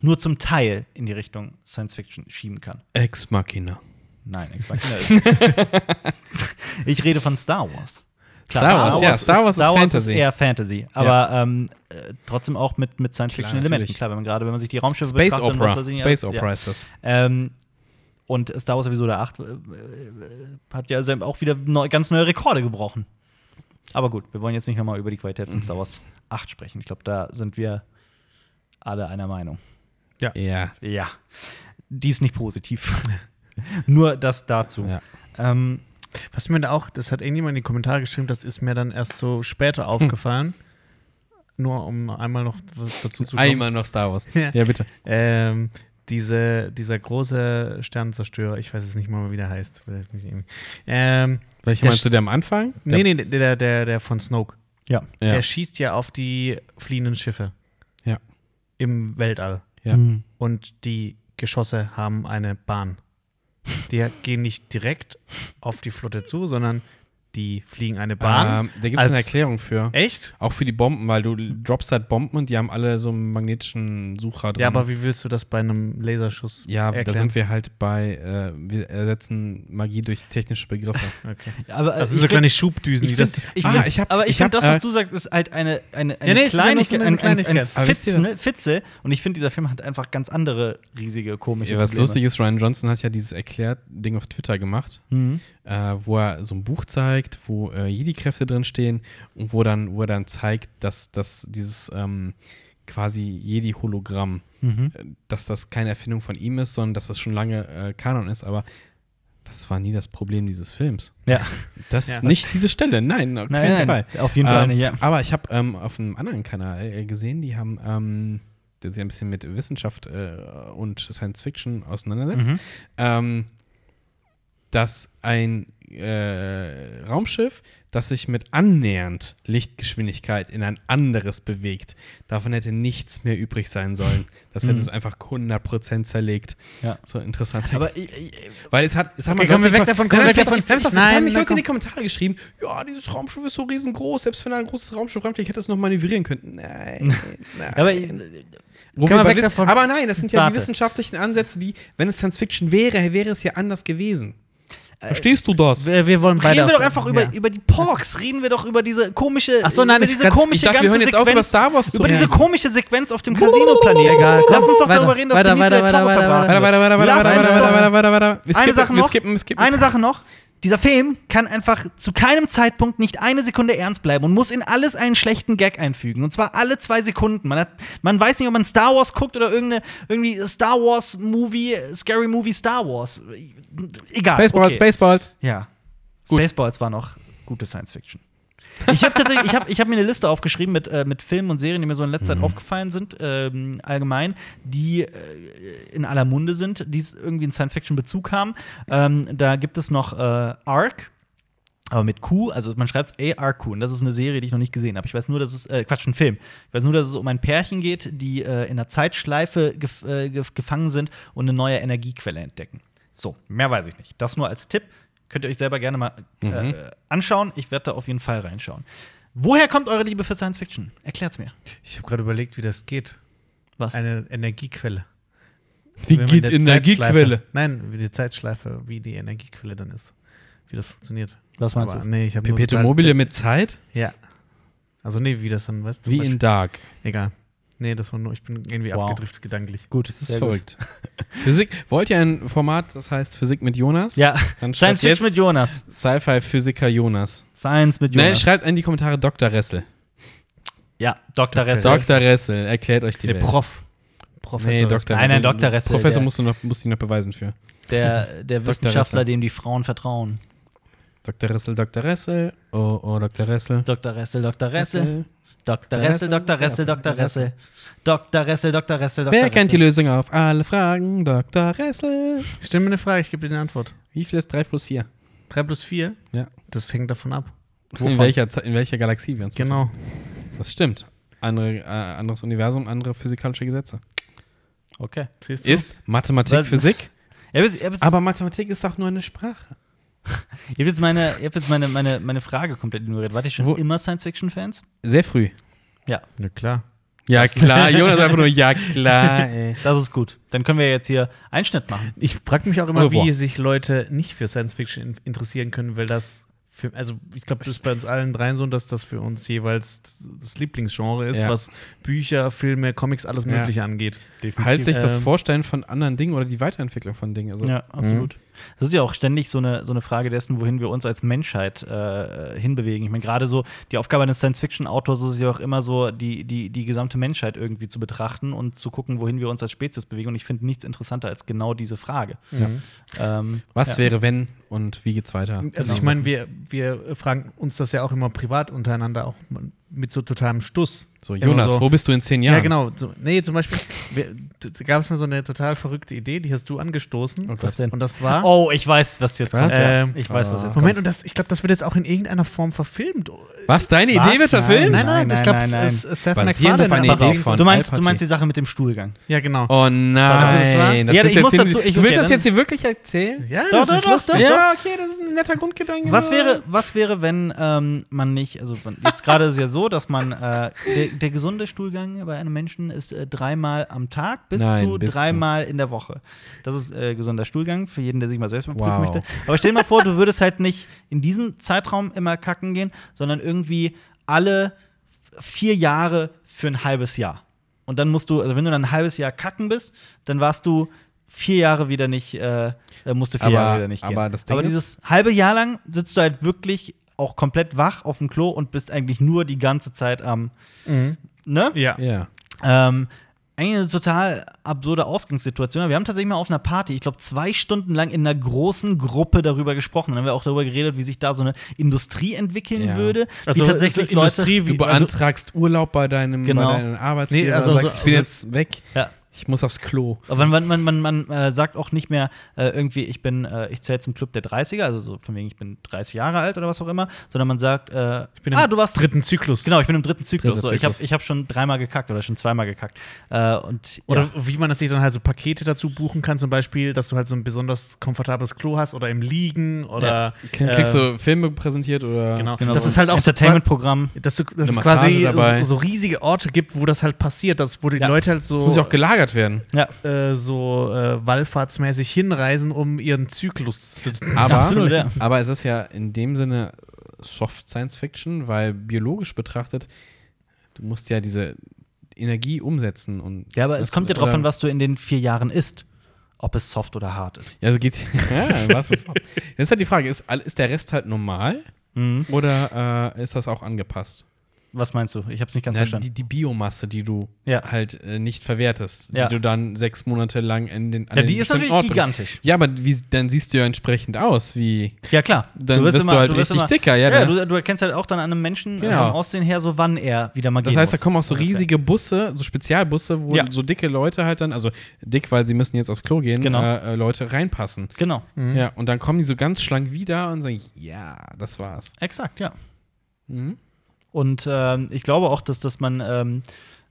Speaker 1: nur zum Teil in die Richtung Science Fiction schieben kann.
Speaker 2: Ex Machina.
Speaker 1: Nein, Ex Machina ist. ich rede von Star Wars.
Speaker 2: Star Wars, ja, Star Wars ist
Speaker 1: Star Wars
Speaker 2: Fantasy.
Speaker 1: ist eher Fantasy, aber ähm, äh, trotzdem auch mit, mit
Speaker 2: Klar,
Speaker 1: Science-Fiction-Elementen.
Speaker 2: natürlich.
Speaker 1: Klar, wenn man gerade, wenn man sich die Raumschiffe
Speaker 2: Space
Speaker 1: betrachtet, und was
Speaker 2: Opera.
Speaker 1: weiß ich nicht
Speaker 2: Space
Speaker 1: alles,
Speaker 2: Opera ist das.
Speaker 1: Ja. Ähm, und Star Wars Episode 8 äh, äh, hat ja selber auch wieder neu, ganz neue Rekorde gebrochen. Aber gut, wir wollen jetzt nicht nochmal über die Qualität von Star Wars 8 sprechen. Ich glaube, da sind wir alle einer Meinung.
Speaker 2: Ja.
Speaker 1: Ja, die ist nicht positiv. Nur das dazu.
Speaker 2: Ja.
Speaker 1: Ähm,
Speaker 3: Was mir da auch, das hat irgendjemand in die Kommentare geschrieben, das ist mir dann erst so später aufgefallen. Nur um einmal noch was dazu zu kommen.
Speaker 2: Einmal noch Star Wars.
Speaker 3: Ja.
Speaker 2: Ja, bitte.
Speaker 3: Ähm, diese, dieser große Sternenzerstörer, ich weiß es nicht mal, wie der heißt. Vielleicht mich irgendwie- Ähm,
Speaker 2: Welche
Speaker 3: Der
Speaker 2: meinst du, der am Anfang? Der,
Speaker 3: nee, nee, der, der, der von Snoke.
Speaker 1: ja.
Speaker 2: Ja.
Speaker 3: Der schießt ja auf die fliehenden Schiffe.
Speaker 2: Ja.
Speaker 3: Im Weltall.
Speaker 2: Ja.
Speaker 1: Mhm.
Speaker 3: Und die Geschosse haben eine Bahn. Die gehen nicht direkt auf die Flotte zu, sondern die fliegen eine Bahn.
Speaker 2: Ähm, da gibt es eine
Speaker 3: als-
Speaker 2: Erklärung für.
Speaker 3: Echt?
Speaker 2: Auch für die Bomben, weil du droppst halt Bomben und die haben alle so einen magnetischen Sucher drin.
Speaker 3: Ja, aber wie willst du das bei einem Laserschuss
Speaker 2: Ja, da
Speaker 3: erklären?
Speaker 2: sind wir halt bei, äh, wir ersetzen Magie durch technische Begriffe.
Speaker 3: Okay.
Speaker 1: Aber, äh,
Speaker 3: Das sind
Speaker 1: ich
Speaker 3: so
Speaker 1: find-
Speaker 3: kleine Schubdüsen,
Speaker 1: Ich
Speaker 3: die das
Speaker 1: find- ich
Speaker 2: Ah,
Speaker 1: find-
Speaker 2: ich hab-
Speaker 1: aber ich,
Speaker 2: ich
Speaker 1: finde,
Speaker 2: hab,
Speaker 1: das, was
Speaker 2: äh,
Speaker 1: du sagst, ist halt eine, eine, eine
Speaker 3: Ja, nee, es ist ja nur so
Speaker 1: Kleinigkeit, ein,
Speaker 3: eine
Speaker 1: ein, ein
Speaker 3: Kleinigkeit.
Speaker 2: Aber wisst ihr-
Speaker 1: Fitzel, Fitzel. Und ich finde, dieser Film hat einfach ganz andere riesige, komische
Speaker 2: Ja, was
Speaker 1: Probleme.
Speaker 2: lustig ist, Ryan Johnson hat ja dieses Erklärt-Ding auf Twitter gemacht,
Speaker 1: Mhm.
Speaker 2: äh, wo er so ein Buch zeigt, wo äh, Jedi-Kräfte drinstehen und wo, dann, wo er dann zeigt, dass, dass dieses ähm, quasi Jedi-Hologramm,
Speaker 1: Mhm.
Speaker 2: äh, dass das keine Erfindung von ihm ist, sondern dass das schon lange äh, Kanon ist, aber das war nie das Problem dieses Films.
Speaker 1: Ja.
Speaker 2: Das
Speaker 3: Ja.
Speaker 2: nicht diese Stelle, nein, auf keinen
Speaker 1: Nein, nein,
Speaker 2: Fall.
Speaker 1: auf jeden Fall.
Speaker 2: Ähm,
Speaker 1: ja.
Speaker 2: Aber ich habe ähm, auf einem anderen Kanal äh, gesehen, die haben ähm, der sich ein bisschen mit Wissenschaft äh, und Science Fiction auseinandersetzt,
Speaker 1: Mhm.
Speaker 2: ähm, dass ein äh, Raumschiff, das sich mit annähernd Lichtgeschwindigkeit in ein anderes bewegt, davon hätte nichts mehr übrig sein sollen. Das hätte
Speaker 1: Mhm.
Speaker 2: es einfach 100% zerlegt.
Speaker 1: Ja.
Speaker 2: So interessant.
Speaker 1: Aber ich, ich,
Speaker 2: Weil es hat, es haben
Speaker 3: Okay, kommen wir
Speaker 2: deutlich-
Speaker 3: weg davon,
Speaker 2: Nein,
Speaker 3: kommen wir
Speaker 2: nein,
Speaker 3: weg davon.
Speaker 2: pass auf,
Speaker 3: Nein,
Speaker 2: Es haben mich
Speaker 3: nein,
Speaker 2: Leute in
Speaker 3: komm.
Speaker 2: die Kommentare geschrieben, ja, dieses Raumschiff ist so riesengroß, selbst wenn da ein großes Raumschiff ranfliegt, hätte es noch manövrieren können. Nein, nein.
Speaker 1: aber ich,
Speaker 2: Wo
Speaker 3: Können
Speaker 2: wir
Speaker 3: wir
Speaker 2: bei
Speaker 3: weg
Speaker 2: Wiss-
Speaker 3: davon?
Speaker 2: aber nein, das sind ja
Speaker 1: Warte.
Speaker 2: die wissenschaftlichen Ansätze, die, wenn es Science Fiction wäre, wäre es ja anders gewesen. Verstehst du das?
Speaker 3: wir, wir wollen beide
Speaker 1: reden wir
Speaker 3: aus-
Speaker 1: doch einfach über,
Speaker 3: ja.
Speaker 1: über die Porks. Reden wir doch über diese komische,
Speaker 3: Ach so, nein,
Speaker 1: über
Speaker 3: ich
Speaker 1: diese
Speaker 3: kann's-
Speaker 1: komische
Speaker 2: ich dachte, wir
Speaker 1: ganze
Speaker 2: hören jetzt auf,
Speaker 1: Sequenz,
Speaker 2: über Star Wars zu
Speaker 1: über diese
Speaker 2: reden.
Speaker 1: komische Sequenz auf dem Casino-Planeten.
Speaker 3: Egal, komm,
Speaker 1: Lass uns doch
Speaker 3: weiter,
Speaker 1: darüber reden, dass
Speaker 3: weiter,
Speaker 1: Benicio
Speaker 3: weiter,
Speaker 1: del Toro
Speaker 3: weiter, weiter,
Speaker 1: verbrannt
Speaker 3: weiter.
Speaker 2: Weiter, weiter, weiter,
Speaker 1: Lass
Speaker 2: weiter,
Speaker 1: uns
Speaker 2: weiter,
Speaker 1: doch-
Speaker 2: weiter, weiter, weiter, weiter. Wir
Speaker 1: eine
Speaker 2: skippen,
Speaker 1: Sache
Speaker 2: wir
Speaker 1: noch.
Speaker 2: skippen, wir skippen.
Speaker 1: Eine Sache noch. Dieser Film kann einfach zu keinem Zeitpunkt nicht eine Sekunde ernst bleiben und muss in alles einen schlechten Gag einfügen. Und zwar alle zwei Sekunden. Man, hat, man weiß nicht, ob man Star Wars guckt oder irgendeine irgendwie Star Wars Movie, Scary Movie Star Wars. Egal.
Speaker 2: Spaceballs,
Speaker 1: okay.
Speaker 2: Spaceballs.
Speaker 1: Ja.
Speaker 2: Gut.
Speaker 1: Spaceballs war noch gute Science Fiction. Ich habe tatsächlich, ich habe ich hab mir eine Liste aufgeschrieben mit, äh, mit Filmen und Serien, die mir so in letzter Zeit aufgefallen sind, ähm, allgemein, die äh, in aller Munde sind, die irgendwie einen Science-Fiction-Bezug haben. Ähm, da gibt es noch äh, Ark, aber mit Q, also man schreibt es ARQ und das ist eine Serie, die ich noch nicht gesehen habe. Ich weiß nur, dass es, äh, Quatsch, ein Film. Ich weiß nur, dass es um ein Pärchen geht, die äh, in einer Zeitschleife gef äh, gef gefangen sind und eine neue Energiequelle entdecken. So, mehr weiß ich nicht. Das nur als Tipp. Könnt ihr euch selber gerne mal äh,
Speaker 2: Mhm.
Speaker 1: äh, anschauen. Ich werde da auf jeden Fall reinschauen. Woher kommt eure Liebe für Science Fiction? Erklärt's mir.
Speaker 3: Ich habe gerade überlegt, wie das geht.
Speaker 1: Was?
Speaker 3: Eine Energiequelle.
Speaker 2: Wie
Speaker 3: Wenn man
Speaker 2: geht
Speaker 3: der
Speaker 2: Energiequelle?
Speaker 3: Zeitschleife- Nein, wie die Zeitschleife, wie die Energiequelle dann ist. Wie das funktioniert.
Speaker 1: Was meinst du?
Speaker 3: Nee, ich habe
Speaker 2: Perpetuum mobile mit Zeit?
Speaker 3: Ja. Also nee, wie das dann, weißt du?
Speaker 2: Wie
Speaker 3: zum
Speaker 2: in Dark.
Speaker 3: Beispiel- Egal. Nee, das war nur, ich bin irgendwie
Speaker 1: Wow.
Speaker 3: abgedriftet gedanklich.
Speaker 1: Gut,
Speaker 2: Das ist verrückt. Physik, wollt ihr ein Format, das heißt Physik mit Jonas?
Speaker 1: Ja,
Speaker 2: Dann schreibt
Speaker 1: Science Fiction
Speaker 2: jetzt-
Speaker 1: mit Jonas.
Speaker 2: Sci-Fi-Physiker Jonas.
Speaker 1: Science mit
Speaker 2: Nein,
Speaker 1: Jonas.
Speaker 2: schreibt in die Kommentare Dr. Ressel.
Speaker 1: ja, Dr. Ressel.
Speaker 2: Dr. Ressel erklärt euch die
Speaker 3: Nee,
Speaker 2: Welt.
Speaker 3: Prof.
Speaker 1: Professor.
Speaker 2: Nee,
Speaker 1: ist.
Speaker 2: Doktor.
Speaker 1: Nein, nein, Doktor Ressel,
Speaker 2: Professor
Speaker 1: der,
Speaker 2: musst du noch, musst du noch beweisen für.
Speaker 1: der, der Wissenschaftler,
Speaker 2: Ressel.
Speaker 1: dem die Frauen vertrauen.
Speaker 2: Dr. Ressel, Dr. Ressel. Oh, oh, Dr. Ressel.
Speaker 1: Dr. Ressel, Dr. Ressel, Dr. Ressel, Dr. Ressel, Dr. Ressel, Dr. Ressel, Dr. Ressel, Dr.
Speaker 2: Wer
Speaker 1: Ressel.
Speaker 2: kennt die Lösung auf alle Fragen? Dr. Ressel.
Speaker 3: Stell mir eine Frage, ich gebe dir eine Antwort.
Speaker 2: Wie viel ist 3 plus 4?
Speaker 3: 3 plus 4,
Speaker 2: Ja.
Speaker 3: das hängt davon ab.
Speaker 2: In welcher, Ze- in welcher Galaxie wir uns
Speaker 3: Genau.
Speaker 2: befinden. Das stimmt. Andere, äh, anderes Universum, andere physikalische Gesetze.
Speaker 1: Okay.
Speaker 3: Siehst du?
Speaker 2: Ist Mathematik
Speaker 1: Was-
Speaker 2: Physik?
Speaker 1: Ihr habt, jetzt- ihr habt, jetzt-
Speaker 2: Aber Mathematik ist auch nur eine Sprache.
Speaker 1: ihr habt jetzt, meine, ihr habt jetzt meine, meine, meine Frage komplett ignoriert. Wart ihr schon
Speaker 2: Wo-
Speaker 1: immer Science-Fiction-Fans?
Speaker 2: Sehr früh.
Speaker 1: Ja,
Speaker 3: Na klar.
Speaker 2: Ja, klar. Jonas einfach nur, ja, klar, Ah, ey.
Speaker 1: das ist gut. Dann können wir jetzt hier Einschnitt machen.
Speaker 3: Ich frage mich auch immer,
Speaker 2: Au revoir.
Speaker 3: wie sich Leute nicht für Science Fiction in interessieren können, weil das für, also ich glaube, das ist bei uns allen dreien so, dass das für uns jeweils das Lieblingsgenre ist,
Speaker 2: Ja.
Speaker 3: was Bücher, Filme, Comics, alles
Speaker 2: Ja.
Speaker 3: Mögliche angeht.
Speaker 2: Halt sich das
Speaker 3: Ähm,
Speaker 2: Vorstellen von anderen Dingen oder die Weiterentwicklung von Dingen. Also,
Speaker 1: Ja, absolut. Das ist ja auch ständig so eine, so eine Frage dessen, wohin wir uns als Menschheit äh, hinbewegen. Ich meine, gerade so die Aufgabe eines Science-Fiction-Autors ist ja auch immer so, die, die, die gesamte Menschheit irgendwie zu betrachten und zu gucken, wohin wir uns als Spezies bewegen. Und ich finde nichts interessanter als genau diese Frage. Ähm,
Speaker 2: was
Speaker 1: ja.
Speaker 2: wäre, wenn und wie geht's weiter?
Speaker 1: Genau
Speaker 2: Genau.
Speaker 3: Also ich meine, wir, wir fragen uns das ja auch immer privat untereinander, auch mit so totalem Stuss.
Speaker 2: So,
Speaker 3: Immer
Speaker 2: Jonas,
Speaker 3: so,
Speaker 2: wo bist du in zehn Jahren?
Speaker 3: Ja, genau. So, nee, zum Beispiel gab es mal so eine total verrückte Idee, die hast du angestoßen.
Speaker 2: Oh Gott.
Speaker 1: Was denn?
Speaker 3: Und das war.
Speaker 1: Oh, ich weiß, was jetzt
Speaker 2: Was?
Speaker 1: kommt.
Speaker 3: Ähm,
Speaker 1: ich weiß, was jetzt kommt.
Speaker 3: Moment, und das, ich glaube, das wird jetzt auch in irgendeiner Form verfilmt. Oh,
Speaker 2: Was? Deine
Speaker 1: Was?
Speaker 2: Idee wird verfilmt?
Speaker 1: Nein,
Speaker 3: Nein, nein, das
Speaker 1: nein,
Speaker 3: glaube
Speaker 1: nein,
Speaker 3: ich.
Speaker 1: nein.
Speaker 3: ist- ist Seth
Speaker 2: Basierend
Speaker 3: McFarlane,
Speaker 2: auf einer
Speaker 3: aber
Speaker 1: Pass
Speaker 2: Idee
Speaker 3: irgendwie
Speaker 2: von-
Speaker 1: auf, du, meinst, du
Speaker 2: Alpha
Speaker 1: meinst
Speaker 2: T.
Speaker 1: die Sache mit dem Stuhlgang.
Speaker 3: so- Ja, genau.
Speaker 2: Oh nein.
Speaker 3: das war-
Speaker 1: Ja,
Speaker 2: das willst
Speaker 1: ich
Speaker 2: du
Speaker 1: muss
Speaker 2: jetzt
Speaker 1: dazu-
Speaker 2: nicht-
Speaker 1: ich-
Speaker 2: du
Speaker 1: okay,
Speaker 2: willst das
Speaker 1: dann-
Speaker 2: jetzt hier wirklich erzählen?
Speaker 3: Ja,
Speaker 1: Doch,
Speaker 3: das
Speaker 1: doch,
Speaker 3: ist
Speaker 1: doch,
Speaker 3: lustig.
Speaker 1: doch.
Speaker 2: Ja, okay, das ist ein netter Grundgedanke.
Speaker 1: Was wäre, was wäre, wenn ähm, man nicht, also man- jetzt gerade ist es ja so, dass man, äh, der, der gesunde Stuhlgang bei einem Menschen ist äh, dreimal am Tag bis
Speaker 2: Nein,
Speaker 1: zu
Speaker 2: bis zu-
Speaker 1: dreimal in der Woche. Das ist äh, gesunder Stuhlgang für jeden, der sich mal selbst überprüfen
Speaker 2: Wow.
Speaker 1: möchte. Aber stell dir mal vor, du würdest halt nicht in diesem Zeitraum immer kacken gehen, sondern irgendwie alle vier Jahre für ein halbes Jahr. Und dann musst du, also wenn du dann ein halbes Jahr kacken bist, dann warst du vier Jahre wieder nicht, äh, äh, musst du vier
Speaker 2: Aber-
Speaker 1: Jahre wieder nicht gehen.
Speaker 2: aber das Ding
Speaker 1: aber
Speaker 2: ist-
Speaker 1: dieses halbe Jahr lang sitzt du halt wirklich auch komplett wach auf dem Klo und bist eigentlich nur die ganze Zeit am,
Speaker 2: Mhm.
Speaker 1: ne?
Speaker 3: Ja.
Speaker 2: Ja.
Speaker 1: Ähm, eigentlich eine total absurde Ausgangssituation. Wir haben tatsächlich mal auf einer Party, ich glaube, zwei Stunden lang in einer großen Gruppe darüber gesprochen. Dann haben wir auch darüber geredet, wie sich da so eine Industrie entwickeln
Speaker 2: Ja.
Speaker 1: würde,
Speaker 3: Also,
Speaker 1: die tatsächlich
Speaker 3: ist
Speaker 1: Leute.
Speaker 3: Industrie,
Speaker 2: Du
Speaker 3: wie- also-
Speaker 2: beantragst Urlaub bei deinem,
Speaker 1: Genau.
Speaker 2: bei deinem Arbeitgeber.
Speaker 3: Nee, also
Speaker 2: du
Speaker 3: so-
Speaker 2: sagst, ich bin
Speaker 3: so-
Speaker 2: jetzt weg.
Speaker 1: Ja.
Speaker 2: Ich muss aufs Klo.
Speaker 1: Aber man, man, man, man äh, sagt auch nicht mehr äh, irgendwie, ich bin, äh, ich zähle zum Club der 30er, also so von wegen, ich bin 30 Jahre alt oder was auch immer, sondern man sagt, äh,
Speaker 3: bin im
Speaker 1: ah, du warst
Speaker 3: dritten Zyklus.
Speaker 1: Genau, ich bin im dritten Zyklus.
Speaker 2: Dritter
Speaker 1: so, ich habe
Speaker 2: Zyklus.
Speaker 1: ich hab schon dreimal gekackt oder schon zweimal gekackt. Äh, und
Speaker 3: Oder
Speaker 1: ja.
Speaker 3: wie man das sich dann halt so Pakete dazu buchen kann, zum Beispiel, dass du halt so ein besonders komfortables Klo hast oder im Liegen oder. äh,
Speaker 2: Kriegst du Filme präsentiert oder
Speaker 3: Genau.
Speaker 1: Ähm, genau
Speaker 3: das
Speaker 1: so
Speaker 3: ist halt auch so-
Speaker 1: Entertainment-Programm.
Speaker 3: Dass, du, dass
Speaker 2: Eine
Speaker 3: es
Speaker 2: Massage
Speaker 3: quasi
Speaker 2: dabei.
Speaker 3: so, so riesige Orte gibt, wo das halt passiert, dass, wo die
Speaker 1: Ja.
Speaker 3: Leute halt so.
Speaker 2: Das muss ja auch gelagert werden.
Speaker 1: Ja.
Speaker 3: äh, so äh, wallfahrtsmäßig hinreisen, um ihren Zyklus zu
Speaker 2: Aber,
Speaker 1: Absolut, ja.
Speaker 2: aber es ist ja in dem Sinne Soft Science Fiction, weil biologisch betrachtet, du musst ja diese Energie umsetzen und.
Speaker 1: ja, aber es
Speaker 2: das- äh,
Speaker 1: kommt ja drauf
Speaker 2: oder-
Speaker 1: an, was du in den vier Jahren isst. Ob es soft oder hart ist.
Speaker 2: Ja, so geht's. ja, was ist das? ist halt die Frage, ist, all- ist der Rest halt normal
Speaker 1: Mhm.
Speaker 2: oder äh, ist das auch angepasst?
Speaker 1: Was meinst du? Ich habe es nicht ganz
Speaker 2: Ja,
Speaker 1: verstanden.
Speaker 2: die, die Biomasse, die du
Speaker 1: Ja.
Speaker 2: halt äh, nicht verwertest,
Speaker 1: Ja.
Speaker 2: die du dann sechs Monate lang in den an
Speaker 1: Ja,
Speaker 2: den
Speaker 1: die ist natürlich
Speaker 2: bestimmten Ort bringst.
Speaker 1: gigantisch.
Speaker 2: Ja, aber wie, dann siehst du ja entsprechend aus, wie
Speaker 1: Ja, klar.
Speaker 2: Dann wirst du halt richtig dicker, ja,
Speaker 1: ja
Speaker 2: ne?
Speaker 1: du, du erkennst halt auch dann an einem Menschen
Speaker 2: Genau.
Speaker 1: vom Aussehen her, so wann er wieder mal
Speaker 2: Das
Speaker 1: gehen
Speaker 2: heißt, da
Speaker 1: muss.
Speaker 2: kommen auch so
Speaker 1: Ungefähr.
Speaker 2: riesige Busse, so Spezialbusse, wo
Speaker 1: Ja.
Speaker 2: so dicke Leute halt dann, also dick, weil sie müssen jetzt aufs Klo gehen,
Speaker 1: Genau.
Speaker 2: äh, äh, Leute reinpassen.
Speaker 1: Genau,
Speaker 2: Ja, und dann kommen die so ganz schlank wieder und sagen, ja, das war's.
Speaker 1: exakt, ja.
Speaker 2: Mhm.
Speaker 1: Und ähm, ich glaube auch, dass, dass man ähm,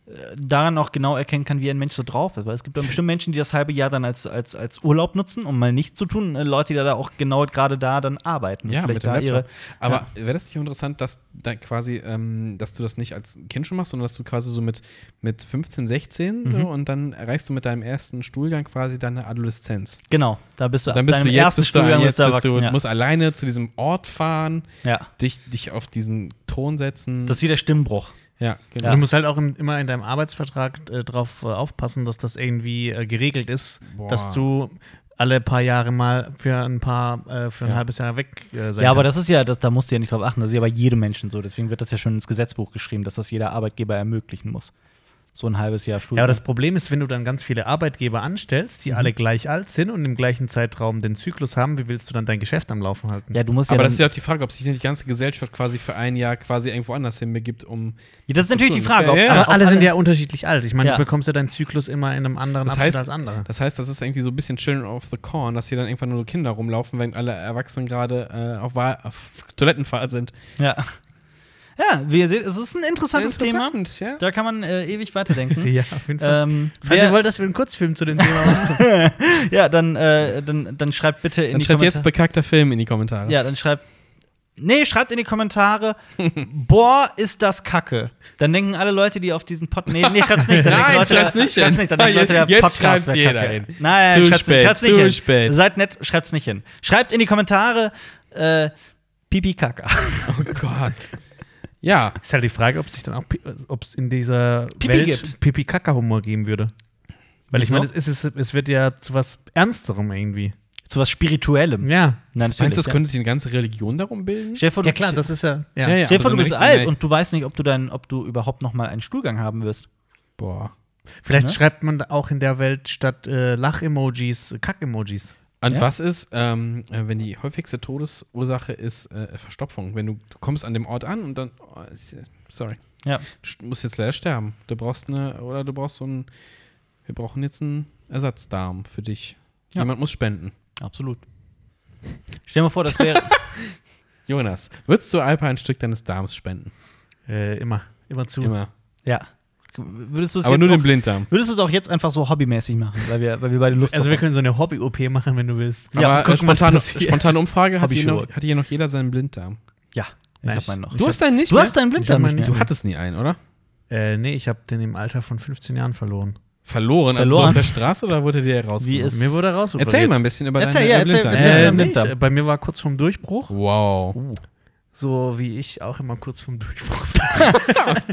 Speaker 1: äh, daran auch genau erkennen kann, wie ein Mensch so drauf ist. Weil es gibt dann bestimmt Menschen, die das halbe Jahr dann als, als, als Urlaub nutzen, um mal nichts zu tun. Äh, Leute, die da auch genau gerade da dann arbeiten. und
Speaker 2: Ja, mit
Speaker 1: vielleicht
Speaker 2: dem
Speaker 1: da ihre,
Speaker 2: Laptop. Aber wäre das nicht interessant, dass da quasi, ähm, dass du das nicht als Kind schon machst, sondern dass du quasi so mit, mit 15, 16
Speaker 1: Mhm.
Speaker 2: so, und dann erreichst du mit deinem ersten Stuhlgang quasi deine Adoleszenz.
Speaker 1: Genau, da bist du
Speaker 2: Dann bist
Speaker 1: deinem
Speaker 2: du jetzt,
Speaker 1: ersten
Speaker 2: bist du,
Speaker 1: Stuhlgang
Speaker 2: jetzt bist du,
Speaker 1: erwachsen,
Speaker 2: musst Mhm. alleine zu diesem Ort fahren,
Speaker 1: ja. ja,
Speaker 2: dich, dich auf diesen Thron setzen.
Speaker 1: das ist wie der Stimmbruch.
Speaker 2: ja, genau.
Speaker 1: Ja.
Speaker 3: Du musst halt auch im, immer in deinem Arbeitsvertrag äh, drauf äh, aufpassen, dass das irgendwie äh, geregelt ist,
Speaker 2: Boah.
Speaker 3: dass du alle paar Jahre mal für ein paar, äh, für ein
Speaker 2: Ja.
Speaker 3: halbes Jahr weg äh, sein
Speaker 1: Ja, aber
Speaker 3: kannst.
Speaker 1: das ist ja, das, da musst du ja nicht drauf achten. Das ist ja bei jedem Menschen so. Deswegen wird das ja schon ins Gesetzbuch geschrieben, dass das jeder Arbeitgeber ermöglichen muss. so ein halbes Jahr Studium.
Speaker 3: Ja, aber das Problem ist, wenn du dann ganz viele Arbeitgeber anstellst, die alle gleich alt sind und im gleichen Zeitraum den Zyklus haben, wie willst du dann dein Geschäft am Laufen halten?
Speaker 1: ja, du musst ja
Speaker 2: Aber
Speaker 1: dann-
Speaker 2: das ist ja auch die Frage, ob sich nicht die ganze Gesellschaft quasi für ein Jahr quasi irgendwo anders hinbegibt, um.
Speaker 1: Ja, das ist natürlich die
Speaker 2: zu tun.
Speaker 1: Frage, ob-
Speaker 2: Ja, ja.
Speaker 3: aber alle, sind ja unterschiedlich alt. Ich meine,
Speaker 1: Ja.
Speaker 3: du bekommst ja deinen Zyklus immer in einem anderen
Speaker 2: Das
Speaker 3: Abschnitt
Speaker 2: heißt,
Speaker 3: als andere.
Speaker 2: das heißt, das ist irgendwie so ein bisschen Children of the Corn, dass hier dann irgendwann nur Kinder rumlaufen, während alle Erwachsenen gerade äh, auf, Wa- auf Toilettenfahrt sind.
Speaker 1: Ja. Ja, wie ihr seht, es ist ein interessantes Thema.
Speaker 2: Interessant, ja.
Speaker 1: Da kann man äh, ewig weiterdenken.
Speaker 3: Ja, auf jeden
Speaker 1: ähm,
Speaker 3: Äh, Falls ihr
Speaker 1: wer,
Speaker 3: wollt, dass wir einen Kurzfilm zu dem Thema machen.
Speaker 1: ja, dann, äh, dann, dann schreibt bitte in
Speaker 2: Dann
Speaker 1: die
Speaker 2: schreibt
Speaker 1: Kommentare.
Speaker 2: jetzt bekackter Film in die Kommentare.
Speaker 1: ja, dann schreibt. Nee, schreibt in die Kommentare, boah, ist das Kacke. Dann denken alle Leute, die auf diesen Pod. Nee, nee, schreibt's nicht. Dann
Speaker 2: Nein,
Speaker 1: denken Leute,
Speaker 2: schreibt's nicht hin.
Speaker 1: Schreibt's nicht, dann denken Leute, der
Speaker 2: Jetzt
Speaker 1: Podcast
Speaker 2: schreibt's
Speaker 1: wäre
Speaker 2: jeder
Speaker 1: Kacke.
Speaker 2: hin.
Speaker 1: Nein,
Speaker 2: Zu
Speaker 1: schreibt's nicht,
Speaker 2: spät,
Speaker 1: schreibt's nicht
Speaker 2: zu
Speaker 1: hin.
Speaker 2: spät.
Speaker 1: Seid nett, schreibt's nicht hin. Schreibt in die Kommentare, äh, Pipi Kaka.
Speaker 2: Oh Gott. Ja.
Speaker 3: Ist halt die Frage, ob es sich dann auch, ob es in dieser
Speaker 1: Pipi
Speaker 3: Welt
Speaker 1: gibt.
Speaker 3: Pipi-Kaka-Humor geben würde. Weil ich
Speaker 1: Wieso?
Speaker 3: meine, es, ist, es wird ja zu was Ernsterem irgendwie.
Speaker 1: Zu was Spirituellem.
Speaker 3: Ja.
Speaker 1: Nein, natürlich.
Speaker 2: Meinst du, das
Speaker 1: ja.
Speaker 2: könnte sich eine ganze Religion darum bilden?
Speaker 1: Stell dir vor, du-
Speaker 3: Ja klar, das ist ja.
Speaker 2: Ja, ja.
Speaker 1: Stell dir
Speaker 2: aber
Speaker 1: vor,
Speaker 2: so
Speaker 1: du
Speaker 2: eine
Speaker 1: bist
Speaker 2: richtige-
Speaker 1: alt und du weißt nicht, ob du, dein, ob du überhaupt noch mal einen Stuhlgang haben wirst.
Speaker 2: Boah.
Speaker 3: Vielleicht
Speaker 1: Ne?
Speaker 3: schreibt man auch in der Welt statt äh, Lach-Emojis Kack-Emojis.
Speaker 2: Und
Speaker 1: Ja.
Speaker 2: was ist, ähm, äh, wenn die häufigste Todesursache ist äh, Verstopfung? Wenn du, du kommst an dem Ort an und dann, oh, ist ja- sorry,
Speaker 1: Ja.
Speaker 2: du st- musst jetzt leider sterben. Du brauchst eine, oder du brauchst so einen, wir brauchen jetzt einen Ersatzdarm für dich.
Speaker 1: Ja.
Speaker 2: Jemand muss spenden.
Speaker 1: Absolut. Stell dir mal vor, das wäre.
Speaker 2: Jonas, würdest du Alpa ein Stück deines Darms spenden?
Speaker 3: Äh, immer. Immer zu.
Speaker 2: Immer.
Speaker 1: ja. Würdest du es
Speaker 2: Aber
Speaker 1: jetzt
Speaker 2: nur den
Speaker 1: auch,
Speaker 2: Blinddarm.
Speaker 1: würdest du es auch jetzt einfach so hobbymäßig machen, weil wir, weil wir beide Lust
Speaker 3: Also wir
Speaker 1: drauf
Speaker 3: können so eine Hobby-OP machen, wenn du willst.
Speaker 1: Ja,
Speaker 2: Aber
Speaker 1: gucken,
Speaker 2: äh,
Speaker 1: was
Speaker 2: spontane,
Speaker 1: passiert.
Speaker 2: spontane Umfrage, hat
Speaker 1: Hab ich
Speaker 2: hier,
Speaker 1: schon.
Speaker 2: noch, hat hier noch jeder seinen Blinddarm?
Speaker 1: haben? Ja. Ich
Speaker 3: Nein,
Speaker 1: hab meinen noch.
Speaker 2: Du hast deinen nicht,
Speaker 1: du
Speaker 2: ne?
Speaker 1: hast deinen Blinddarm
Speaker 3: Ich hab
Speaker 1: nicht
Speaker 3: meinen
Speaker 1: mehr.
Speaker 2: Du hattest nie einen, oder?
Speaker 3: Äh, nee, ich habe den im Alter von 15 Jahren verloren.
Speaker 2: Verloren, also so
Speaker 1: Verloren.
Speaker 2: auf der Straße oder wurde dir
Speaker 1: Wie
Speaker 2: rausgenommen?
Speaker 1: ist.
Speaker 3: Mir wurde er raus.
Speaker 2: Erzähl mal ein bisschen über
Speaker 1: Erzähl,
Speaker 2: deinen
Speaker 1: ja,
Speaker 2: äh,
Speaker 1: erzähl,
Speaker 2: Blinddarm.
Speaker 1: erzähl. Oh.
Speaker 3: Äh,
Speaker 1: Blinddarm.
Speaker 3: nicht. Äh, Bei mir war kurz vorm Durchbruch.
Speaker 2: Wow.
Speaker 3: So wie ich auch immer kurz vorm Durchbruch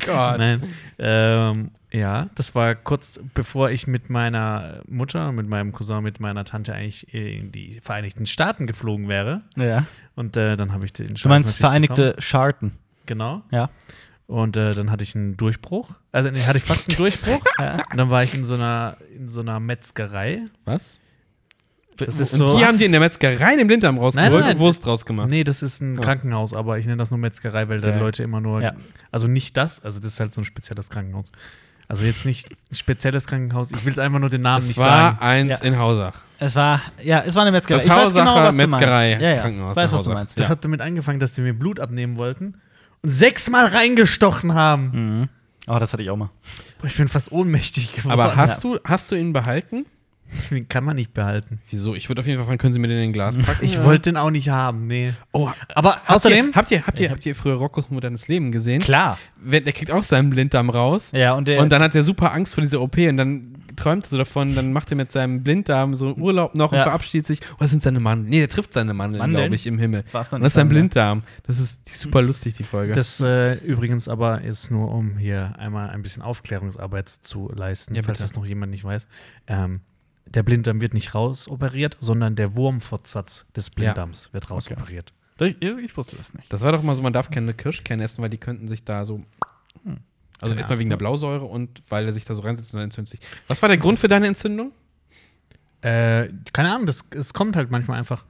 Speaker 2: Gott.
Speaker 3: Nein. Ähm, ja, das war kurz bevor ich mit meiner Mutter, mit meinem Cousin, mit meiner Tante eigentlich in die Vereinigten Staaten geflogen wäre.
Speaker 1: ja.
Speaker 3: Und äh, dann habe ich den
Speaker 1: Du
Speaker 3: Scheiß
Speaker 1: meinst
Speaker 3: natürlich
Speaker 1: Vereinigte Scharten.
Speaker 3: Bekommen. Genau.
Speaker 1: Ja.
Speaker 3: Und äh, dann hatte ich einen Durchbruch. Also nee, hatte ich fast einen Durchbruch. Und dann war ich in so einer, in so einer Metzgerei.
Speaker 2: Was?
Speaker 3: Das
Speaker 2: Und die haben dir in der Metzgerei den Blinddarm rausgeholt
Speaker 3: Nein, nein,
Speaker 2: und Wurst draus gemacht.
Speaker 3: Nee, das ist ein Krankenhaus, aber ich nenne das nur Metzgerei, weil da
Speaker 2: Ja.
Speaker 3: Leute immer nur.
Speaker 1: Ja.
Speaker 3: Also nicht das, also das ist halt so ein spezielles Krankenhaus. Also jetzt nicht ein spezielles Krankenhaus, ich will es einfach nur den Namen
Speaker 2: Es
Speaker 3: nicht
Speaker 2: war
Speaker 3: sagen.
Speaker 2: eins
Speaker 1: Ja.
Speaker 2: in Hausach.
Speaker 1: Es war, ja, es war eine Metzgerei.
Speaker 2: Das
Speaker 1: ich weiß
Speaker 2: Hausacher
Speaker 1: genau, was du
Speaker 2: Metzgerei,
Speaker 1: meinst. Ja, ja.
Speaker 2: Krankenhaus
Speaker 1: Ich weiß, was du
Speaker 2: Hausacher.
Speaker 1: meinst.
Speaker 3: Das
Speaker 1: Ja.
Speaker 3: hat damit angefangen, dass die mir Blut abnehmen wollten und sechsmal reingestochen haben.
Speaker 2: Hm.
Speaker 1: Mhm. Oh, das hatte ich auch mal.
Speaker 3: Boah, ich bin fast ohnmächtig geworden.
Speaker 2: Aber hast, du, hast du ihn behalten?
Speaker 3: Den kann man nicht behalten.
Speaker 2: Wieso? Ich würde auf jeden Fall fragen, können Sie mir den in ein Glas packen?
Speaker 3: Ich wollte den auch nicht haben, nee.
Speaker 2: Oh,
Speaker 3: Aber
Speaker 2: habt
Speaker 3: außerdem.
Speaker 2: Ihr, habt, ihr, habt, ihr, habt ihr früher Rockos modernes Leben gesehen?
Speaker 1: Klar.
Speaker 2: Wenn, der kriegt auch seinen Blinddarm raus.
Speaker 1: Ja, und der.
Speaker 2: Und dann hat er super Angst vor dieser OP und dann träumt er so davon, dann macht er mit seinem Blinddarm so einen Urlaub noch und
Speaker 1: Ja.
Speaker 2: verabschiedet sich. Oh, das sind seine Mandeln. Nee, der trifft seine Mandeln,
Speaker 1: Mandeln?
Speaker 2: glaube ich, im Himmel.
Speaker 1: Weiß man
Speaker 2: Und das
Speaker 1: nicht,
Speaker 2: ist sein
Speaker 1: dann, ja.
Speaker 2: Blinddarm. Das ist die ist super lustig, die Folge.
Speaker 3: Das äh, übrigens aber jetzt nur, um hier einmal ein bisschen Aufklärungsarbeit zu leisten,
Speaker 2: Ja,
Speaker 3: falls
Speaker 2: bitte.
Speaker 3: das noch jemand nicht weiß. Ähm, der Blinddarm wird nicht rausoperiert, sondern der Wurmfortsatz des Blinddarms wird rausoperiert.
Speaker 1: ich, ich wusste das nicht.
Speaker 2: Das war doch mal so, man darf keine Kirschkerne essen, weil die könnten sich da so.
Speaker 1: Hm.
Speaker 2: Also erstmal wegen der Blausäure und weil er sich da so reinsetzt und dann entzündet sich. Was war der Grund für deine Entzündung?
Speaker 3: Äh, keine Ahnung, das, es kommt halt manchmal einfach.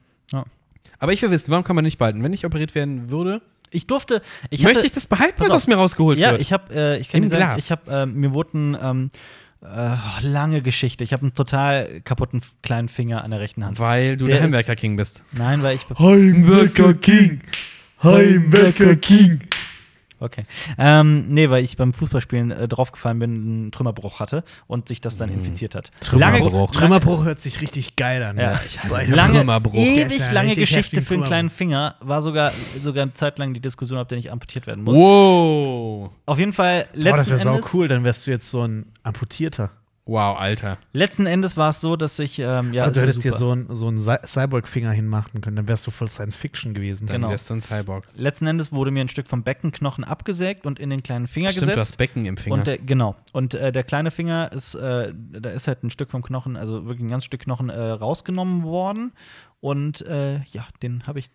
Speaker 2: Aber ich will wissen, warum kann man nicht behalten? Wenn ich operiert werden würde,
Speaker 1: Ich durfte. Ich hatte,
Speaker 2: möchte ich das behalten,
Speaker 1: Pass
Speaker 2: was
Speaker 1: auf.
Speaker 2: aus mir rausgeholt
Speaker 1: ja,
Speaker 2: wird?
Speaker 1: ich habe, äh, ich kann
Speaker 2: Im
Speaker 1: dir sagen,
Speaker 2: Glas.
Speaker 1: ich habe, äh, mir wurden ähm, äh, lange Geschichte. Ich habe einen total kaputten f- kleinen Finger an der rechten Hand.
Speaker 2: weil du
Speaker 1: Der
Speaker 2: der,
Speaker 1: ist-
Speaker 2: Heimwerker King bist.
Speaker 1: Nein, weil ich.
Speaker 3: Heimwerker King! Heimwerker King!
Speaker 1: Okay. Ähm, nee, weil ich beim Fußballspielen äh, draufgefallen bin, einen Trümmerbruch hatte und sich das dann infiziert hat.
Speaker 2: Trümmerbruch.
Speaker 3: Trümmerbruch hört sich richtig geil an.
Speaker 1: Ja,
Speaker 3: ne?
Speaker 1: ich
Speaker 3: Boah,
Speaker 1: Lange, lange
Speaker 2: Trümmerbruch.
Speaker 3: Der ist
Speaker 1: ewig
Speaker 3: ja
Speaker 1: lange
Speaker 3: richtig
Speaker 1: Geschichte
Speaker 3: heftigen
Speaker 1: für einen
Speaker 3: Trümmerbruch.
Speaker 1: kleinen Finger. War sogar sogar eine Zeit lang die Diskussion, ob der nicht amputiert werden muss.
Speaker 2: Wow.
Speaker 1: Auf jeden Fall letzten
Speaker 3: Boah, das wäre sau
Speaker 1: Endes.
Speaker 3: cool, dann wärst du jetzt so ein Amputierter.
Speaker 2: Wow, Alter.
Speaker 1: Letzten Endes war es so, dass ich ähm, ja.
Speaker 3: Aber
Speaker 1: es
Speaker 3: du
Speaker 1: war
Speaker 3: Also hättest dir
Speaker 1: super.
Speaker 3: so einen so einen Cy- Cyborg-Finger hinmachen können, dann wärst du voll Science-Fiction gewesen.
Speaker 2: Dann
Speaker 1: Genau.
Speaker 2: wärst du ein Cyborg.
Speaker 1: Letzten Endes wurde mir ein Stück vom Beckenknochen abgesägt und in den kleinen Finger
Speaker 2: Stimmt, du
Speaker 1: gesetzt.
Speaker 2: hast Becken im Finger.
Speaker 1: Und der, genau. Und äh, der kleine Finger ist, äh, da ist halt ein Stück vom Knochen, also wirklich ein ganz Stück Knochen äh, rausgenommen worden. Und äh, ja, den habe ich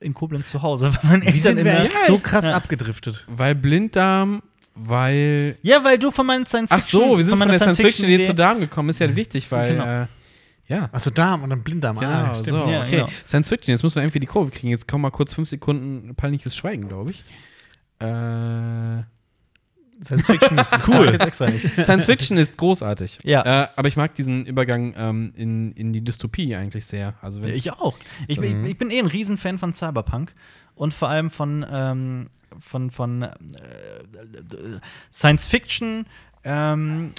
Speaker 1: in Koblenz zu Hause. Weil meine
Speaker 3: Wie
Speaker 1: Eltern
Speaker 3: sind
Speaker 1: in
Speaker 3: wir
Speaker 1: der-
Speaker 3: eigentlich so krass abgedriftet?
Speaker 2: weil Blinddarm weil.
Speaker 1: Ja, weil du von meinen Science
Speaker 2: Ach
Speaker 1: Fiction.
Speaker 2: so, wir sind von, der Science Fiction Idee
Speaker 1: Idee-
Speaker 2: zu Darm gekommen, ist ja wichtig, weil.
Speaker 1: Genau.
Speaker 2: Äh, ja.
Speaker 3: Achso, Also Darm und dann Blinddarm.
Speaker 2: Genau,
Speaker 3: ah,
Speaker 2: so,
Speaker 3: stimmt.
Speaker 1: Ja,
Speaker 2: okay.
Speaker 1: genau.
Speaker 2: Science Fiction, jetzt müssen wir irgendwie die Kurve kriegen. Jetzt kommen mal kurz fünf Sekunden peinliches Schweigen, glaube ich. Äh,
Speaker 3: Science Fiction ist
Speaker 1: Sag
Speaker 3: cool.
Speaker 1: jetzt extra nichts.
Speaker 2: Science Fiction ist großartig.
Speaker 1: Ja.
Speaker 2: Äh, aber ich mag diesen Übergang ähm, in, in die Dystopie eigentlich sehr. Also wenn
Speaker 1: Ich auch. Ich,
Speaker 2: mhm.
Speaker 1: bin- ich bin eh ein Riesenfan von Cyberpunk und vor allem von, ähm, von, von äh, Science Fiction, ähm,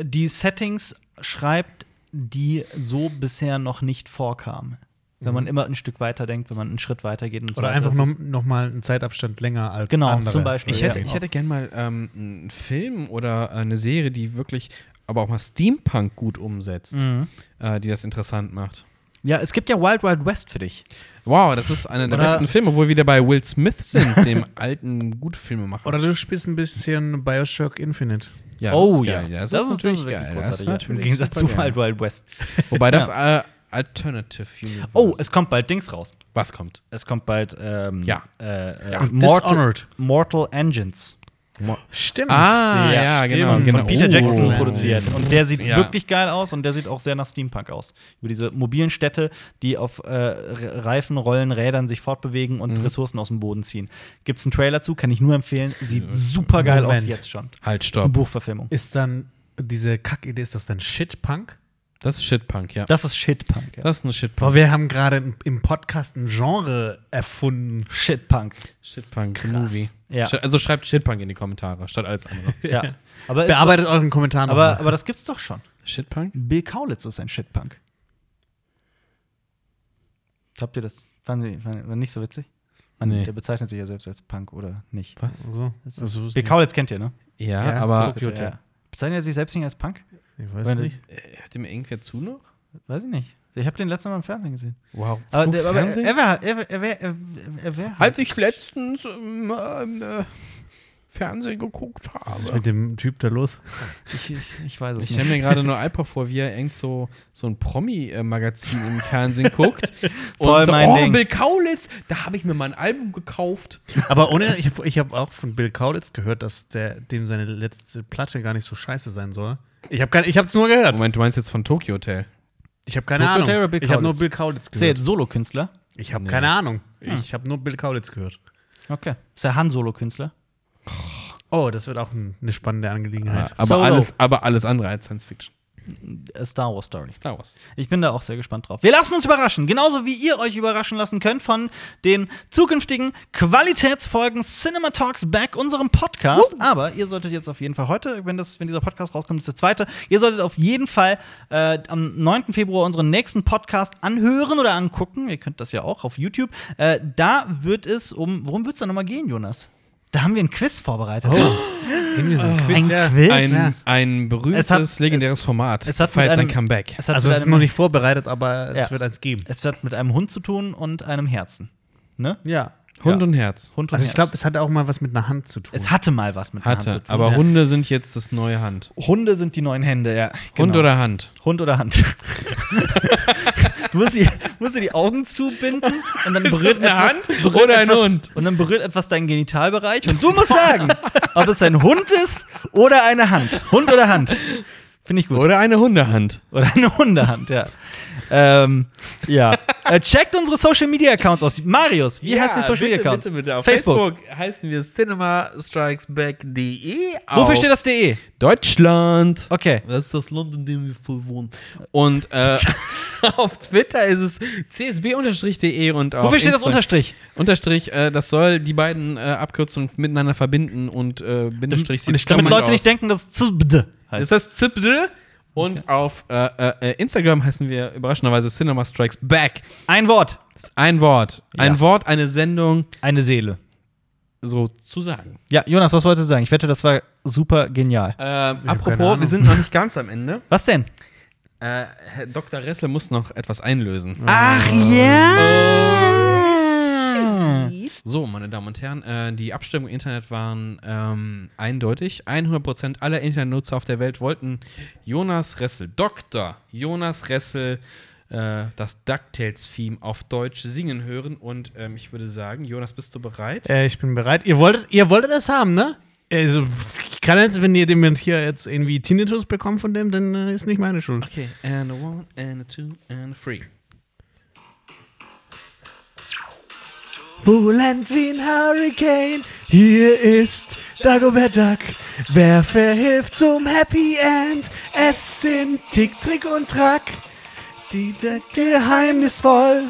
Speaker 1: die Settings schreibt, die so bisher noch nicht vorkamen. Wenn
Speaker 2: Mhm.
Speaker 1: man immer ein Stück weiter denkt, wenn man einen Schritt weiter geht und so
Speaker 3: Oder
Speaker 1: weiter.
Speaker 3: einfach
Speaker 1: Das
Speaker 3: noch,
Speaker 1: ist-
Speaker 3: noch mal einen Zeitabstand länger als
Speaker 1: Genau,
Speaker 3: andere.
Speaker 1: zum Beispiel.
Speaker 2: Ich
Speaker 1: Ja.
Speaker 2: hätte, ich hätte gern mal ähm, einen Film oder äh, eine Serie, die wirklich, aber auch mal Steampunk gut umsetzt,
Speaker 1: Mhm.
Speaker 2: äh, die das interessant macht.
Speaker 1: Ja, es gibt ja Wild Wild West für dich.
Speaker 2: Wow, das ist einer der
Speaker 3: Oder-
Speaker 2: besten Filme, wo wir wieder bei Will Smith sind, dem alten gute Filmemacher.
Speaker 3: Oder du spielst ein bisschen Bioshock Infinite.
Speaker 2: ja,
Speaker 1: oh
Speaker 2: das ist geil.
Speaker 1: ja,
Speaker 2: das, ist natürlich
Speaker 1: wirklich
Speaker 2: geil. Das
Speaker 1: großartig,
Speaker 2: ist
Speaker 1: ja.
Speaker 2: natürlich
Speaker 1: Im Gegensatz zu
Speaker 2: super geil.
Speaker 1: Wild Wild West.
Speaker 2: Wobei das äh, Alternative Universe.
Speaker 1: Oh, es kommt bald Dings raus.
Speaker 2: was kommt?
Speaker 1: Es kommt bald ähm,
Speaker 2: Ja.
Speaker 1: äh, äh,
Speaker 2: Ja.
Speaker 1: Mortal,
Speaker 3: Dishonored.
Speaker 1: Mortal Engines.
Speaker 2: Mo-
Speaker 3: Stimmt.
Speaker 2: Ah, ja, genau,
Speaker 1: Von
Speaker 2: genau.
Speaker 1: Peter
Speaker 2: Oh.
Speaker 1: Jackson produziert. Und der sieht
Speaker 2: Ja.
Speaker 1: wirklich geil aus und der sieht auch sehr nach Steampunk aus. Über diese mobilen Städte, die auf äh, Re- Reifen, Rollen, Rädern sich fortbewegen
Speaker 2: Mhm.
Speaker 1: und Ressourcen aus dem Boden ziehen. Gibt es einen Trailer zu, kann ich nur empfehlen. Sieht super geil aus
Speaker 3: Moment.
Speaker 1: jetzt schon.
Speaker 2: Halt,
Speaker 1: Eine
Speaker 2: stopp.
Speaker 1: Buchverfilmung.
Speaker 3: Ist dann diese Kackidee, ist das dann Shitpunk?
Speaker 2: Das ist Shitpunk, ja.
Speaker 1: Das ist Shitpunk. Ja.
Speaker 2: Das ist eine Shitpunk.
Speaker 3: Boah, wir haben gerade im Podcast ein Genre erfunden.
Speaker 1: Shitpunk.
Speaker 2: Shitpunk, the Movie.
Speaker 1: Ja.
Speaker 2: Sch- Also schreibt Shitpunk in die Kommentare, statt alles andere.
Speaker 1: Ja. Aber, es-
Speaker 3: Bearbeitet euren Kommentar
Speaker 1: aber,
Speaker 3: nochmal.
Speaker 1: aber das gibt's doch schon.
Speaker 2: Shitpunk?
Speaker 1: Bill Kaulitz ist ein Shitpunk. Glaubt ihr das? Fanden Sie fanden, war nicht so witzig? Man,
Speaker 2: Nee.
Speaker 1: Der bezeichnet sich ja selbst als Punk oder nicht.
Speaker 2: Was?
Speaker 3: So. Also,
Speaker 1: Bill Kaulitz kennt ihr, ne?
Speaker 2: Ja,
Speaker 3: Ja,
Speaker 2: aber
Speaker 3: Bitte, ja.
Speaker 1: ja. Bezeichnet er sich selbst nicht als Punk?
Speaker 3: ich weiß
Speaker 1: Wenn
Speaker 3: nicht.
Speaker 2: Äh, Hört ihm irgendwer zu noch?
Speaker 1: Weiß ich nicht. Ich habe den letzten Mal im Fernsehen gesehen.
Speaker 2: Wow.
Speaker 1: Aber,
Speaker 2: Guckst
Speaker 1: der- aber
Speaker 2: Fernsehen?
Speaker 1: er wäre er, wär- er, wär- er, er wär halt.
Speaker 2: Als ich letztens ähm, ähm, äh, Fernsehen geguckt habe.
Speaker 3: Was ist mit dem Typ da los?
Speaker 1: Ich, ich, ich weiß es
Speaker 2: Halt. Ich stelle
Speaker 1: nicht.
Speaker 2: mir gerade nur Alpa vor, wie er irgend so, so ein Promi-Magazin im Fernsehen guckt.
Speaker 1: Voll
Speaker 2: und so,
Speaker 1: mein
Speaker 2: oh,
Speaker 1: Ding."
Speaker 2: Bill Kaulitz, da habe ich mir mein Album gekauft.
Speaker 3: Aber ohne, ich habe ich hab auch von Bill Kaulitz gehört, dass der, dem seine letzte Platte gar nicht so scheiße sein soll. Ich habe es nur gehört.
Speaker 2: Moment, du meinst jetzt von Tokyo Hotel.
Speaker 3: Ich habe keine
Speaker 1: Tokyo Hotel oder
Speaker 3: Ahnung.
Speaker 1: Bill
Speaker 3: Ich habe nur
Speaker 1: Kaulitz? Ah.
Speaker 3: Bill Kaulitz
Speaker 1: Ist er
Speaker 3: gehört.
Speaker 1: jetzt Solokünstler?
Speaker 3: Ich habe
Speaker 2: Nee.
Speaker 3: keine Ahnung. Ich habe nur Bill Kaulitz gehört.
Speaker 1: Okay. Ist er Han-Solokünstler?
Speaker 3: Oh, das wird auch ein, eine spannende Angelegenheit.
Speaker 2: Ah, Aber
Speaker 1: Solo.
Speaker 2: alles, aber alles andere als Science Fiction.
Speaker 1: A Star Wars Story.
Speaker 2: Star Wars.
Speaker 1: Ich bin da auch sehr gespannt drauf. Wir lassen uns überraschen, genauso wie ihr euch überraschen lassen könnt von den zukünftigen Qualitätsfolgen Cinema Talks Back, unserem Podcast. Aber ihr solltet jetzt auf jeden Fall heute, wenn, das, wenn dieser Podcast rauskommt, ist der zweite, ihr solltet auf jeden Fall äh, am 9. Februar unseren nächsten Podcast anhören oder angucken. Ihr könnt das ja auch auf YouTube. Äh, da wird es um, worum wird es da nochmal gehen, Jonas? Da haben wir ein Quiz vorbereitet.
Speaker 3: Irgendwie Oh. so ein Also, Quiz,
Speaker 1: ein
Speaker 3: ja.
Speaker 1: Quiz?
Speaker 2: Ein, ein
Speaker 1: Es
Speaker 2: berühmtes,
Speaker 1: hat-
Speaker 2: legendäres
Speaker 1: es-
Speaker 2: Format.
Speaker 1: es hat
Speaker 2: feiert
Speaker 1: mit
Speaker 2: sein
Speaker 1: einem-
Speaker 2: Comeback.
Speaker 1: Es hat
Speaker 3: Also
Speaker 1: mit
Speaker 3: es ist
Speaker 1: einem-
Speaker 3: noch nicht vorbereitet, aber
Speaker 1: Ja.
Speaker 3: es wird eins geben.
Speaker 1: es hat mit einem Hund zu tun und einem Herzen. Ne?
Speaker 3: Ja.
Speaker 2: Hund und Herz.
Speaker 1: Hund und
Speaker 3: Also ich glaube,
Speaker 1: Herz.
Speaker 3: es hat auch mal was mit einer Hand zu tun.
Speaker 1: Es hatte mal was mit einer Hand zu
Speaker 2: Hatte,
Speaker 1: tun.
Speaker 2: aber
Speaker 1: ja.
Speaker 2: Hunde sind jetzt das neue Hand.
Speaker 1: Hunde sind die neuen Hände, ja. genau.
Speaker 2: Hund oder Hand?
Speaker 1: Hund oder Hand. du musst dir, musst dir die Augen zubinden und dann berührt
Speaker 2: eine
Speaker 1: etwas,
Speaker 2: Hand
Speaker 1: berührt
Speaker 2: oder ein
Speaker 1: etwas,
Speaker 2: Hund?
Speaker 1: Und dann berührt etwas deinen Genitalbereich und du musst sagen, ob es ein Hund ist oder eine Hand. Hund oder Hand. Finde ich gut.
Speaker 2: Oder eine Hundehand.
Speaker 1: Oder eine Hundehand, ja. ähm, ja. Äh, checkt unsere Social Media Accounts aus. Marius, wie heißt die Social Media Accounts? Facebook.
Speaker 2: heißen wir cinemastrikesback.de.
Speaker 1: Wofür steht das DE?
Speaker 2: Deutschland.
Speaker 1: Okay.
Speaker 2: Das ist das Land, in dem wir voll wohnen. Und äh, auf Twitter ist es csb-de und auf
Speaker 1: Wofür steht das
Speaker 2: Insta-
Speaker 1: Unterstrich?
Speaker 2: Unterstrich, äh, das soll die beiden äh, Abkürzungen miteinander verbinden und äh, Bindestrich
Speaker 1: Und
Speaker 2: sieht
Speaker 1: ich damit
Speaker 2: komisch
Speaker 1: Leute
Speaker 2: aus.
Speaker 1: nicht denken, dass es zu bd heißt.
Speaker 2: Ist das Zipde? Und auf äh, äh, Instagram heißen wir überraschenderweise Cinema Strikes Back.
Speaker 1: Ein Wort,
Speaker 2: Das ist ein Wort. Ein
Speaker 1: Ja.
Speaker 2: Wort, eine Sendung,
Speaker 1: eine Seele.
Speaker 2: so zu sagen.
Speaker 1: Ja, Jonas, was wolltest du sagen? Ich wette, das war super genial.
Speaker 2: Ähm,
Speaker 3: hab keine
Speaker 2: apropos,
Speaker 3: Ahnung.
Speaker 2: wir sind noch nicht ganz am Ende.
Speaker 1: Was denn?
Speaker 2: Äh, Herr Dr. Ressel muss noch etwas einlösen.
Speaker 3: Ah.
Speaker 1: Ach ja!
Speaker 2: äh, So, meine Damen und Herren, äh, die Abstimmungen im Internet waren ähm, eindeutig. 100% aller Internetnutzer auf der Welt wollten Jonas Ressel, Dr. Jonas Ressel, äh, das DuckTales-Theme auf Deutsch singen hören. Und ähm, ich würde sagen, Jonas, bist du bereit?
Speaker 3: Äh, ich bin bereit. Ihr wolltet, ihr wolltet es haben, ne? Also, ich kann jetzt, wenn ihr dem hier jetzt irgendwie Tinnitus bekommt von dem, dann äh, ist nicht meine Schuld.
Speaker 2: Okay, and a one, and a two, and a three.
Speaker 3: Bulant wie ein Hurricane, hier ist Dagobert Duck. Wer verhilft zum Happy End? Es sind Tick, Trick und Track. Die sind geheimnisvoll,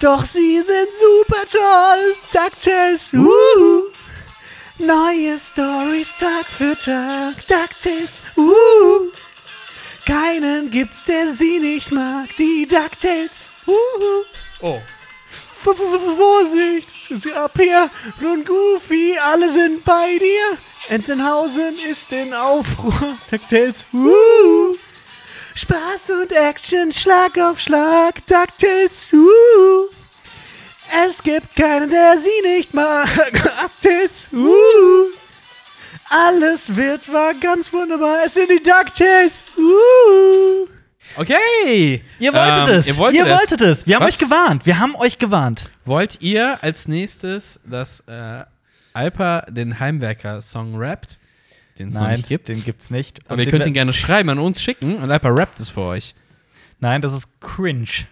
Speaker 3: doch sie sind super toll. DuckTales, wuhu. Neue Stories Tag für Tag, DuckTales, wuhu. Keinen gibt's, der sie nicht mag, die DuckTales, wuhu.
Speaker 2: Oh.
Speaker 3: V -v -v Vorsicht, es ist ab hier. Nun, Goofy, alle sind bei dir. Entenhausen ist in Aufruhr. DuckTales, wuhu. Spaß und Action, Schlag auf Schlag. DuckTales, wuhu. Es gibt keinen, der sie nicht mag. DuckTales, wuhu. Alles wird war ganz wunderbar. Es sind die uh. DuckTales, wuhu.
Speaker 2: Okay!
Speaker 1: Ihr wolltet
Speaker 2: Ähm,
Speaker 1: es.
Speaker 2: Ihr wolltet es.
Speaker 1: es. Wir haben
Speaker 2: Was?
Speaker 1: euch gewarnt. Wir haben euch gewarnt.
Speaker 2: Wollt ihr als nächstes, dass äh, Alpa den Heimwerker-Song rappt? Den es noch nicht gibt.
Speaker 1: den gibt's nicht.
Speaker 2: Aber ihr könnt ihn gerne schreiben an uns schicken und Alpa rappt es für euch.
Speaker 1: Nein, das ist cringe.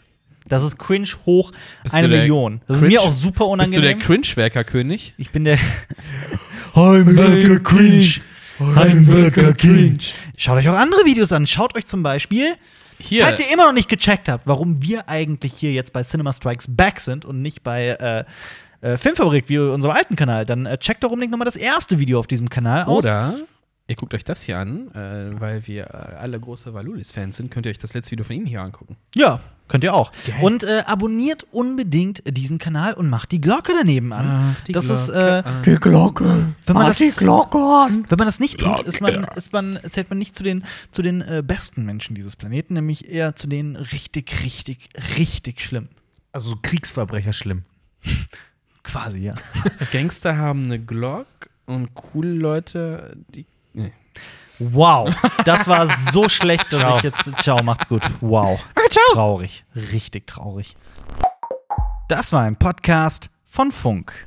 Speaker 1: Das ist cringe hoch
Speaker 2: Bist
Speaker 1: eine
Speaker 2: du der
Speaker 1: Million. Das
Speaker 2: Cringe-
Speaker 1: ist mir auch super
Speaker 2: Bist du der
Speaker 1: unangenehm.
Speaker 2: Cringe-Werker-König?
Speaker 1: ich bin der Heimwerker Cringe. Heimwerker Cringe. Schaut euch auch andere Videos an. Schaut euch zum Beispiel,
Speaker 2: Hier.
Speaker 1: falls ihr immer noch nicht gecheckt habt, warum wir eigentlich hier jetzt bei Cinema Strikes Back sind und nicht bei äh, äh, Filmfabrik wie unserem alten Kanal, dann äh, checkt doch unbedingt nochmal das erste Video auf diesem Kanal aus.
Speaker 2: Oder ihr guckt euch das hier an, äh, weil wir äh, alle große Valulis-Fans sind, könnt ihr euch das letzte Video von ihm hier angucken.
Speaker 1: Ja, könnt ihr auch. Und äh, abonniert unbedingt diesen Kanal und macht die Glocke daneben an.
Speaker 2: Macht Ah, die
Speaker 1: das ist, äh,
Speaker 2: Glocke an.
Speaker 3: Die Glocke. Ah,
Speaker 1: Wenn man das-
Speaker 3: die Glocke an.
Speaker 1: wenn man das nicht tut, ist man, ist man, zählt man nicht zu den, zu den äh, besten Menschen dieses Planeten, nämlich eher zu den richtig, richtig, richtig schlimmen.
Speaker 3: Also Kriegsverbrecher schlimm.
Speaker 1: Quasi, ja.
Speaker 2: Gangster haben eine Glock und coole Leute, die. Nee.
Speaker 1: Wow, das war so schlecht, dass ich jetzt. Ciao, macht's gut. Wow. Traurig, richtig traurig. Das war ein Podcast von Funk.